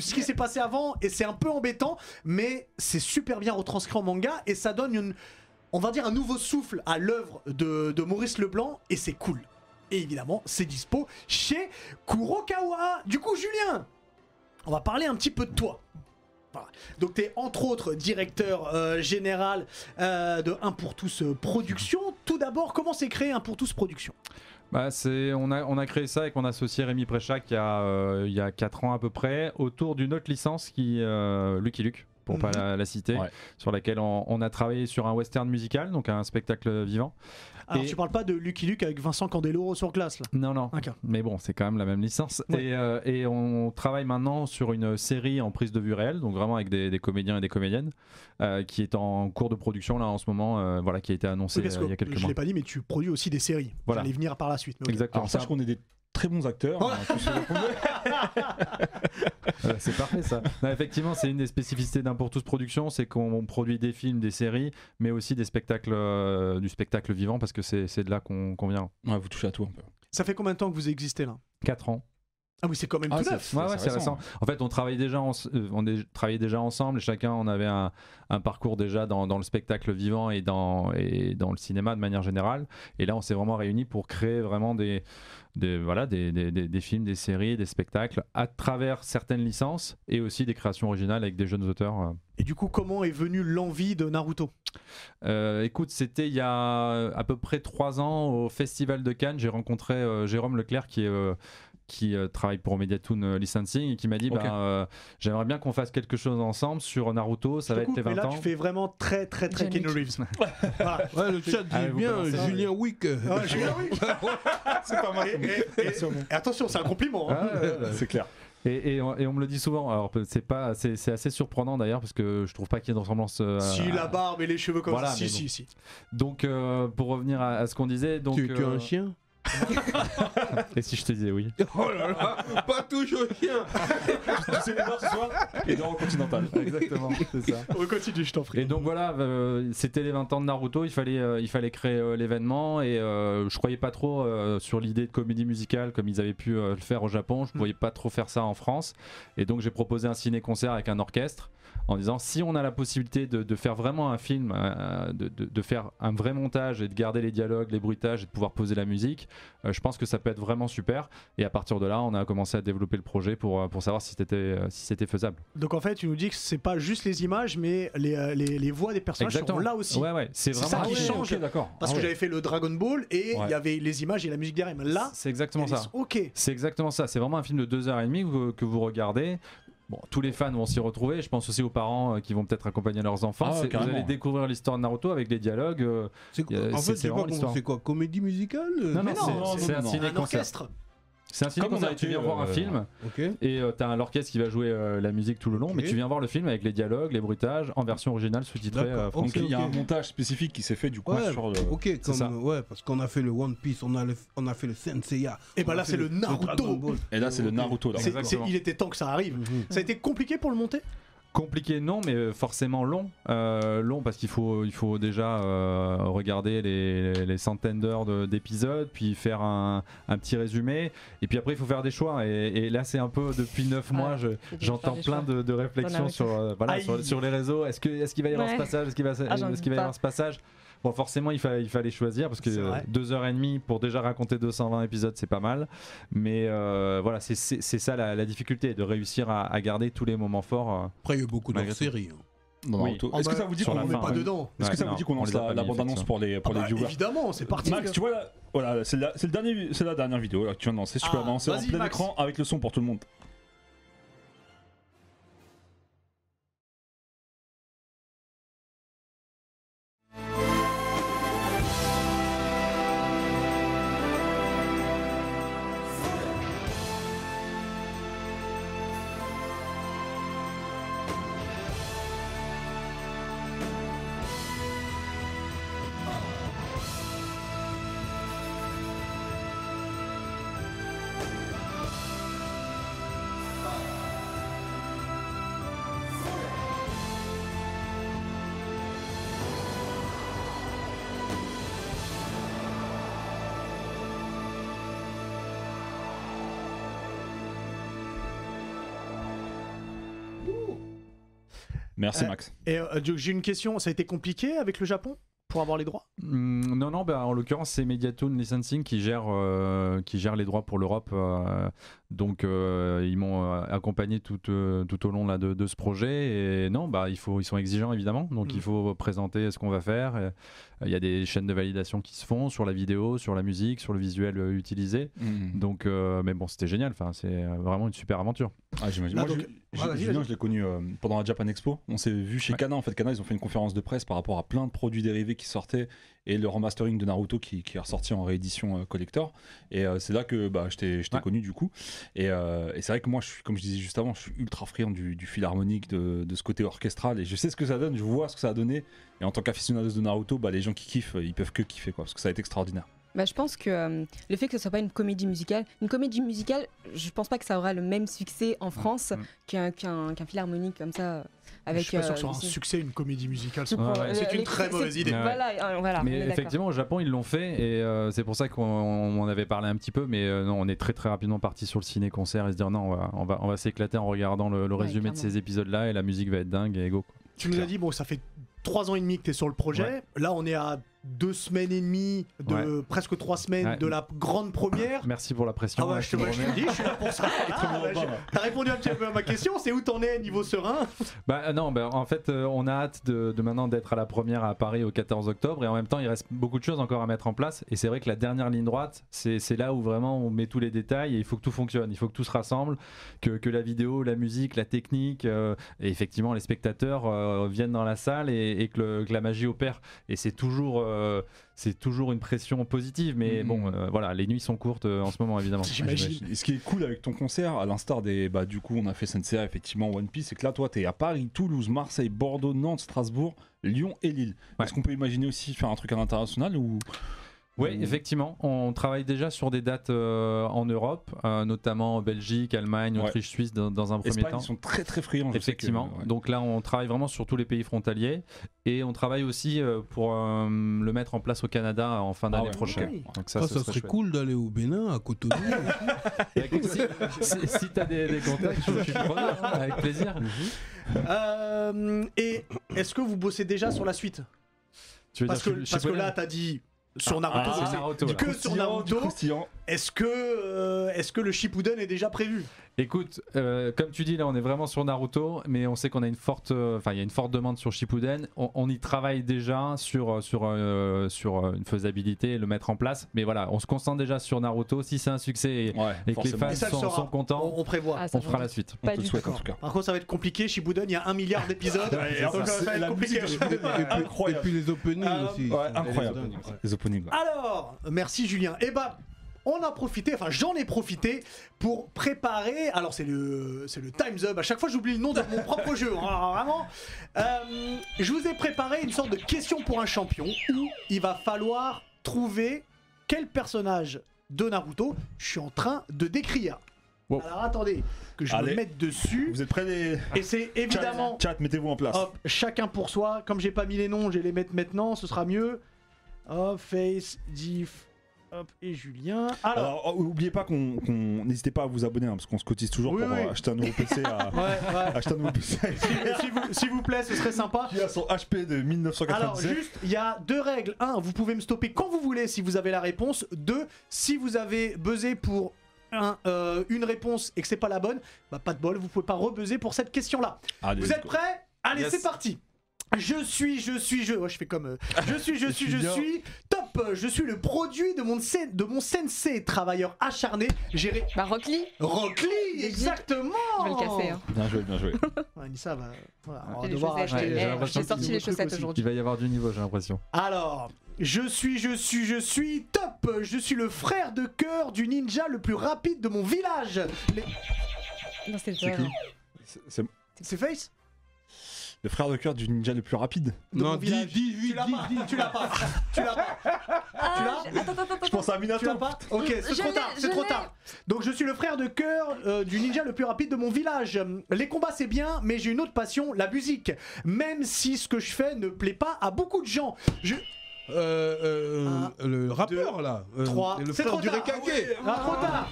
[SPEAKER 1] ce qui s'est passé avant et c'est un peu embêtant mais c'est super bien retranscrit en manga et ça donne une on va dire un nouveau souffle à l'œuvre de, de Maurice Leblanc et c'est cool et évidemment c'est dispo chez Kurokawa du coup Julien on va parler un petit peu de toi Voilà. donc tu es entre autres directeur euh, général euh, de 1 pour tous euh, production tout d'abord comment s'est créé 1 pour tous production
[SPEAKER 4] Bah, c'est, on, a, on a créé ça avec mon associé Rémi Préchac il y, a, euh, il y a 4 ans à peu près, autour d'une autre licence qui. euh, Lucky Luke, pour pas
[SPEAKER 1] Mhm.
[SPEAKER 4] la, la citer,
[SPEAKER 2] Ouais.
[SPEAKER 4] sur laquelle on, on a travaillé sur un western musical, donc un spectacle vivant.
[SPEAKER 1] alors
[SPEAKER 4] Et-
[SPEAKER 1] tu parles pas de Lucky Luke avec Vincent Candeloro sur glace là
[SPEAKER 4] Non, non.
[SPEAKER 1] Ok.
[SPEAKER 4] Mais bon, c'est quand même la même licence.
[SPEAKER 1] Ouais.
[SPEAKER 4] Et, euh, et on travaille maintenant sur une série en prise de vue réelle, donc vraiment avec des, des comédiens et des comédiennes, euh, qui est en cours de production là en ce moment, euh, voilà, qui a été annoncée
[SPEAKER 1] Oui, parce
[SPEAKER 4] euh,
[SPEAKER 1] que
[SPEAKER 4] il y a quelques
[SPEAKER 1] Je
[SPEAKER 4] mois.
[SPEAKER 1] l'ai pas dit, mais tu produis aussi des séries.
[SPEAKER 4] Voilà.
[SPEAKER 1] J'allais venir par la suite. mais ok.
[SPEAKER 4] Exactement.
[SPEAKER 2] Alors sache qu'on est des très bons acteurs.
[SPEAKER 1] Oh.
[SPEAKER 2] hein, tous ceux-
[SPEAKER 4] Euh, c'est
[SPEAKER 1] [laughs]
[SPEAKER 4] parfait ça. Non, effectivement, c'est une des spécificités d'un pour tous production, c'est qu'on produit des films, des séries, mais aussi des spectacles, euh, du spectacle vivant, parce que c'est c'est de là qu'on qu'on vient.
[SPEAKER 2] Ouais, vous touchez à tout un peu.
[SPEAKER 1] Ça fait combien de temps que vous existez là
[SPEAKER 4] 4 ans.
[SPEAKER 1] Ah oui, c'est quand même
[SPEAKER 2] Ah,
[SPEAKER 1] tout
[SPEAKER 2] c'est-
[SPEAKER 1] neuf.
[SPEAKER 4] Ouais,
[SPEAKER 2] Ça,
[SPEAKER 4] ouais,
[SPEAKER 2] c'est
[SPEAKER 4] c'est
[SPEAKER 2] récent,
[SPEAKER 4] récent. En fait, on travaillait déjà, en- euh, on dé- travaillait déjà ensemble. et Chacun, on avait un, un parcours déjà dans, dans le spectacle vivant et dans, et dans le cinéma de manière générale. Et là, on s'est vraiment réunis pour créer vraiment des, des, voilà, des, des- des- des films, des séries, des spectacles à travers certaines licences et aussi des créations originales avec des jeunes auteurs. euh,
[SPEAKER 1] Et du coup, comment est venue l'envie de Naruto
[SPEAKER 4] euh, écoute, c'était il y a à peu près trois ans au Festival de Cannes. J'ai rencontré euh, Jérôme Leclerc qui est. euh, qui euh, travaille pour Mediatoon euh, Licensing et qui m'a dit
[SPEAKER 2] Ok.
[SPEAKER 4] ben, euh, j'aimerais bien qu'on fasse quelque chose ensemble sur Naruto,
[SPEAKER 1] Je te
[SPEAKER 4] ça va être
[SPEAKER 1] coupe,
[SPEAKER 4] les
[SPEAKER 1] mais
[SPEAKER 4] 20
[SPEAKER 1] là,
[SPEAKER 4] ans.
[SPEAKER 1] tu fais vraiment très, très, très Ken
[SPEAKER 3] John
[SPEAKER 1] Reeves. Voilà.
[SPEAKER 5] Ouais, le chat dit
[SPEAKER 4] Allez, vous
[SPEAKER 5] bien
[SPEAKER 4] balancez.
[SPEAKER 5] Julien Wick. euh,
[SPEAKER 1] Ah, [laughs] Julien, oui.
[SPEAKER 2] C'est pas mal.
[SPEAKER 1] Et- et attention, c'est un compliment. hein.
[SPEAKER 4] Ah, ouais, ouais, ouais.
[SPEAKER 2] C'est clair.
[SPEAKER 4] Et, et on, et on me le dit souvent. Alors peut- c'est pas c'est c'est assez surprenant d'ailleurs parce que je trouve pas qu'il y ait de ressemblance. euh,
[SPEAKER 1] Si
[SPEAKER 4] à-
[SPEAKER 1] la barbe et les cheveux comme
[SPEAKER 4] Voilà,
[SPEAKER 1] ça. Si,
[SPEAKER 4] mais
[SPEAKER 1] si, si.
[SPEAKER 4] Donc euh, pour revenir à, à ce qu'on disait, donc
[SPEAKER 5] tu, tu es
[SPEAKER 4] euh,
[SPEAKER 5] un chien
[SPEAKER 4] et si je te disais oui.
[SPEAKER 5] [laughs] Oh là là, pas hein. toujours
[SPEAKER 4] [laughs]
[SPEAKER 5] chien
[SPEAKER 2] Tu sais les voir ce soir et dans Continental.
[SPEAKER 4] Exactement, c'est ça.
[SPEAKER 1] On continue, je t'en prie.
[SPEAKER 4] Et donc voilà, euh, c'était les 20 ans de Naruto, il fallait, euh, il fallait créer euh, l'événement et euh, je croyais pas trop euh, sur l'idée de comédie musicale comme ils avaient pu euh, le faire au Japon, je ne voyais pas trop faire ça en France et donc j'ai proposé un ciné-concert avec un orchestre en disant si on a la possibilité de, de faire vraiment un film, euh, de, de- de faire un vrai montage et de garder les dialogues, les bruitages et de pouvoir poser la musique, euh, je pense que ça peut être vraiment super et à partir de là on a commencé à développer le projet pour, euh, pour savoir si c'était euh, si c'était faisable.
[SPEAKER 1] Donc en fait, tu nous dis que c'est pas juste les images, mais les, euh, les, les voix des personnages sont là aussi.
[SPEAKER 4] Ouais ouais, c'est
[SPEAKER 1] C'est ça
[SPEAKER 4] vraiment Ah
[SPEAKER 1] qui
[SPEAKER 4] ouais,
[SPEAKER 1] change.
[SPEAKER 4] ok, d'accord.
[SPEAKER 1] Parce
[SPEAKER 4] Ah
[SPEAKER 1] que
[SPEAKER 4] ouais.
[SPEAKER 1] j'avais fait le Dragon Ball et il
[SPEAKER 2] Ouais.
[SPEAKER 1] y avait les images et la musique derrière. Mais là,
[SPEAKER 4] C'est exactement
[SPEAKER 1] elles
[SPEAKER 4] ça.
[SPEAKER 1] sont- ok.
[SPEAKER 4] C'est exactement ça. C'est vraiment un film de 2h30 que, que vous regardez. Bon, tous les fans vont s'y retrouver. Je pense aussi aux parents euh, qui vont peut-être accompagner leurs enfants.
[SPEAKER 2] Ah ouais,
[SPEAKER 4] C'est- vous
[SPEAKER 2] carrément,
[SPEAKER 4] allez
[SPEAKER 2] ouais.
[SPEAKER 4] découvrir l'histoire de Naruto avec des dialogues. euh,
[SPEAKER 5] C'est quoi-
[SPEAKER 4] Euh,
[SPEAKER 5] En
[SPEAKER 4] c'est-
[SPEAKER 5] fait,
[SPEAKER 4] c'est
[SPEAKER 5] j'ai pas
[SPEAKER 4] vraiment
[SPEAKER 5] compris.
[SPEAKER 4] l'histoire.
[SPEAKER 5] C'est quoi Comédie musicale euh,
[SPEAKER 4] Non, non,
[SPEAKER 1] Mais non,
[SPEAKER 4] c'est-
[SPEAKER 1] non,
[SPEAKER 4] c'est
[SPEAKER 1] non,
[SPEAKER 4] un
[SPEAKER 1] non.
[SPEAKER 4] ciné
[SPEAKER 1] Un orchestre.
[SPEAKER 4] C'est un ciné
[SPEAKER 2] Comme on a
[SPEAKER 4] Tu viens
[SPEAKER 2] été,
[SPEAKER 4] voir un
[SPEAKER 2] euh,
[SPEAKER 4] film
[SPEAKER 5] Ok.
[SPEAKER 4] et euh, t'as un l'orchestre qui va jouer euh, la musique tout le long,
[SPEAKER 5] Ok.
[SPEAKER 4] mais tu viens voir le film avec les dialogues, les bruitages en version originale sous-titrée
[SPEAKER 5] D'accord.
[SPEAKER 4] euh,
[SPEAKER 5] Ok,
[SPEAKER 4] française.
[SPEAKER 2] Donc il y a
[SPEAKER 5] ok.
[SPEAKER 2] un montage spécifique qui s'est fait du coup
[SPEAKER 5] Ouais,
[SPEAKER 2] sur le.
[SPEAKER 5] ok, comme,
[SPEAKER 4] ça.
[SPEAKER 5] euh, ouais, parce qu'on a fait le One Piece, on a, le- on a fait le Senseiya.
[SPEAKER 1] Et ben
[SPEAKER 5] on a
[SPEAKER 1] là,
[SPEAKER 5] fait
[SPEAKER 1] c'est le Naruto.
[SPEAKER 5] Dragon Ball.
[SPEAKER 2] Et là, c'est le
[SPEAKER 5] Ok.
[SPEAKER 2] Naruto là.
[SPEAKER 1] C'est- c'est-
[SPEAKER 4] Exactement.
[SPEAKER 1] il était temps que ça arrive.
[SPEAKER 5] Mhm.
[SPEAKER 1] Ça a été compliqué pour le monter
[SPEAKER 4] Compliqué non, mais euh, forcément long, Euh, long parce qu'il faut il faut déjà euh, regarder les, les centaines d'heures de- d'épisodes, puis faire un, un petit résumé, et puis après il faut faire des choix. Et, et là c'est un peu depuis 9
[SPEAKER 3] Ouais,
[SPEAKER 4] mois,
[SPEAKER 3] c'est
[SPEAKER 4] je-
[SPEAKER 3] dur de
[SPEAKER 4] j'entends
[SPEAKER 3] faire des
[SPEAKER 4] plein
[SPEAKER 3] choix.
[SPEAKER 4] de, de réflexions
[SPEAKER 3] Naruto.
[SPEAKER 4] sur euh, voilà
[SPEAKER 1] Aïe.
[SPEAKER 4] sur, sur les réseaux. Est-ce que est-ce qu'il va y avoir
[SPEAKER 3] Ouais.
[SPEAKER 4] ce passage, est-ce qu'il va
[SPEAKER 3] Ah, j'en
[SPEAKER 4] est-ce qu'il va
[SPEAKER 3] doute
[SPEAKER 4] y avoir
[SPEAKER 3] pas.
[SPEAKER 4] ce passage Bon, forcément, il, fa- il fallait choisir parce que
[SPEAKER 1] C'est
[SPEAKER 4] euh,
[SPEAKER 1] vrai.
[SPEAKER 4] deux heures et demie pour déjà raconter 220 épisodes, c'est pas mal. Mais euh, voilà, c'est- c'est c'est ça la, la difficulté, de réussir à, à garder tous les moments forts. euh,
[SPEAKER 5] Après, il y a beaucoup
[SPEAKER 4] Malgré
[SPEAKER 5] de séries. hein.
[SPEAKER 2] Dans
[SPEAKER 4] Oui.
[SPEAKER 2] Naruto.
[SPEAKER 1] Ah
[SPEAKER 2] Est-ce que
[SPEAKER 1] bah,
[SPEAKER 2] ça vous dit
[SPEAKER 4] sur
[SPEAKER 2] qu'on
[SPEAKER 4] la
[SPEAKER 1] On
[SPEAKER 4] fin,
[SPEAKER 1] n'est pas
[SPEAKER 4] ouais.
[SPEAKER 1] dedans.
[SPEAKER 2] Est-ce que ça
[SPEAKER 4] Ouais,
[SPEAKER 2] vous
[SPEAKER 4] non,
[SPEAKER 2] dit qu'on
[SPEAKER 4] on
[SPEAKER 2] lance
[SPEAKER 4] les a
[SPEAKER 2] la,
[SPEAKER 4] pas
[SPEAKER 2] la
[SPEAKER 4] mis,
[SPEAKER 2] bande-annonce
[SPEAKER 4] effectivement.
[SPEAKER 2] pour les, pour
[SPEAKER 1] Ah
[SPEAKER 2] les
[SPEAKER 1] bah,
[SPEAKER 2] viewers
[SPEAKER 1] évidemment,
[SPEAKER 4] Euh,
[SPEAKER 1] c'est parti.
[SPEAKER 2] Max, tu vois, là- voilà, c'est la, c'est le dernier, c'est la dernière vidéo là, que tu viens de lancer. Je peux
[SPEAKER 1] Ah,
[SPEAKER 2] la lancer en
[SPEAKER 1] vas-y,
[SPEAKER 2] plein
[SPEAKER 1] Max.
[SPEAKER 2] écran avec le son pour tout le monde. Merci
[SPEAKER 1] Euh,
[SPEAKER 2] Max.
[SPEAKER 1] Et euh, j'ai une question, ça a été compliqué avec le Japon pour avoir les droits
[SPEAKER 4] Hmm, non, non, bah, en l'occurrence, c'est Mediatone Licensing qui gère, euh, qui gère les droits pour l'Europe. euh, donc, euh, ils m'ont euh, accompagné tout, euh, tout au long là, de, de ce projet. Et non, bah, il faut, ils sont exigeants, évidemment. Donc,
[SPEAKER 2] Mm.
[SPEAKER 1] Mhm.
[SPEAKER 4] il faut présenter ce qu'on va faire. Euh, Il y a des chaînes de validation qui se font sur la vidéo, sur la musique, sur le visuel euh, utilisé.
[SPEAKER 1] mm.
[SPEAKER 2] Mm.
[SPEAKER 4] Donc, euh, mais bon, c'était génial. Enfin, c'est euh, vraiment une super aventure.
[SPEAKER 2] Ah, j'imagine.
[SPEAKER 1] Là,
[SPEAKER 2] Moi,
[SPEAKER 1] donc,
[SPEAKER 2] Ju-
[SPEAKER 1] voilà,
[SPEAKER 2] Ju-
[SPEAKER 1] vas-y,
[SPEAKER 2] Julien,
[SPEAKER 1] vas-y.
[SPEAKER 2] je l'ai connu euh, pendant la Japan Expo. On s'est vu chez
[SPEAKER 4] Ouais.
[SPEAKER 2] Kana. En fait, Kana, ils ont fait une conférence de presse par rapport à plein de produits dérivés qui sortaient et le remastering de Naruto qui, qui est ressorti en réédition euh, collector. Et euh, c'est là que bah, je t'ai je t'ai
[SPEAKER 4] Ouais.
[SPEAKER 2] connu du coup. Et, euh, et c'est vrai que moi, je suis, comme je disais juste avant, je suis ultra friand du, du fil harmonique, de, de ce côté orchestral. Et je sais ce que ça donne, je vois ce que ça a donné. Et en tant qu'aficionados de Naruto, bah, les gens qui kiffent, euh, ils peuvent que kiffer quoi, parce que ça a été extraordinaire.
[SPEAKER 3] Bah, je pense que euh, le fait que ce soit pas une comédie musicale, une comédie musicale, je pense pas que ça aura le même succès en France
[SPEAKER 4] Mm.
[SPEAKER 3] qu'un qu'un qu'un philharmonique comme ça. euh, Avec,
[SPEAKER 1] Je suis pas sûr
[SPEAKER 3] euh,
[SPEAKER 1] que ce soit un
[SPEAKER 3] les-
[SPEAKER 1] succès, une comédie musicale.
[SPEAKER 3] tout pour-
[SPEAKER 4] Ouais, ouais.
[SPEAKER 1] C'est
[SPEAKER 3] euh,
[SPEAKER 1] une
[SPEAKER 3] les-
[SPEAKER 1] très
[SPEAKER 3] c'est-
[SPEAKER 1] mauvaise idée.
[SPEAKER 3] Voilà, euh, voilà, on
[SPEAKER 4] Mais
[SPEAKER 3] est d'accord.
[SPEAKER 4] effectivement, au Japon, ils l'ont fait et euh, c'est pour ça qu'on on en avait parlé un petit peu. Mais euh, non, on est très très rapidement parti sur le ciné-concert et se dire non, on va, on va, on va s'éclater en regardant le, le
[SPEAKER 3] Ouais,
[SPEAKER 4] résumé de
[SPEAKER 3] clairement.
[SPEAKER 4] ces épisodes-là et la musique va être dingue et go. quoi.
[SPEAKER 1] Tu nous as dit, bon, ça fait trois ans et demi que tu es sur le projet. Là, on est à deux semaines et demie, de presque trois semaines
[SPEAKER 4] Ouais.
[SPEAKER 1] de la grande première.
[SPEAKER 4] Merci pour la pression.
[SPEAKER 1] Ah ouais, je te,
[SPEAKER 4] Alexandre
[SPEAKER 1] ouais, je te dis,
[SPEAKER 4] Romain.
[SPEAKER 1] je suis là
[SPEAKER 4] [laughs]
[SPEAKER 1] pour ça. Voilà, ouais, je- T'as répondu un petit peu à ma question, c'est où t'en es niveau serein
[SPEAKER 4] Bah euh, non, bah, en fait, euh, on a hâte de, de maintenant d'être à la première à Paris au 14 octobre et en même temps, il reste beaucoup de choses encore à mettre en place. Et c'est vrai que la dernière ligne droite, c'est c'est là où vraiment on met tous les détails et il faut que tout fonctionne, il faut que tout se rassemble, que, que la vidéo, la musique, la technique, euh, et effectivement les spectateurs euh, viennent dans la salle et, et que, le- que la magie opère. Et c'est toujours, euh, c'est toujours une pression positive, mais
[SPEAKER 2] Mhm.
[SPEAKER 4] bon, euh, voilà, les nuits sont courtes euh, en ce moment évidemment.
[SPEAKER 1] J'imagine.
[SPEAKER 2] Et ce qui est cool avec ton concert, à l'instar des. Bah, du coup, on a fait Sensei, effectivement, One Piece, c'est que là, toi, t'es à Paris, Toulouse, Marseille, Bordeaux, Nantes, Strasbourg, Lyon et Lille.
[SPEAKER 4] Ouais.
[SPEAKER 2] Est-ce qu'on peut imaginer aussi faire un truc à l'international ou.
[SPEAKER 4] Oui,
[SPEAKER 2] ou-
[SPEAKER 4] effectivement, on travaille déjà sur des dates euh, en Europe, euh, notamment en Belgique, Allemagne,
[SPEAKER 2] Ouais.
[SPEAKER 4] Autriche, Suisse, dans, dans un premier
[SPEAKER 2] Espagne,
[SPEAKER 4] temps.
[SPEAKER 2] ils sont très très friands. je sais que- euh,
[SPEAKER 4] Effectivement.
[SPEAKER 2] ouais.
[SPEAKER 4] Donc là, on travaille vraiment sur tous les pays frontaliers et on travaille aussi euh, pour euh, le mettre en place au Canada en fin
[SPEAKER 2] Ah
[SPEAKER 4] d'année
[SPEAKER 2] ouais,
[SPEAKER 4] prochaine.
[SPEAKER 1] ok.
[SPEAKER 4] Donc
[SPEAKER 5] Ça,
[SPEAKER 4] ça,
[SPEAKER 5] ça,
[SPEAKER 4] ce
[SPEAKER 5] serait
[SPEAKER 4] chouette.
[SPEAKER 5] cool d'aller au Bénin,
[SPEAKER 1] [laughs]
[SPEAKER 5] à Cotonou.
[SPEAKER 4] Bah, écoute, si si, si t'as des, des contacts, je, je suis preneur, hein, avec plaisir.
[SPEAKER 2] Mmh.
[SPEAKER 1] Euh, Et est-ce que vous bossez déjà sur la suite
[SPEAKER 4] Tu veux
[SPEAKER 1] Parce que,
[SPEAKER 4] dire, je- je suis
[SPEAKER 1] parce que
[SPEAKER 4] preneur.
[SPEAKER 1] là, t'as dit sur
[SPEAKER 4] Ah,
[SPEAKER 1] Naruto,
[SPEAKER 4] c'est
[SPEAKER 1] c'est-
[SPEAKER 4] Naruto, là.
[SPEAKER 1] que sur
[SPEAKER 2] Croustillant, du
[SPEAKER 1] Naruto,
[SPEAKER 2] croustillant.
[SPEAKER 1] est-ce que, euh, est-ce que le Shippuden est déjà prévu
[SPEAKER 4] Écoute, euh, comme tu dis, là, on est vraiment sur Naruto, mais on sait qu'on a une forte, euh, enfin, il y a une forte demande sur Shippuden. On, on y travaille déjà sur euh, sur euh, sur euh, une faisabilité, le mettre en place. Mais voilà, on se concentre déjà sur Naruto. Si c'est un succès et,
[SPEAKER 2] Ouais,
[SPEAKER 4] et que les
[SPEAKER 2] forcément.
[SPEAKER 4] fans
[SPEAKER 1] Et ça le
[SPEAKER 4] sont,
[SPEAKER 1] sera.
[SPEAKER 4] sont contents,
[SPEAKER 1] On, on prévoit.
[SPEAKER 3] Ah, ça
[SPEAKER 4] on fera la suite.
[SPEAKER 2] On
[SPEAKER 3] Pas
[SPEAKER 2] te le
[SPEAKER 3] du
[SPEAKER 2] souhaite
[SPEAKER 3] tout.
[SPEAKER 2] en tout cas.
[SPEAKER 1] Par contre, ça va être compliqué. Shippuden, il y a un milliard d'épisodes.
[SPEAKER 2] Ouais,
[SPEAKER 1] donc
[SPEAKER 2] ça,
[SPEAKER 1] ça
[SPEAKER 2] c'est
[SPEAKER 1] va être
[SPEAKER 2] la
[SPEAKER 1] compliqué.
[SPEAKER 2] musique.
[SPEAKER 5] Et puis les openings
[SPEAKER 1] Ah,
[SPEAKER 5] aussi.
[SPEAKER 2] Ouais, incroyable. Les openings. ouais.
[SPEAKER 1] Alors, merci Julien. Eh ben, on a profité, enfin j'en ai profité pour préparer. Alors c'est le, c'est le Times Up. À chaque fois, j'oublie le nom de
[SPEAKER 2] [laughs]
[SPEAKER 1] mon propre jeu. hein, Alors, vraiment, Euh, je vous ai préparé une sorte de question pour un champion où il va falloir trouver quel personnage de Naruto je suis en train de décrire.
[SPEAKER 4] Wow.
[SPEAKER 1] Alors attendez que je
[SPEAKER 2] Allez.
[SPEAKER 1] me mette dessus.
[SPEAKER 2] Vous êtes prêts les
[SPEAKER 1] Et c'est évidemment
[SPEAKER 2] Chat, chat, mettez-vous en place.
[SPEAKER 1] Hop, chacun pour soi. Comme j'ai pas mis les noms, je vais les mettre maintenant, ce sera mieux. Hop, Face, Diff, hop, et Julien. Alors,
[SPEAKER 2] Alors, oh, oubliez pas qu'on. qu'on- N'hésitez pas à vous abonner, hein, parce qu'on se cotise toujours
[SPEAKER 1] Oui,
[SPEAKER 2] pour
[SPEAKER 1] oui.
[SPEAKER 2] euh, acheter un nouveau PC à. [laughs]
[SPEAKER 1] ouais, [laughs] ouais.
[SPEAKER 2] acheter un
[SPEAKER 1] [laughs]
[SPEAKER 2] nouveau PC
[SPEAKER 1] Et S'il vous, s'il vous plaît, ce serait sympa.
[SPEAKER 2] qui a son HP de
[SPEAKER 1] Alors,
[SPEAKER 2] 1997.
[SPEAKER 1] juste, il y a deux règles. Un, vous pouvez me stopper quand vous voulez si vous avez la réponse. Deux, si vous avez buzzé pour un, euh, une réponse et que c'est pas la bonne, bah pas de bol, vous pouvez pas rebuzzer pour cette question-là.
[SPEAKER 2] Allez,
[SPEAKER 1] Vous
[SPEAKER 2] let's
[SPEAKER 1] êtes
[SPEAKER 2] go.
[SPEAKER 1] prêts Allez,
[SPEAKER 4] Yes.
[SPEAKER 1] c'est parti je suis, je suis, je. ouais, je fais comme. euh,
[SPEAKER 2] [laughs]
[SPEAKER 1] je suis, je suis, je
[SPEAKER 6] Julien.
[SPEAKER 1] suis. Top euh, Je suis le produit de mon, sen- de mon sensei, travailleur acharné, géré.
[SPEAKER 3] Bah, Rock Lee,
[SPEAKER 1] Rock Lee, Exactement
[SPEAKER 3] je vais le casser. hein.
[SPEAKER 2] Bien joué, bien joué.
[SPEAKER 1] Ouais, Nissa va. Voilà, on va
[SPEAKER 3] Et les
[SPEAKER 1] devoir
[SPEAKER 3] chaussettes,
[SPEAKER 1] acheter.
[SPEAKER 4] ouais, j'ai
[SPEAKER 1] euh, acheter
[SPEAKER 4] l'impression qu'il
[SPEAKER 1] des
[SPEAKER 3] sorti les
[SPEAKER 1] trucs
[SPEAKER 3] chaussettes
[SPEAKER 1] aussi.
[SPEAKER 3] aujourd'hui.
[SPEAKER 4] Il va y avoir du niveau, j'ai l'impression.
[SPEAKER 1] Alors, je suis, je suis, je suis top. Je suis le frère de cœur du ninja le plus rapide de mon village. Les-
[SPEAKER 3] Non, c'est
[SPEAKER 2] C'est
[SPEAKER 3] vrai.
[SPEAKER 2] qui C'est- C'est
[SPEAKER 1] C'est Face
[SPEAKER 2] le frère de cœur du ninja le plus rapide.
[SPEAKER 1] De
[SPEAKER 5] Non,
[SPEAKER 1] mon
[SPEAKER 5] dis,
[SPEAKER 1] village.
[SPEAKER 5] dis,
[SPEAKER 1] Tu
[SPEAKER 5] dis,
[SPEAKER 1] l'as pas. Tu l'as pas. [laughs] Tu l'as pas.
[SPEAKER 8] Ah,
[SPEAKER 1] Tu
[SPEAKER 8] je- attends, attends, attends,
[SPEAKER 2] Je pense à
[SPEAKER 1] Tu l'as
[SPEAKER 2] Minato.
[SPEAKER 1] pas Ok, c'est
[SPEAKER 8] Je
[SPEAKER 1] trop
[SPEAKER 8] l'ai,
[SPEAKER 1] tard,
[SPEAKER 8] je
[SPEAKER 1] c'est trop
[SPEAKER 8] l'ai.
[SPEAKER 1] tard. Donc je suis le frère de cœur euh, du ninja le plus rapide de mon village. Les combats c'est bien, mais j'ai une autre passion, la musique. Même si ce que je fais ne plaît pas à beaucoup de gens. Je...
[SPEAKER 5] Euh, euh, le rappeur là. euh,
[SPEAKER 1] trois.
[SPEAKER 5] Le
[SPEAKER 1] C'est
[SPEAKER 5] frère
[SPEAKER 1] trop
[SPEAKER 5] du
[SPEAKER 1] tard.
[SPEAKER 5] Rekage.
[SPEAKER 1] Ah, trop tard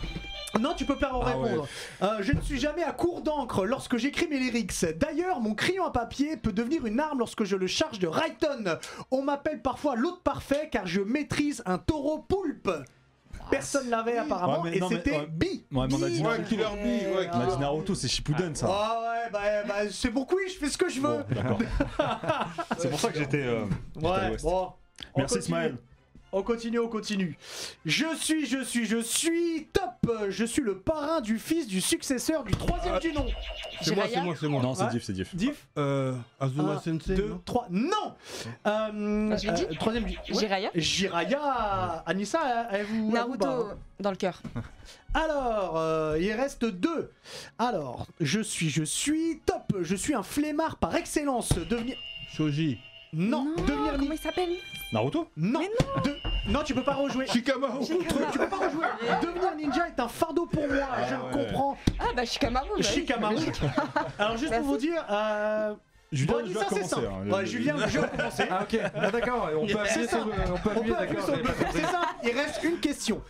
[SPEAKER 1] non, tu peux pas en
[SPEAKER 2] Ah
[SPEAKER 1] répondre. Euh, je ne suis jamais à court d'encre lorsque j'écris mes lyrics. D'ailleurs, mon crayon à papier peut devenir une arme lorsque je le charge de Rayton. On m'appelle parfois l'autre parfait car je maîtrise un taureau poulpe. Personne l'avait apparemment
[SPEAKER 2] Ouais, mais
[SPEAKER 1] et
[SPEAKER 2] non, mais-
[SPEAKER 1] c'était
[SPEAKER 2] ouais.
[SPEAKER 1] Bi.
[SPEAKER 2] Ouais, mais on a dit,
[SPEAKER 5] Ouais, Killer Bee. Ouais,
[SPEAKER 2] on a dit Naruto, c'est Shippuden ça.
[SPEAKER 1] Ah ouais, bah, bah, c'est bon oui, je fais ce que je veux.
[SPEAKER 2] Bon, d'accord.
[SPEAKER 1] [laughs]
[SPEAKER 2] c'est pour ça que j'étais. euh, j'étais à
[SPEAKER 1] ouais,
[SPEAKER 2] l'ouest.
[SPEAKER 1] bon. On
[SPEAKER 2] Merci
[SPEAKER 1] continue.
[SPEAKER 2] Ismaël.
[SPEAKER 1] On continue, on continue. Je suis, je suis, je suis top. Je suis le parrain du fils du successeur du troisième
[SPEAKER 2] Ah.
[SPEAKER 1] du nom.
[SPEAKER 5] C'est moi,
[SPEAKER 3] Jiraya
[SPEAKER 5] c'est moi, c'est moi.
[SPEAKER 2] Non, c'est
[SPEAKER 1] Ouais.
[SPEAKER 2] Diff, c'est Diff.
[SPEAKER 1] Diff,
[SPEAKER 5] Euh, Azuma
[SPEAKER 1] Un,
[SPEAKER 5] Sensei.
[SPEAKER 1] 2,
[SPEAKER 5] non
[SPEAKER 1] 3, non Euh,
[SPEAKER 3] Je l'ai dit
[SPEAKER 1] euh, Troisième du. ouais.
[SPEAKER 3] Jiraya
[SPEAKER 1] Jiraya Anissa, avez-vous. avez-vous
[SPEAKER 3] Naruto
[SPEAKER 1] pas
[SPEAKER 3] dans le cœur.
[SPEAKER 1] Alors, euh, il reste deux. Alors, je suis, je suis top. Je suis un flemmard par excellence. Devenir.
[SPEAKER 5] Shoji.
[SPEAKER 1] Non, devenir. ni-
[SPEAKER 3] Comment il s'appelle
[SPEAKER 2] Naruto
[SPEAKER 1] Non. De- Non, tu peux pas rejouer.
[SPEAKER 5] Shikamaru.
[SPEAKER 1] Tu, tu peux pas rejouer. Devenir ninja est un fardeau pour moi, je le
[SPEAKER 2] ouais.
[SPEAKER 1] comprends.
[SPEAKER 3] Ah, bah, Shikamaru. bah oui.
[SPEAKER 1] Shikamaru. Alors juste pour vous dire, euh,
[SPEAKER 2] Julien,
[SPEAKER 1] bon, ça
[SPEAKER 2] je dois
[SPEAKER 1] c'est
[SPEAKER 2] commencer,
[SPEAKER 1] simple.
[SPEAKER 2] hein, le-
[SPEAKER 1] Ouais, Julien, le jeu a
[SPEAKER 2] [laughs]
[SPEAKER 1] commencé.
[SPEAKER 4] Ah ok, Ah, d'accord.
[SPEAKER 1] [laughs]
[SPEAKER 4] On peut appuyer
[SPEAKER 1] ça.
[SPEAKER 4] sur le, on peut
[SPEAKER 1] On
[SPEAKER 4] appuyer,
[SPEAKER 1] peut appuyer
[SPEAKER 4] d'accord,
[SPEAKER 1] sur le
[SPEAKER 4] j'avais pas
[SPEAKER 1] bouton,
[SPEAKER 4] compris.
[SPEAKER 1] c'est simple. Il reste une question.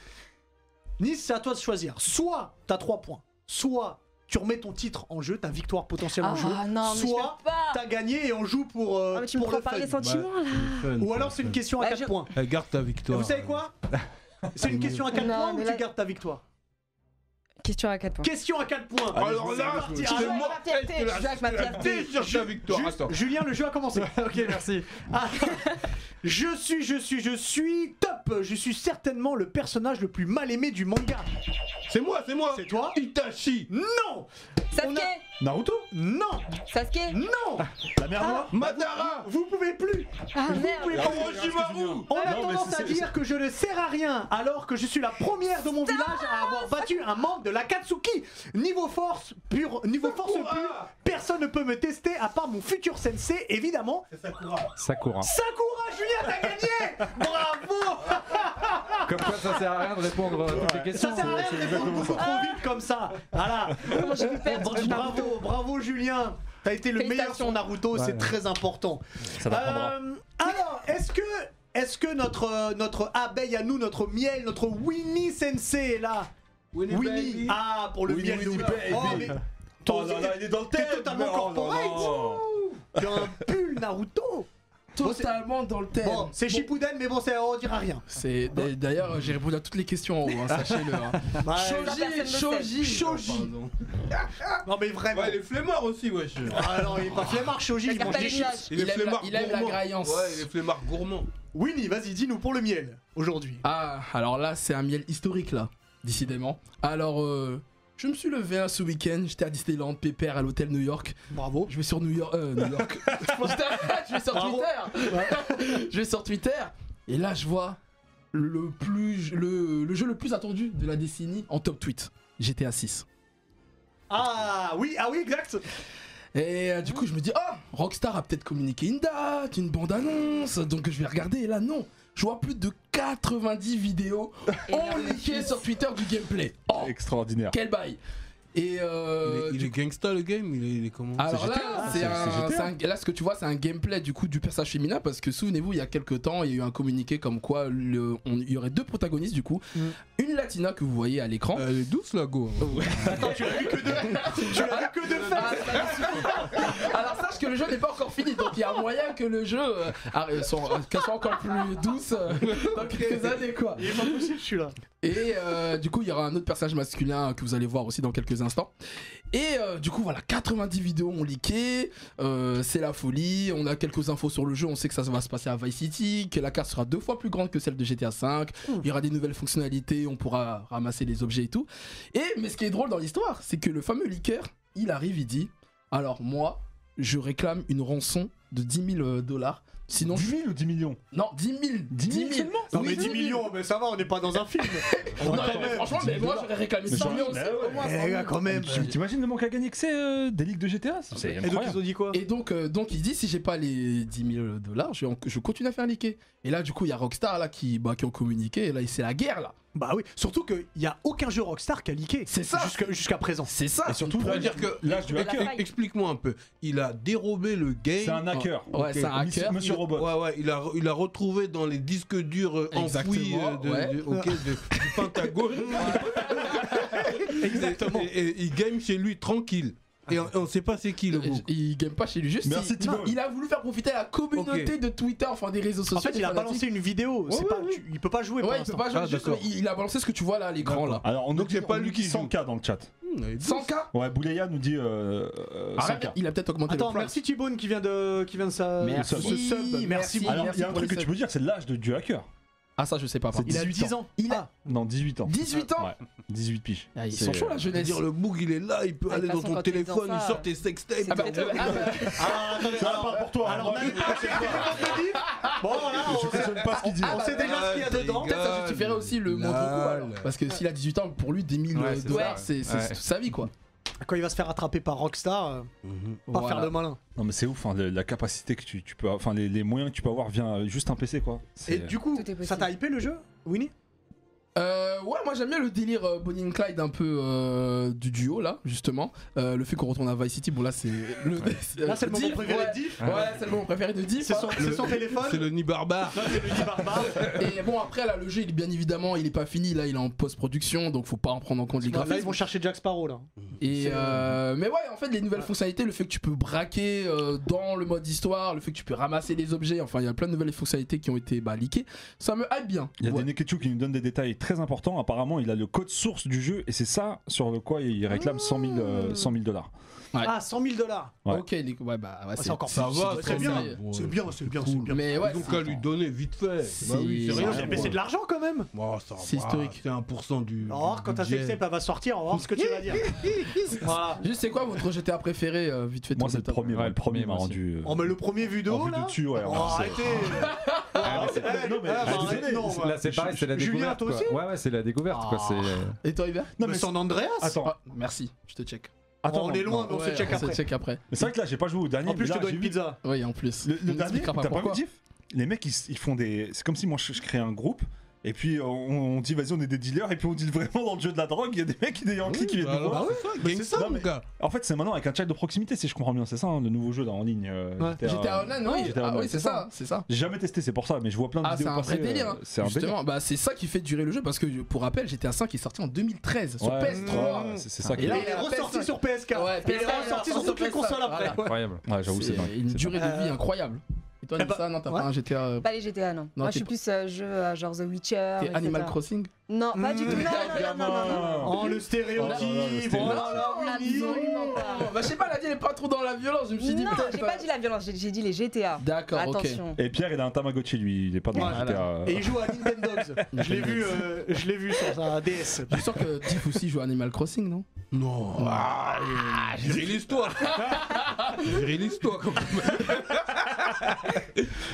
[SPEAKER 1] Nice, c'est à toi de choisir. Soit t'as 3 points, soit tu remets ton titre en jeu, ta victoire potentielle en
[SPEAKER 3] Ah,
[SPEAKER 1] jeu,
[SPEAKER 3] non, mais je
[SPEAKER 1] soit
[SPEAKER 3] peux pas.
[SPEAKER 1] t'as gagné et on joue pour, euh,
[SPEAKER 3] Ah, mais tu me
[SPEAKER 1] pour le
[SPEAKER 3] prends
[SPEAKER 1] fun. Bah.
[SPEAKER 3] par les sentiments là.
[SPEAKER 1] Ou alors c'est une question à
[SPEAKER 3] Bah,
[SPEAKER 1] 4
[SPEAKER 3] je-
[SPEAKER 1] points.
[SPEAKER 5] Eh, Garde ta victoire.
[SPEAKER 1] Vous savez quoi C'est
[SPEAKER 5] [laughs]
[SPEAKER 1] une question à 4
[SPEAKER 3] Non,
[SPEAKER 1] points ou
[SPEAKER 3] mais
[SPEAKER 1] tu
[SPEAKER 3] là-
[SPEAKER 1] gardes ta victoire
[SPEAKER 3] Question à 4 points.
[SPEAKER 1] Question à 4 points.
[SPEAKER 2] Allez,
[SPEAKER 5] Alors là,
[SPEAKER 1] parti.
[SPEAKER 5] je
[SPEAKER 1] Ah,
[SPEAKER 5] te
[SPEAKER 1] ouais,
[SPEAKER 5] mens,
[SPEAKER 3] ma fierté,
[SPEAKER 5] je te la-
[SPEAKER 3] je jure que ma
[SPEAKER 5] je te la
[SPEAKER 3] fierté.
[SPEAKER 5] déchire ta victoire.
[SPEAKER 1] Juste-
[SPEAKER 5] Attends.
[SPEAKER 1] Julien, le jeu a
[SPEAKER 5] [laughs]
[SPEAKER 1] commencé.
[SPEAKER 4] Ok, merci.
[SPEAKER 1] Ah. je suis, je suis, je suis top. Je suis certainement le personnage le plus mal aimé du manga.
[SPEAKER 5] C'est moi, c'est moi.
[SPEAKER 1] C'est toi
[SPEAKER 5] Itachi.
[SPEAKER 1] Non,
[SPEAKER 3] Sasuke
[SPEAKER 2] Naruto
[SPEAKER 1] non,
[SPEAKER 3] Sasuke
[SPEAKER 1] non.
[SPEAKER 2] Ah,
[SPEAKER 1] Ah,
[SPEAKER 2] La mère noire
[SPEAKER 5] Madara.
[SPEAKER 1] Vous pouvez plus.
[SPEAKER 3] Ah, merde
[SPEAKER 1] pouvez pas-
[SPEAKER 5] Orochimaru.
[SPEAKER 1] On a
[SPEAKER 2] Non, mais
[SPEAKER 1] tendance
[SPEAKER 2] c'est-
[SPEAKER 1] à
[SPEAKER 2] c'est-
[SPEAKER 1] dire que je ne sers à rien alors que je suis la première de mon village à avoir battu un membre de la Katsuki. Niveau force pure, niveau force pure, personne ne peut me tester à part mon futur sensei évidemment.
[SPEAKER 4] Sakura.
[SPEAKER 1] Sakura, Julien, t'as
[SPEAKER 2] [laughs]
[SPEAKER 1] gagné. Bravo.
[SPEAKER 4] Comme quoi, ça sert à rien de répondre à toutes les questions.
[SPEAKER 1] Ça sert à rien
[SPEAKER 4] c'est-
[SPEAKER 1] de répondre beaucoup trop vite comme ça. Voilà. Bravo, bravo, bravo, Julien. T'as été le meilleur sur Naruto, c'est très important.
[SPEAKER 2] Ça t'apprendra.
[SPEAKER 1] Euh, alors, est-ce que, est-ce que notre, euh, notre abeille à nous, notre miel, notre Winnie Sensei est là
[SPEAKER 5] Winnie
[SPEAKER 1] Winnie.
[SPEAKER 5] Baby.
[SPEAKER 1] Ah, pour le
[SPEAKER 2] Winnie,
[SPEAKER 1] miel de
[SPEAKER 2] Winnie,
[SPEAKER 1] Winnie. Oh,
[SPEAKER 2] baby.
[SPEAKER 1] mais
[SPEAKER 2] Oh là là, il est dans le thème
[SPEAKER 1] totalement
[SPEAKER 2] Oh là là.
[SPEAKER 1] corporate. t'as un pull Naruto.
[SPEAKER 9] totalement dans le thème.
[SPEAKER 1] Bon, c'est
[SPEAKER 9] Bon,
[SPEAKER 1] Shippuden, mais bon, ça, on dira rien.
[SPEAKER 9] c'est- d'a- D'ailleurs, j'ai répondu à toutes les questions en haut, hein, sachez-le. hein.
[SPEAKER 1] [laughs] Ouais.
[SPEAKER 9] Shoji, Shoji, Shoji.
[SPEAKER 1] Non, mais vraiment.
[SPEAKER 5] Ouais, les flemmards aussi, wesh.
[SPEAKER 1] Ah non, il est pas flemmard, Shoji, il mange des chips.
[SPEAKER 5] Il
[SPEAKER 9] Il
[SPEAKER 5] est
[SPEAKER 9] aime la-
[SPEAKER 5] flemmard
[SPEAKER 9] il aime la
[SPEAKER 5] gourmand.
[SPEAKER 9] graillance.
[SPEAKER 5] Ouais, il est flemmard gourmand.
[SPEAKER 1] Winnie, vas-y, dis-nous pour le miel, aujourd'hui.
[SPEAKER 9] Ah, alors là, c'est un miel historique, là, décidément. Alors, euh, je me suis levé hein, ce week-end, j'étais à Disneyland, pépère à l'hôtel New York.
[SPEAKER 1] Bravo.
[SPEAKER 9] Je vais sur New York. euh, New
[SPEAKER 1] [laughs]
[SPEAKER 9] York. J'étais- je vais sur
[SPEAKER 1] Bravo.
[SPEAKER 9] Twitter. [laughs] je vais sur Twitter. Et là, je vois le, plus, le, le jeu le plus attendu de la décennie en top tweet. GTA 6.
[SPEAKER 1] Ah oui, ah oui, exact.
[SPEAKER 9] Et euh, du coup, je me dis, ah, Rockstar a peut-être communiqué une date, une bande-annonce, donc je vais regarder. Et là, non, je vois plus de 90 vidéos en liquées sur Twitter du gameplay. Oh,
[SPEAKER 2] Extraordinaire.
[SPEAKER 9] quel bail Et euh,
[SPEAKER 5] il est, il est gangsta le game, il est, il est comment
[SPEAKER 9] alors
[SPEAKER 2] C'est
[SPEAKER 9] là,
[SPEAKER 2] GTA,
[SPEAKER 9] c'est
[SPEAKER 2] c'est-
[SPEAKER 9] un,
[SPEAKER 2] c'est
[SPEAKER 9] c'est un- là, ce que tu vois, c'est un gameplay du coup du personnage féminin parce que souvenez-vous, il y a quelques temps, il y a eu un communiqué comme quoi le- on- il y aurait deux protagonistes du coup, une latina que vous voyez à l'écran.
[SPEAKER 5] Elle est douce la go.
[SPEAKER 1] Attends, tu l'as vu que deux. tu l'as vu que deux
[SPEAKER 9] Ah, ça me suffit. Alors sache que le jeu n'est pas encore fini, donc il y a moyen que le jeu euh, arri- soit, euh, qu'elle soit encore plus douce euh, dans quelques années quoi.
[SPEAKER 1] Il est pas possible, je suis là.
[SPEAKER 9] Et euh, du coup, il y aura un autre personnage masculin que vous allez voir aussi dans quelques instants. Et euh, du coup, voilà, 90 vidéos ont leaké. euh, c'est la folie. On a quelques infos sur le jeu. On sait que ça va se passer à Vice City, que la carte sera deux fois plus grande que celle de GTA V. Il y aura des nouvelles fonctionnalités. On pourra ramasser les objets et tout. Et mais ce qui est drôle dans l'histoire, c'est que le fameux leaker, il arrive, il dit Alors moi, je réclame une rançon de 10 000 dollars. Sinon,
[SPEAKER 2] 10
[SPEAKER 9] je...
[SPEAKER 2] 000 ou 10 millions
[SPEAKER 9] non, 10 000 10 000
[SPEAKER 1] Non,
[SPEAKER 9] Oui,
[SPEAKER 1] mais 10 millions, mais ça va, on n'est pas dans un
[SPEAKER 9] [laughs]
[SPEAKER 1] film.
[SPEAKER 9] Non,
[SPEAKER 1] Ouais,
[SPEAKER 9] mais franchement, mais moi j'aurais réclamé
[SPEAKER 2] Mais
[SPEAKER 9] 100
[SPEAKER 2] genre,
[SPEAKER 9] 000 aussi,
[SPEAKER 2] bah ouais.
[SPEAKER 9] au moins 100
[SPEAKER 1] Eh,
[SPEAKER 9] 000.
[SPEAKER 1] les gars, quand même.
[SPEAKER 2] Tu- T'imagines le manque à gagner que c'est euh, des ligues de GTA C'est
[SPEAKER 1] Et donc, ils
[SPEAKER 2] incroyable.
[SPEAKER 1] ont dit quoi
[SPEAKER 9] Et donc, euh, donc il dit si j'ai pas les 10 000 dollars, je, vais en- je continue à faire liquer. Et là, du coup, il y a Rockstar là qui, bah, qui ont communiqué. Et là, c'est la guerre là.
[SPEAKER 1] Bah oui, surtout qu'il n'y a aucun jeu Rockstar qui a leaké.
[SPEAKER 9] C'est ça.
[SPEAKER 1] Jusque- Jusqu'à présent.
[SPEAKER 9] C'est ça.
[SPEAKER 2] Et surtout,
[SPEAKER 5] pourrait dire que-
[SPEAKER 2] l'âge du hacker,
[SPEAKER 5] Ex- Explique-moi un peu. Il a dérobé le game.
[SPEAKER 2] c'est un hacker.
[SPEAKER 9] Ouais,
[SPEAKER 5] Ok.
[SPEAKER 9] c'est un
[SPEAKER 2] Monsieur,
[SPEAKER 9] hacker.
[SPEAKER 2] Monsieur
[SPEAKER 5] Il-
[SPEAKER 2] Robot.
[SPEAKER 5] Ouais, ouais, il a, il a retrouvé dans les disques durs euh, enfouis
[SPEAKER 9] Exactement,
[SPEAKER 5] euh, de,
[SPEAKER 9] ouais.
[SPEAKER 5] de- ok, de- du Pentagone. [laughs] Exactement. Et, et il game chez lui tranquille. Et on, on sait pas c'est qui le
[SPEAKER 9] Il,
[SPEAKER 5] bouc.
[SPEAKER 9] il game pas chez lui juste.
[SPEAKER 2] Merci,
[SPEAKER 9] il,
[SPEAKER 2] Thibaut.
[SPEAKER 9] non, il a voulu faire profiter la communauté
[SPEAKER 5] Ok.
[SPEAKER 9] de Twitter, enfin des réseaux sociaux.
[SPEAKER 1] En fait,
[SPEAKER 9] des
[SPEAKER 1] il a
[SPEAKER 9] fanatiques.
[SPEAKER 1] balancé une vidéo.
[SPEAKER 9] Ouais,
[SPEAKER 1] c'est
[SPEAKER 9] ouais,
[SPEAKER 1] pas,
[SPEAKER 9] ouais.
[SPEAKER 1] tu- il peut pas jouer pour
[SPEAKER 9] Ouais, il peut
[SPEAKER 1] l'instant.
[SPEAKER 9] pas jouer,
[SPEAKER 5] Ah,
[SPEAKER 9] juste,
[SPEAKER 5] d'accord.
[SPEAKER 9] il, il a balancé ce que tu vois là à l'écran là.
[SPEAKER 2] Alors, on
[SPEAKER 5] Donc,
[SPEAKER 2] nous
[SPEAKER 5] c'est
[SPEAKER 2] dit-
[SPEAKER 5] pas
[SPEAKER 2] on
[SPEAKER 5] lui
[SPEAKER 2] nous
[SPEAKER 5] qui
[SPEAKER 2] dit
[SPEAKER 5] joue.
[SPEAKER 2] 100K dans le chat.
[SPEAKER 9] 100K
[SPEAKER 2] Ouais, Bouleya nous dit euh, euh,
[SPEAKER 9] Arrête,
[SPEAKER 2] 100K.
[SPEAKER 9] Il a peut-être augmenté
[SPEAKER 1] Attends,
[SPEAKER 9] le price.
[SPEAKER 1] merci Tibone qui vient de qui vient de sa
[SPEAKER 9] Merci,
[SPEAKER 1] de ce sub. Merci,
[SPEAKER 9] merci.
[SPEAKER 1] beaucoup.
[SPEAKER 2] Alors, il y a un
[SPEAKER 9] pour
[SPEAKER 2] truc
[SPEAKER 9] les
[SPEAKER 2] que tu
[SPEAKER 9] subs.
[SPEAKER 2] peux dire, c'est l'âge de- du hacker.
[SPEAKER 9] Ah ça je sais pas. par
[SPEAKER 2] C'est
[SPEAKER 9] contre.
[SPEAKER 1] Il a
[SPEAKER 2] 18
[SPEAKER 1] 10 ans.
[SPEAKER 9] Il a-
[SPEAKER 1] Ah,
[SPEAKER 2] Non, 18 ans.
[SPEAKER 9] 18 ans.
[SPEAKER 2] Ouais, 18 piges.
[SPEAKER 9] Ah, Ils
[SPEAKER 2] C'est-
[SPEAKER 9] sont chauds la
[SPEAKER 5] Je veux
[SPEAKER 9] jeunesse.
[SPEAKER 5] dire, le bouc il est là, il peut
[SPEAKER 3] Ah, de
[SPEAKER 5] aller
[SPEAKER 3] toute
[SPEAKER 5] dans
[SPEAKER 3] façon,
[SPEAKER 5] ton
[SPEAKER 3] quand ils
[SPEAKER 5] téléphone,
[SPEAKER 3] font
[SPEAKER 5] il
[SPEAKER 3] ça,
[SPEAKER 5] sort tes sextapes.
[SPEAKER 3] C'est très- ah bah,
[SPEAKER 1] Ah, attendez,
[SPEAKER 2] Ça
[SPEAKER 1] alors-
[SPEAKER 2] parle pour toi.
[SPEAKER 1] alors, on
[SPEAKER 2] moi,
[SPEAKER 1] n'avait pas fait le Bon, voilà,
[SPEAKER 2] je
[SPEAKER 1] on sait-
[SPEAKER 2] questionne pas ce qu'il dit.
[SPEAKER 1] on sait déjà ce qu'il y a
[SPEAKER 5] Ah,
[SPEAKER 1] dedans.
[SPEAKER 9] Peut-être ça justifierait aussi le
[SPEAKER 5] Lol.
[SPEAKER 9] montre au cou, alors. Parce que s'il a 18 ans, pour lui, 10 000
[SPEAKER 4] Ouais, c'est
[SPEAKER 9] dollars,
[SPEAKER 4] ça.
[SPEAKER 9] c'est c'est
[SPEAKER 4] Ouais.
[SPEAKER 9] toute sa vie quoi.
[SPEAKER 1] Quand il va se faire attraper par Rockstar, euh, pas
[SPEAKER 9] Voilà.
[SPEAKER 1] faire le malin.
[SPEAKER 2] Non, mais c'est ouf, hein, le- la capacité que tu, tu peux, enfin les, les moyens que tu peux avoir via euh, juste un PC quoi. C'est- euh,
[SPEAKER 1] Et du coup,
[SPEAKER 3] Tout est
[SPEAKER 1] ça
[SPEAKER 3] possible.
[SPEAKER 1] t'a hypé le jeu, Winnie
[SPEAKER 9] Euh, ouais, moi j'aime bien le délire euh, Bonnie and Clyde un peu euh, du duo là, justement. Euh, le fait qu'on retourne à Vice City, bon là c'est le. [laughs] c'est-
[SPEAKER 1] Là, c'est le moment
[SPEAKER 9] Euh, Diff,
[SPEAKER 1] préféré de
[SPEAKER 9] ouais.
[SPEAKER 1] Diff.
[SPEAKER 9] Ouais, c'est le moment préféré de Diff.
[SPEAKER 1] C'est son,
[SPEAKER 9] hein.
[SPEAKER 1] c'est son
[SPEAKER 5] C'est
[SPEAKER 1] téléphone.
[SPEAKER 5] le nid barbare.
[SPEAKER 1] Là, c'est le Diff barbare.
[SPEAKER 9] [laughs] Et bon, après là, le jeu, il est bien évidemment, il est pas fini là, il est en post-production donc faut pas en prendre en compte les
[SPEAKER 1] Là, ils
[SPEAKER 9] graphismes.
[SPEAKER 1] vont chercher Jack Sparrow, là.
[SPEAKER 9] Et euh, mais ouais, en fait, les nouvelles fonctionnalités, le fait que tu peux braquer euh, dans le mode histoire, le fait que tu peux ramasser les objets, enfin, il y a plein de nouvelles fonctionnalités qui ont été bah, leakées, ça me hype bien.
[SPEAKER 2] Il y a
[SPEAKER 9] Ouais.
[SPEAKER 2] des Neketsu qui nous donnent des détails très importants. Apparemment, il a le code source du jeu et c'est ça sur le quoi il réclame 100 000 euh, 100 000 dollars.
[SPEAKER 9] Ouais.
[SPEAKER 1] Ah, 100 000 dollars.
[SPEAKER 2] Ouais.
[SPEAKER 9] Ok, les... ouais, bah, ouais,
[SPEAKER 1] Ah, C'est encore
[SPEAKER 9] c'est-
[SPEAKER 1] plus.
[SPEAKER 5] ça va,
[SPEAKER 9] c'est
[SPEAKER 1] C'est
[SPEAKER 9] très
[SPEAKER 1] bien.
[SPEAKER 9] sérieux.
[SPEAKER 1] C'est bien, c'est bien, c'est
[SPEAKER 9] Cool.
[SPEAKER 1] bien.
[SPEAKER 9] Mais ouais,
[SPEAKER 5] Donc
[SPEAKER 9] c'est-
[SPEAKER 5] à lui donner vite fait. Bah oui,
[SPEAKER 9] C'est-
[SPEAKER 5] c'est rien.
[SPEAKER 9] Ouais,
[SPEAKER 1] Mais c'est de l'argent quand même.
[SPEAKER 5] Oh, ça
[SPEAKER 9] C'est
[SPEAKER 5] va,
[SPEAKER 9] historique.
[SPEAKER 5] C'est 1% du.
[SPEAKER 1] On va voir quand ta
[SPEAKER 5] budget.
[SPEAKER 1] sextape elle va sortir, on va voir ce que tu vas dire. [laughs] voilà.
[SPEAKER 9] Juste, c'est quoi votre GTA préféré euh, Vite fait,
[SPEAKER 2] Moi,
[SPEAKER 9] top
[SPEAKER 2] c'est le
[SPEAKER 9] top.
[SPEAKER 2] premier.
[SPEAKER 4] Ouais,
[SPEAKER 2] le premier m'a
[SPEAKER 4] moi aussi.
[SPEAKER 2] rendu. euh,
[SPEAKER 1] Oh, mais le premier vu de
[SPEAKER 2] En
[SPEAKER 1] haut,
[SPEAKER 2] vue de
[SPEAKER 1] là
[SPEAKER 2] dessus, ouais,
[SPEAKER 1] Oh,
[SPEAKER 2] ouais, c'est-
[SPEAKER 1] arrêtez Eh,
[SPEAKER 2] non,
[SPEAKER 1] eh,
[SPEAKER 2] mais-
[SPEAKER 1] bah,
[SPEAKER 2] je suis
[SPEAKER 1] arrêtez,
[SPEAKER 2] désolé,
[SPEAKER 1] non,
[SPEAKER 4] Là, c'est
[SPEAKER 1] bah.
[SPEAKER 4] pareil, c'est la
[SPEAKER 1] Julien,
[SPEAKER 4] découverte.
[SPEAKER 1] toi
[SPEAKER 4] quoi.
[SPEAKER 1] aussi
[SPEAKER 4] Ouais, ouais, c'est la découverte quoi. C'est. euh,
[SPEAKER 2] Ah.
[SPEAKER 9] Et toi, Hubert
[SPEAKER 1] Non, mais San Andreas Oh,
[SPEAKER 2] Attends,
[SPEAKER 9] Ah, Merci, je te check.
[SPEAKER 2] attends.
[SPEAKER 1] on est
[SPEAKER 2] non,
[SPEAKER 1] loin,
[SPEAKER 2] non.
[SPEAKER 1] donc on se
[SPEAKER 9] Ouais,
[SPEAKER 1] check
[SPEAKER 9] on
[SPEAKER 1] après.
[SPEAKER 9] se check après.
[SPEAKER 2] Mais c'est vrai que là, j'ai pas joué au dernier.
[SPEAKER 1] En plus,
[SPEAKER 2] mais
[SPEAKER 1] je te
[SPEAKER 2] là,
[SPEAKER 1] dois
[SPEAKER 2] j'ai
[SPEAKER 1] une
[SPEAKER 2] vu-
[SPEAKER 1] pizza.
[SPEAKER 9] Oui, en plus.
[SPEAKER 2] Le, le
[SPEAKER 9] On
[SPEAKER 2] dernier,
[SPEAKER 9] expliquera
[SPEAKER 2] t'as pas vu
[SPEAKER 9] pourquoi.
[SPEAKER 2] Diff Les mecs, ils, ils font des. C'est comme si moi je, je créais un groupe. Et puis euh, [laughs] on, on dit vas-y on est des dealers et puis on dit vraiment dans le jeu de la drogue il y a des mecs des Yankees qui viennent nous voir.
[SPEAKER 5] Bah ouais, c'est ça,
[SPEAKER 2] Non,
[SPEAKER 5] mon
[SPEAKER 2] mais-
[SPEAKER 5] gars.
[SPEAKER 2] En fait c'est maintenant avec un chat de proximité si je comprends bien c'est ça hein, le nouveau jeu là en ligne. euh,
[SPEAKER 1] Ouais.
[SPEAKER 2] GTA,
[SPEAKER 9] GTA
[SPEAKER 2] euh,
[SPEAKER 9] Online, oui.
[SPEAKER 2] GTA
[SPEAKER 9] Ah
[SPEAKER 2] Online,
[SPEAKER 9] oui, c'est ça, c'est ça.
[SPEAKER 2] J'ai jamais testé c'est pour ça mais je vois plein de
[SPEAKER 9] Ah, c'est
[SPEAKER 2] vidéos
[SPEAKER 9] un
[SPEAKER 2] passer.
[SPEAKER 9] vrai délire.
[SPEAKER 2] euh,
[SPEAKER 9] hein.
[SPEAKER 2] c'est un délire.
[SPEAKER 9] Justement, bah, c'est ça qui fait durer le jeu parce que pour rappel, GTA 5 est sorti en 2013 sur E
[SPEAKER 2] Ouais,
[SPEAKER 9] PS3.
[SPEAKER 2] ouais, c'est c'est ça qui
[SPEAKER 9] Et là,
[SPEAKER 1] il est
[SPEAKER 9] la
[SPEAKER 1] ressorti
[SPEAKER 9] PS5.
[SPEAKER 1] sur PS4.
[SPEAKER 9] Ouais,
[SPEAKER 1] il est
[SPEAKER 9] PS4,
[SPEAKER 1] ressorti sur toutes les
[SPEAKER 9] voilà.
[SPEAKER 1] consoles après.
[SPEAKER 4] Incroyable.
[SPEAKER 2] Ouais, j'avoue
[SPEAKER 9] C'est
[SPEAKER 2] c'est dingue.
[SPEAKER 9] une
[SPEAKER 2] c'est
[SPEAKER 9] durée de vie
[SPEAKER 1] Euh,
[SPEAKER 9] incroyable. Toi,
[SPEAKER 1] Ah bah,
[SPEAKER 9] ça, non, t'as
[SPEAKER 1] ouais.
[SPEAKER 9] pas un GTA. euh,
[SPEAKER 3] Pas les GTA, non. Moi,
[SPEAKER 9] t'es
[SPEAKER 3] je suis
[SPEAKER 9] pas-
[SPEAKER 3] plus euh, jeu euh, genre The Witcher.
[SPEAKER 1] Ah
[SPEAKER 9] T'es
[SPEAKER 3] etc.
[SPEAKER 9] Animal Crossing
[SPEAKER 3] Non, pas du tout. Non, non, non, non, non, non, non.
[SPEAKER 1] Oh, le
[SPEAKER 2] stéréotype.
[SPEAKER 1] stéréotype Oh là là, Willy
[SPEAKER 3] Absolument pas.
[SPEAKER 1] hein.
[SPEAKER 9] Bah, je sais pas, elle a dit, elle est pas trop dans la violence. Je me suis dit,
[SPEAKER 3] Non,
[SPEAKER 9] peut-être,
[SPEAKER 3] j'ai
[SPEAKER 9] euh,
[SPEAKER 3] pas dit la violence, j'ai j'ai dit les GTA.
[SPEAKER 9] D'accord, ok.
[SPEAKER 3] Attention.
[SPEAKER 2] Et Pierre, il a un Tamagotchi, lui. Il est pas dans
[SPEAKER 1] Voilà.
[SPEAKER 2] le GTA.
[SPEAKER 1] Et il joue à Nintendo. Je l'ai vu, euh, je l'ai vu sur sa DS.
[SPEAKER 9] Je suis sûr que Diff aussi joue à Animal Crossing, non
[SPEAKER 5] [laughs] Non. Ah, Virilise-toi. Virilise-toi quand même.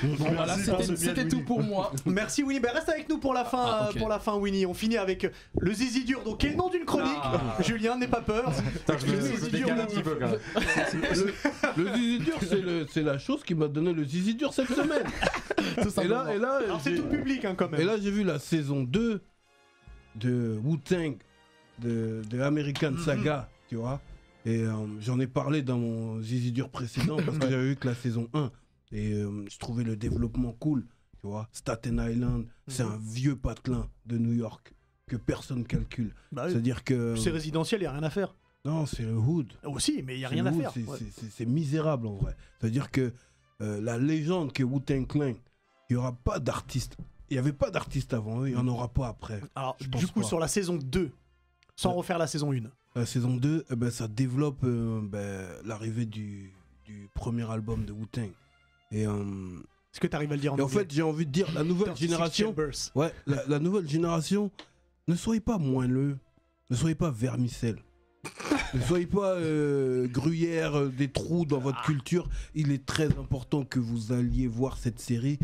[SPEAKER 9] Bon, voilà,
[SPEAKER 2] Merci pour ce
[SPEAKER 9] c'était
[SPEAKER 2] bien
[SPEAKER 9] c'était
[SPEAKER 2] de
[SPEAKER 9] tout
[SPEAKER 2] Winnie.
[SPEAKER 9] pour moi.
[SPEAKER 1] Merci Winnie. Ben, reste avec nous pour la fin,
[SPEAKER 9] Ah,
[SPEAKER 1] euh,
[SPEAKER 9] ok.
[SPEAKER 1] pour la fin Winnie. On finit avec euh, le zizi dur. Donc quel nom d'une chronique [laughs] Julien, n'aie pas peur.
[SPEAKER 2] Putain, je me-
[SPEAKER 1] Le
[SPEAKER 2] je me
[SPEAKER 1] zizi dur,
[SPEAKER 2] décale un
[SPEAKER 1] le-
[SPEAKER 2] petit peu, quand même.
[SPEAKER 5] Le, le zizi dur, c'est le- c'est la chose qui m'a donné le zizi dur cette semaine. Et là, et là,
[SPEAKER 1] Alors c'est
[SPEAKER 5] j'ai-
[SPEAKER 1] tout public hein, quand même.
[SPEAKER 5] Et là, j'ai vu la saison 2 de Wu-Tang, de, de American
[SPEAKER 1] Mhm.
[SPEAKER 5] Saga, tu vois. Et euh, j'en ai parlé dans mon Zizi Dur précédent parce que j'avais vu que la saison 1. Et euh, je trouvais le développement cool, tu vois. Staten Island, c'est
[SPEAKER 1] Mhm.
[SPEAKER 5] un vieux patelin de New York que personne calcule.
[SPEAKER 1] Bah oui.
[SPEAKER 5] C'est-à-dire que.
[SPEAKER 1] C'est résidentiel, il n'y a rien à faire.
[SPEAKER 5] Non, c'est le hood.
[SPEAKER 1] Aussi, mais il n'y a
[SPEAKER 5] C'est
[SPEAKER 1] rien à
[SPEAKER 5] Wu,
[SPEAKER 1] faire.
[SPEAKER 5] c'est-
[SPEAKER 1] Ouais.
[SPEAKER 5] c'est- c'est- C'est misérable en vrai. C'est-à-dire que euh, la légende que Wu-Tang Clan, il n'y aura pas d'artiste. Il n'y avait pas d'artiste avant eux, il n'y
[SPEAKER 1] Mhm.
[SPEAKER 5] en aura pas après.
[SPEAKER 1] Alors,
[SPEAKER 5] Je
[SPEAKER 1] du
[SPEAKER 5] pense
[SPEAKER 1] coup,
[SPEAKER 5] pas.
[SPEAKER 1] sur la saison 2, sans
[SPEAKER 5] Ouais.
[SPEAKER 1] refaire la saison 1.
[SPEAKER 5] La saison 2, eh ben, ça développe euh, ben, l'arrivée du, du premier album de Wu-Tang. Et, euh,
[SPEAKER 1] Est-ce que tu arrives à le dire en
[SPEAKER 5] et en
[SPEAKER 1] anglais
[SPEAKER 5] fait, j'ai envie de dire, la nouvelle
[SPEAKER 1] 36
[SPEAKER 5] génération,
[SPEAKER 1] Chambers.
[SPEAKER 5] ouais, la, la nouvelle génération, ne soyez pas moelleux, ne soyez pas vermicelle. ne soyez pas euh, gruyère euh, des trous dans votre culture. Il est très important que vous alliez voir cette série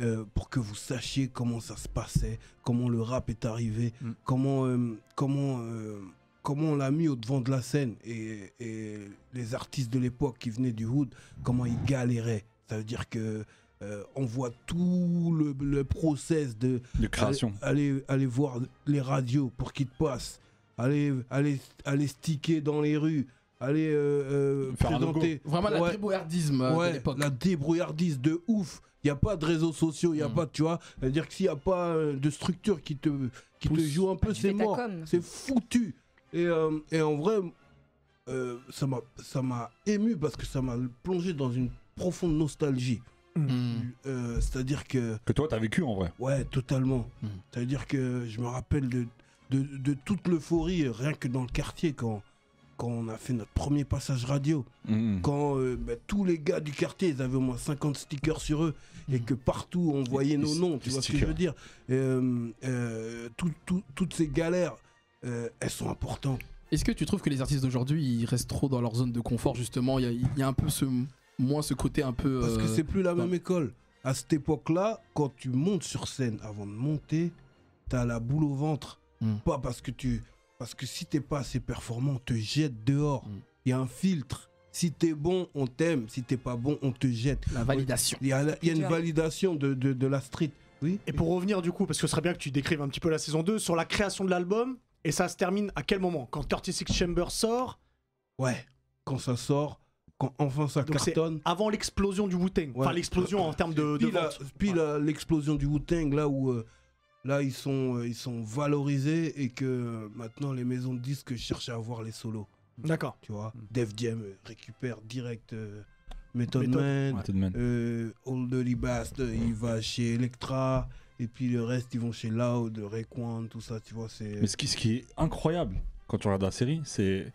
[SPEAKER 5] euh, pour que vous sachiez comment ça se passait, comment le rap est arrivé,
[SPEAKER 4] Mm.
[SPEAKER 5] comment, euh, comment, euh, comment on l'a mis au devant de la scène et, et les artistes de l'époque qui venaient du hood, comment ils galéraient. Ça veut dire que euh, on voit tout le, le process de
[SPEAKER 2] De création.
[SPEAKER 5] Allez, allez, allez voir les radios pour qu'ils te passent. Allez, allez, allez sticker dans les rues. Allez euh, euh,
[SPEAKER 2] Faire un logo.
[SPEAKER 5] présenter.
[SPEAKER 9] Vraiment la
[SPEAKER 5] Ouais.
[SPEAKER 9] débrouillardisme euh, de
[SPEAKER 5] Ouais,
[SPEAKER 9] l'époque.
[SPEAKER 5] la débrouillardise de ouf. Il n'y a pas de réseaux sociaux, il n'y a
[SPEAKER 9] Mm.
[SPEAKER 5] pas, tu vois. C'est-à-dire que s'il n'y a pas euh, de structure qui te, qui te
[SPEAKER 9] Pousse.
[SPEAKER 5] joue un peu,
[SPEAKER 3] Tu
[SPEAKER 5] c'est
[SPEAKER 3] fais ta
[SPEAKER 5] mort.
[SPEAKER 3] com.
[SPEAKER 5] C'est foutu. Et, euh, et en vrai, euh, ça m'a- ça m'a ému parce que ça m'a plongé dans une profonde nostalgie.
[SPEAKER 9] Mm.
[SPEAKER 5] Euh, C'est-à-dire que
[SPEAKER 2] Que toi, t'as vécu en vrai.
[SPEAKER 5] Ouais, totalement.
[SPEAKER 2] Hmm.
[SPEAKER 9] Mm.
[SPEAKER 5] C'est-à-dire que je me rappelle de, de, de toute l'euphorie, euh, rien que dans le quartier, quand, quand on a fait notre premier passage radio.
[SPEAKER 2] Mhm.
[SPEAKER 5] Quand euh, bah, tous les gars du quartier, ils avaient au moins 50 stickers sur eux
[SPEAKER 2] Hmm.
[SPEAKER 5] et que partout on voyait
[SPEAKER 2] Des-
[SPEAKER 5] nos
[SPEAKER 2] des-
[SPEAKER 5] noms, tu
[SPEAKER 2] des
[SPEAKER 5] vois ce que je veux
[SPEAKER 2] stickers.
[SPEAKER 5] dire. Euh, euh, tout- tout- toutes ces galères, euh, elles sont importantes.
[SPEAKER 9] Est-ce que tu trouves que les artistes d'aujourd'hui ils restent trop dans leur zone de confort justement Il y, a- il y a un peu ce moins ce côté un peu.
[SPEAKER 5] Parce que
[SPEAKER 9] euh,
[SPEAKER 5] c'est plus la
[SPEAKER 9] bah-
[SPEAKER 5] même école. À cette époque-là, quand tu montes sur scène, avant de monter, t'as la boule au ventre.
[SPEAKER 9] Mm.
[SPEAKER 5] Pas parce que tu, parce que si t'es pas assez performant, on te jette dehors.
[SPEAKER 9] Mm.
[SPEAKER 5] Il y a un filtre. Si t'es bon, on t'aime. Si t'es pas bon, on te jette.
[SPEAKER 9] la validation.
[SPEAKER 5] Il y a, la- il y a une
[SPEAKER 3] Culturel.
[SPEAKER 5] validation de, de, de la street. Oui.
[SPEAKER 1] Et pour revenir du coup, parce que ce serait bien que tu décrives un petit peu la saison 2, sur la création de l'album, et ça se termine à quel moment Quand 36 Chambers sort,
[SPEAKER 5] Ouais. Quand ça sort, quand enfin ça
[SPEAKER 1] Donc c'est
[SPEAKER 5] cartonne.
[SPEAKER 1] avant l'explosion du Wu-Tang. Enfin
[SPEAKER 5] Ouais.
[SPEAKER 1] l'explosion en termes de, de
[SPEAKER 5] puis la-
[SPEAKER 1] vente.
[SPEAKER 5] puis la- l'explosion du Wu-Tang, là où euh, là ils sont euh, ils sont valorisés et que euh, maintenant les maisons de disques cherchent à avoir les solos,
[SPEAKER 1] D'accord.
[SPEAKER 5] tu vois. Def Jam euh, récupère direct euh, Method,
[SPEAKER 1] Method.
[SPEAKER 5] Man,
[SPEAKER 2] Method Man.
[SPEAKER 5] euh, Old Dirty Bastard, euh, il va chez Electra et puis le reste ils vont chez Loud, Rayquan, tout ça, tu vois, c'est
[SPEAKER 2] Mais ce qui, ce qui est incroyable quand tu regardes la série, c'est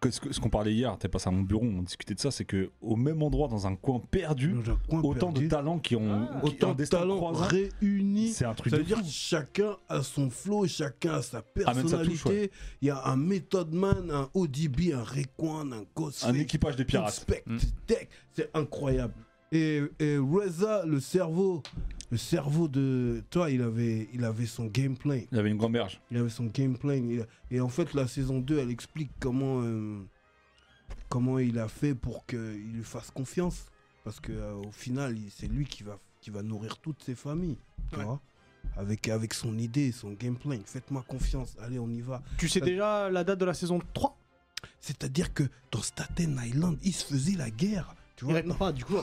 [SPEAKER 2] que ce que- ce qu'on parlait hier, t'es passé à mon bureau, on discutait de ça, c'est que au même endroit, dans un coin perdu,
[SPEAKER 5] Dans un coin
[SPEAKER 2] autant
[SPEAKER 5] perdu, Ah.
[SPEAKER 2] de talents qui ont qui- un
[SPEAKER 5] autant de
[SPEAKER 2] destin
[SPEAKER 5] talents
[SPEAKER 2] croisé.
[SPEAKER 5] réunis
[SPEAKER 2] C'est un truc
[SPEAKER 5] Ça
[SPEAKER 2] de
[SPEAKER 5] veut dire
[SPEAKER 2] fou.
[SPEAKER 5] que chacun a son flow, chacun a sa
[SPEAKER 2] Amène sa touche,
[SPEAKER 5] personnalité. Il y a un Method Man, un ODB, un Rayquan, un Ghostface,
[SPEAKER 2] Un équipage de
[SPEAKER 5] tout
[SPEAKER 2] pirates.
[SPEAKER 5] spectre,
[SPEAKER 4] Mm.
[SPEAKER 5] tech, c'est incroyable. Et, et Reza, le cerveau, le cerveau de toi, il avait, il avait son gameplay,
[SPEAKER 2] Il y avait une grande berge.
[SPEAKER 5] il avait son gameplay. Il- Et en fait, la saison 2, elle explique comment, euh, comment il a fait pour qu'il lui fasse confiance, parce que euh, au final, il- c'est lui qui va, qui va nourrir toutes ses familles, tu
[SPEAKER 1] Ouais.
[SPEAKER 5] vois avec, avec son idée, son gameplay. Faites-moi confiance, allez, on y va.
[SPEAKER 1] Tu sais déjà la date de la saison 3
[SPEAKER 5] C'est-à-dire que dans Staten Island, il se faisait la guerre. Tu vois,
[SPEAKER 1] répond pas, du [laughs] coup.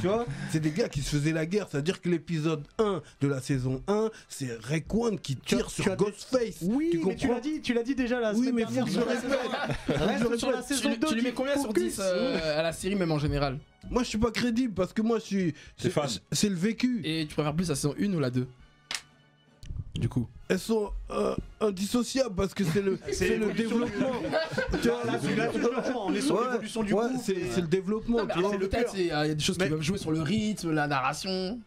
[SPEAKER 5] tu vois C'est des gars qui se faisaient la guerre. C'est-à-dire que l'épisode 1 de la saison 1, c'est Rayquan qui
[SPEAKER 1] Tu as-
[SPEAKER 5] tire
[SPEAKER 1] tu
[SPEAKER 5] sur
[SPEAKER 1] as-
[SPEAKER 5] Ghostface.
[SPEAKER 1] Oui,
[SPEAKER 5] tu
[SPEAKER 1] mais tu l'as
[SPEAKER 5] comprends
[SPEAKER 1] dit, tu l'as dit déjà la
[SPEAKER 5] Oui,
[SPEAKER 1] semaine
[SPEAKER 5] mais
[SPEAKER 1] dernière.
[SPEAKER 5] faut
[SPEAKER 1] je
[SPEAKER 5] que je
[SPEAKER 1] répète. Reste
[SPEAKER 9] Tu-
[SPEAKER 1] sur la
[SPEAKER 9] tu-
[SPEAKER 1] saison
[SPEAKER 9] tu,
[SPEAKER 1] 2
[SPEAKER 9] lui
[SPEAKER 1] du
[SPEAKER 9] mets combien sur 10 euh, à la série, même en général
[SPEAKER 5] Moi, je suis pas crédible parce que moi, je suis.
[SPEAKER 2] T'es
[SPEAKER 5] c'est-
[SPEAKER 2] fan.
[SPEAKER 5] C'est le vécu.
[SPEAKER 9] Et tu préfères plus la saison 1 ou la 2 Du coup.
[SPEAKER 5] Elles sont euh, indissociables parce que c'est le, c'est le
[SPEAKER 1] l'évolution
[SPEAKER 5] développement.
[SPEAKER 1] [laughs] Tu vois, là, tu là, tu- je comprends, on est sur
[SPEAKER 5] Ouais,
[SPEAKER 1] l'évolution du euh,
[SPEAKER 5] ouais,
[SPEAKER 1] groupe
[SPEAKER 5] c'est
[SPEAKER 1] et-
[SPEAKER 5] c'est le développement.
[SPEAKER 9] Non, mais
[SPEAKER 5] tu vois.
[SPEAKER 9] alors, peut-être euh, il y a des choses
[SPEAKER 1] Mais-
[SPEAKER 9] qui peuvent jouer sur le rythme, la narration.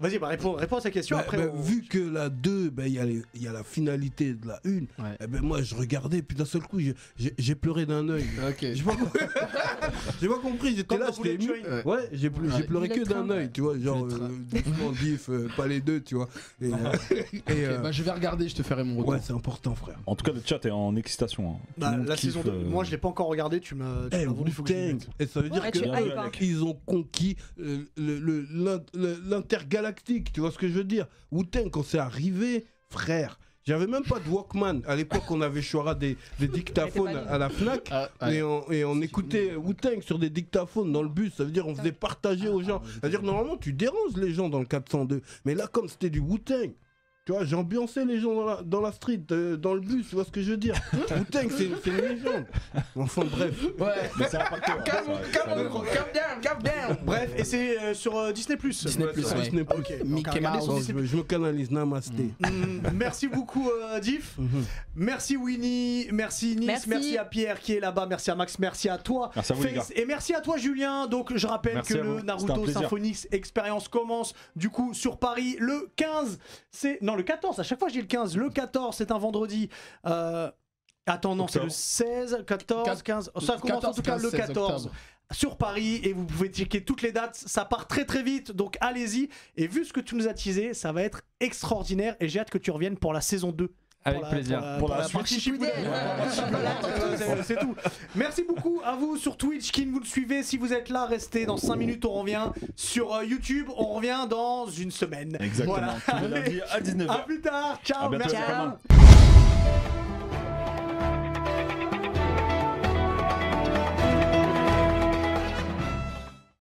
[SPEAKER 1] Vas-y, bah, réponds, réponds à sa question.
[SPEAKER 5] Bah,
[SPEAKER 1] après,
[SPEAKER 5] bah,
[SPEAKER 1] on-
[SPEAKER 5] Vu que la 2, ben, il y, a les- il y a la finalité de la 1,
[SPEAKER 9] Ouais.
[SPEAKER 5] eh ben, moi je regardais, puis d'un seul coup je- j'ai j'ai pleuré d'un œil.
[SPEAKER 9] Ok.
[SPEAKER 5] J'ai pas, compris- [laughs] j'ai pas compris, j'étais
[SPEAKER 1] Comme
[SPEAKER 5] là,
[SPEAKER 1] dans
[SPEAKER 5] j'étais
[SPEAKER 1] Bullet
[SPEAKER 5] ému.
[SPEAKER 1] Train.
[SPEAKER 9] Ouais.
[SPEAKER 5] Ouais, j'ai ple-
[SPEAKER 9] Ouais.
[SPEAKER 5] j'ai pleuré que d'un
[SPEAKER 9] Bullet
[SPEAKER 5] œil, tu vois, genre
[SPEAKER 9] Bullet
[SPEAKER 5] euh,
[SPEAKER 9] Train.
[SPEAKER 5] doucement, diff, euh, pas les deux, tu vois. Et, euh, et,
[SPEAKER 9] Ok,
[SPEAKER 5] euh,
[SPEAKER 9] bah, je vais regarder, je te ferai mon retour.
[SPEAKER 5] ouais, c'est important, frère.
[SPEAKER 2] En tout cas, le chat est en excitation. hein. Tout
[SPEAKER 1] Bah,
[SPEAKER 2] le monde
[SPEAKER 1] la
[SPEAKER 2] kiffe,
[SPEAKER 1] saison 2,
[SPEAKER 2] euh,
[SPEAKER 1] moi je l'ai pas encore regardé, tu m'as tu
[SPEAKER 5] Eh,
[SPEAKER 1] m'as voulu, Ah faut que je m'y
[SPEAKER 5] Wu-Tang.
[SPEAKER 1] mette.
[SPEAKER 5] Et ça veut dire
[SPEAKER 3] Ouais,
[SPEAKER 5] que euh,
[SPEAKER 3] tu
[SPEAKER 2] Bien
[SPEAKER 3] hype,
[SPEAKER 2] joué,
[SPEAKER 3] hein.
[SPEAKER 2] mec.
[SPEAKER 5] ils ont conquis euh, le- le- l'in- le- l'intergalactique, tu vois ce que je veux dire Wu-Tang, quand c'est arrivé, frère, j'avais même pas de Walkman. À l'époque, on avait choisi des, des dictaphones à la FNAC.
[SPEAKER 9] Ah, ouais.
[SPEAKER 5] Et on, et on écoutait Wu-Tang sur des dictaphones dans le bus, ça veut dire on faisait partager
[SPEAKER 3] Ah,
[SPEAKER 5] aux gens. C'est-à-dire normalement tu déranges les gens dans le 402, mais là comme c'était du Wu-Tang, tu vois, j'ambiançais les gens dans la, dans la street, euh, dans le bus, tu vois ce que je
[SPEAKER 3] [laughs]
[SPEAKER 5] veux dire Wu-Tang c'est c'est une légende. Enfin bref,
[SPEAKER 9] Ouais.
[SPEAKER 2] Mais c'est impactant, hein.
[SPEAKER 9] Calme,
[SPEAKER 2] Ouais, ça
[SPEAKER 9] calme,
[SPEAKER 2] donne-
[SPEAKER 9] gros, calm down, calm down.
[SPEAKER 1] Bref, et c'est euh, sur euh, Disney.
[SPEAKER 9] Disney+,
[SPEAKER 1] Ouais,
[SPEAKER 9] ouais.
[SPEAKER 5] Disney+.
[SPEAKER 1] Ah, ok, donc
[SPEAKER 9] Mickey
[SPEAKER 1] à regarder
[SPEAKER 9] Mouse.
[SPEAKER 1] sur
[SPEAKER 5] Bon,
[SPEAKER 1] Disney+.
[SPEAKER 5] je, me- je me canalise, namasté.
[SPEAKER 1] Mm, merci beaucoup euh, Diff,
[SPEAKER 5] Mhm.
[SPEAKER 1] merci Winnie, merci Nice, merci.
[SPEAKER 3] Merci.
[SPEAKER 1] à Pierre qui est là-bas, merci à Max, merci à toi.
[SPEAKER 2] Merci à Ah, vous, les
[SPEAKER 1] Face, et merci à toi Julien. Donc je rappelle
[SPEAKER 4] Merci
[SPEAKER 1] que
[SPEAKER 4] à
[SPEAKER 1] le
[SPEAKER 4] vous.
[SPEAKER 2] C'était un
[SPEAKER 1] Naruto
[SPEAKER 2] plaisir.
[SPEAKER 1] Symphonix Experience commence du coup sur Paris le 15. C'est non le 14. À chaque fois j'ai le 15. Le 14 c'est un vendredi. Euh, Attends, non, c'est le 16,
[SPEAKER 2] Octobre.
[SPEAKER 1] 14, 15. Ça commence en
[SPEAKER 9] 14,
[SPEAKER 1] tout cas
[SPEAKER 9] 15,
[SPEAKER 1] le
[SPEAKER 9] 16 octobre.
[SPEAKER 1] 14 sur Paris et vous pouvez checker toutes les dates. Ça part très très vite, donc allez-y. Et vu ce que tu nous as teasé, ça va être extraordinaire et j'ai hâte que tu reviennes pour la saison 2.
[SPEAKER 4] Avec
[SPEAKER 1] Pour la-
[SPEAKER 4] plaisir.
[SPEAKER 1] pour la-
[SPEAKER 2] Pour
[SPEAKER 1] pour
[SPEAKER 2] la
[SPEAKER 1] la
[SPEAKER 2] suite.
[SPEAKER 1] partie Shippuden. Voilà, [laughs] c'est- C'est tout. Merci beaucoup à vous sur Twitch qui nous le suivez. Si vous êtes là, restez dans 5 minutes. On revient sur euh, YouTube. On revient dans une semaine.
[SPEAKER 2] Exactement.
[SPEAKER 1] Voilà.
[SPEAKER 2] Tous les lundis à
[SPEAKER 1] À
[SPEAKER 2] 19h.
[SPEAKER 1] plus tard. Ciao.
[SPEAKER 2] À bientôt,
[SPEAKER 1] Merci.
[SPEAKER 2] les copains.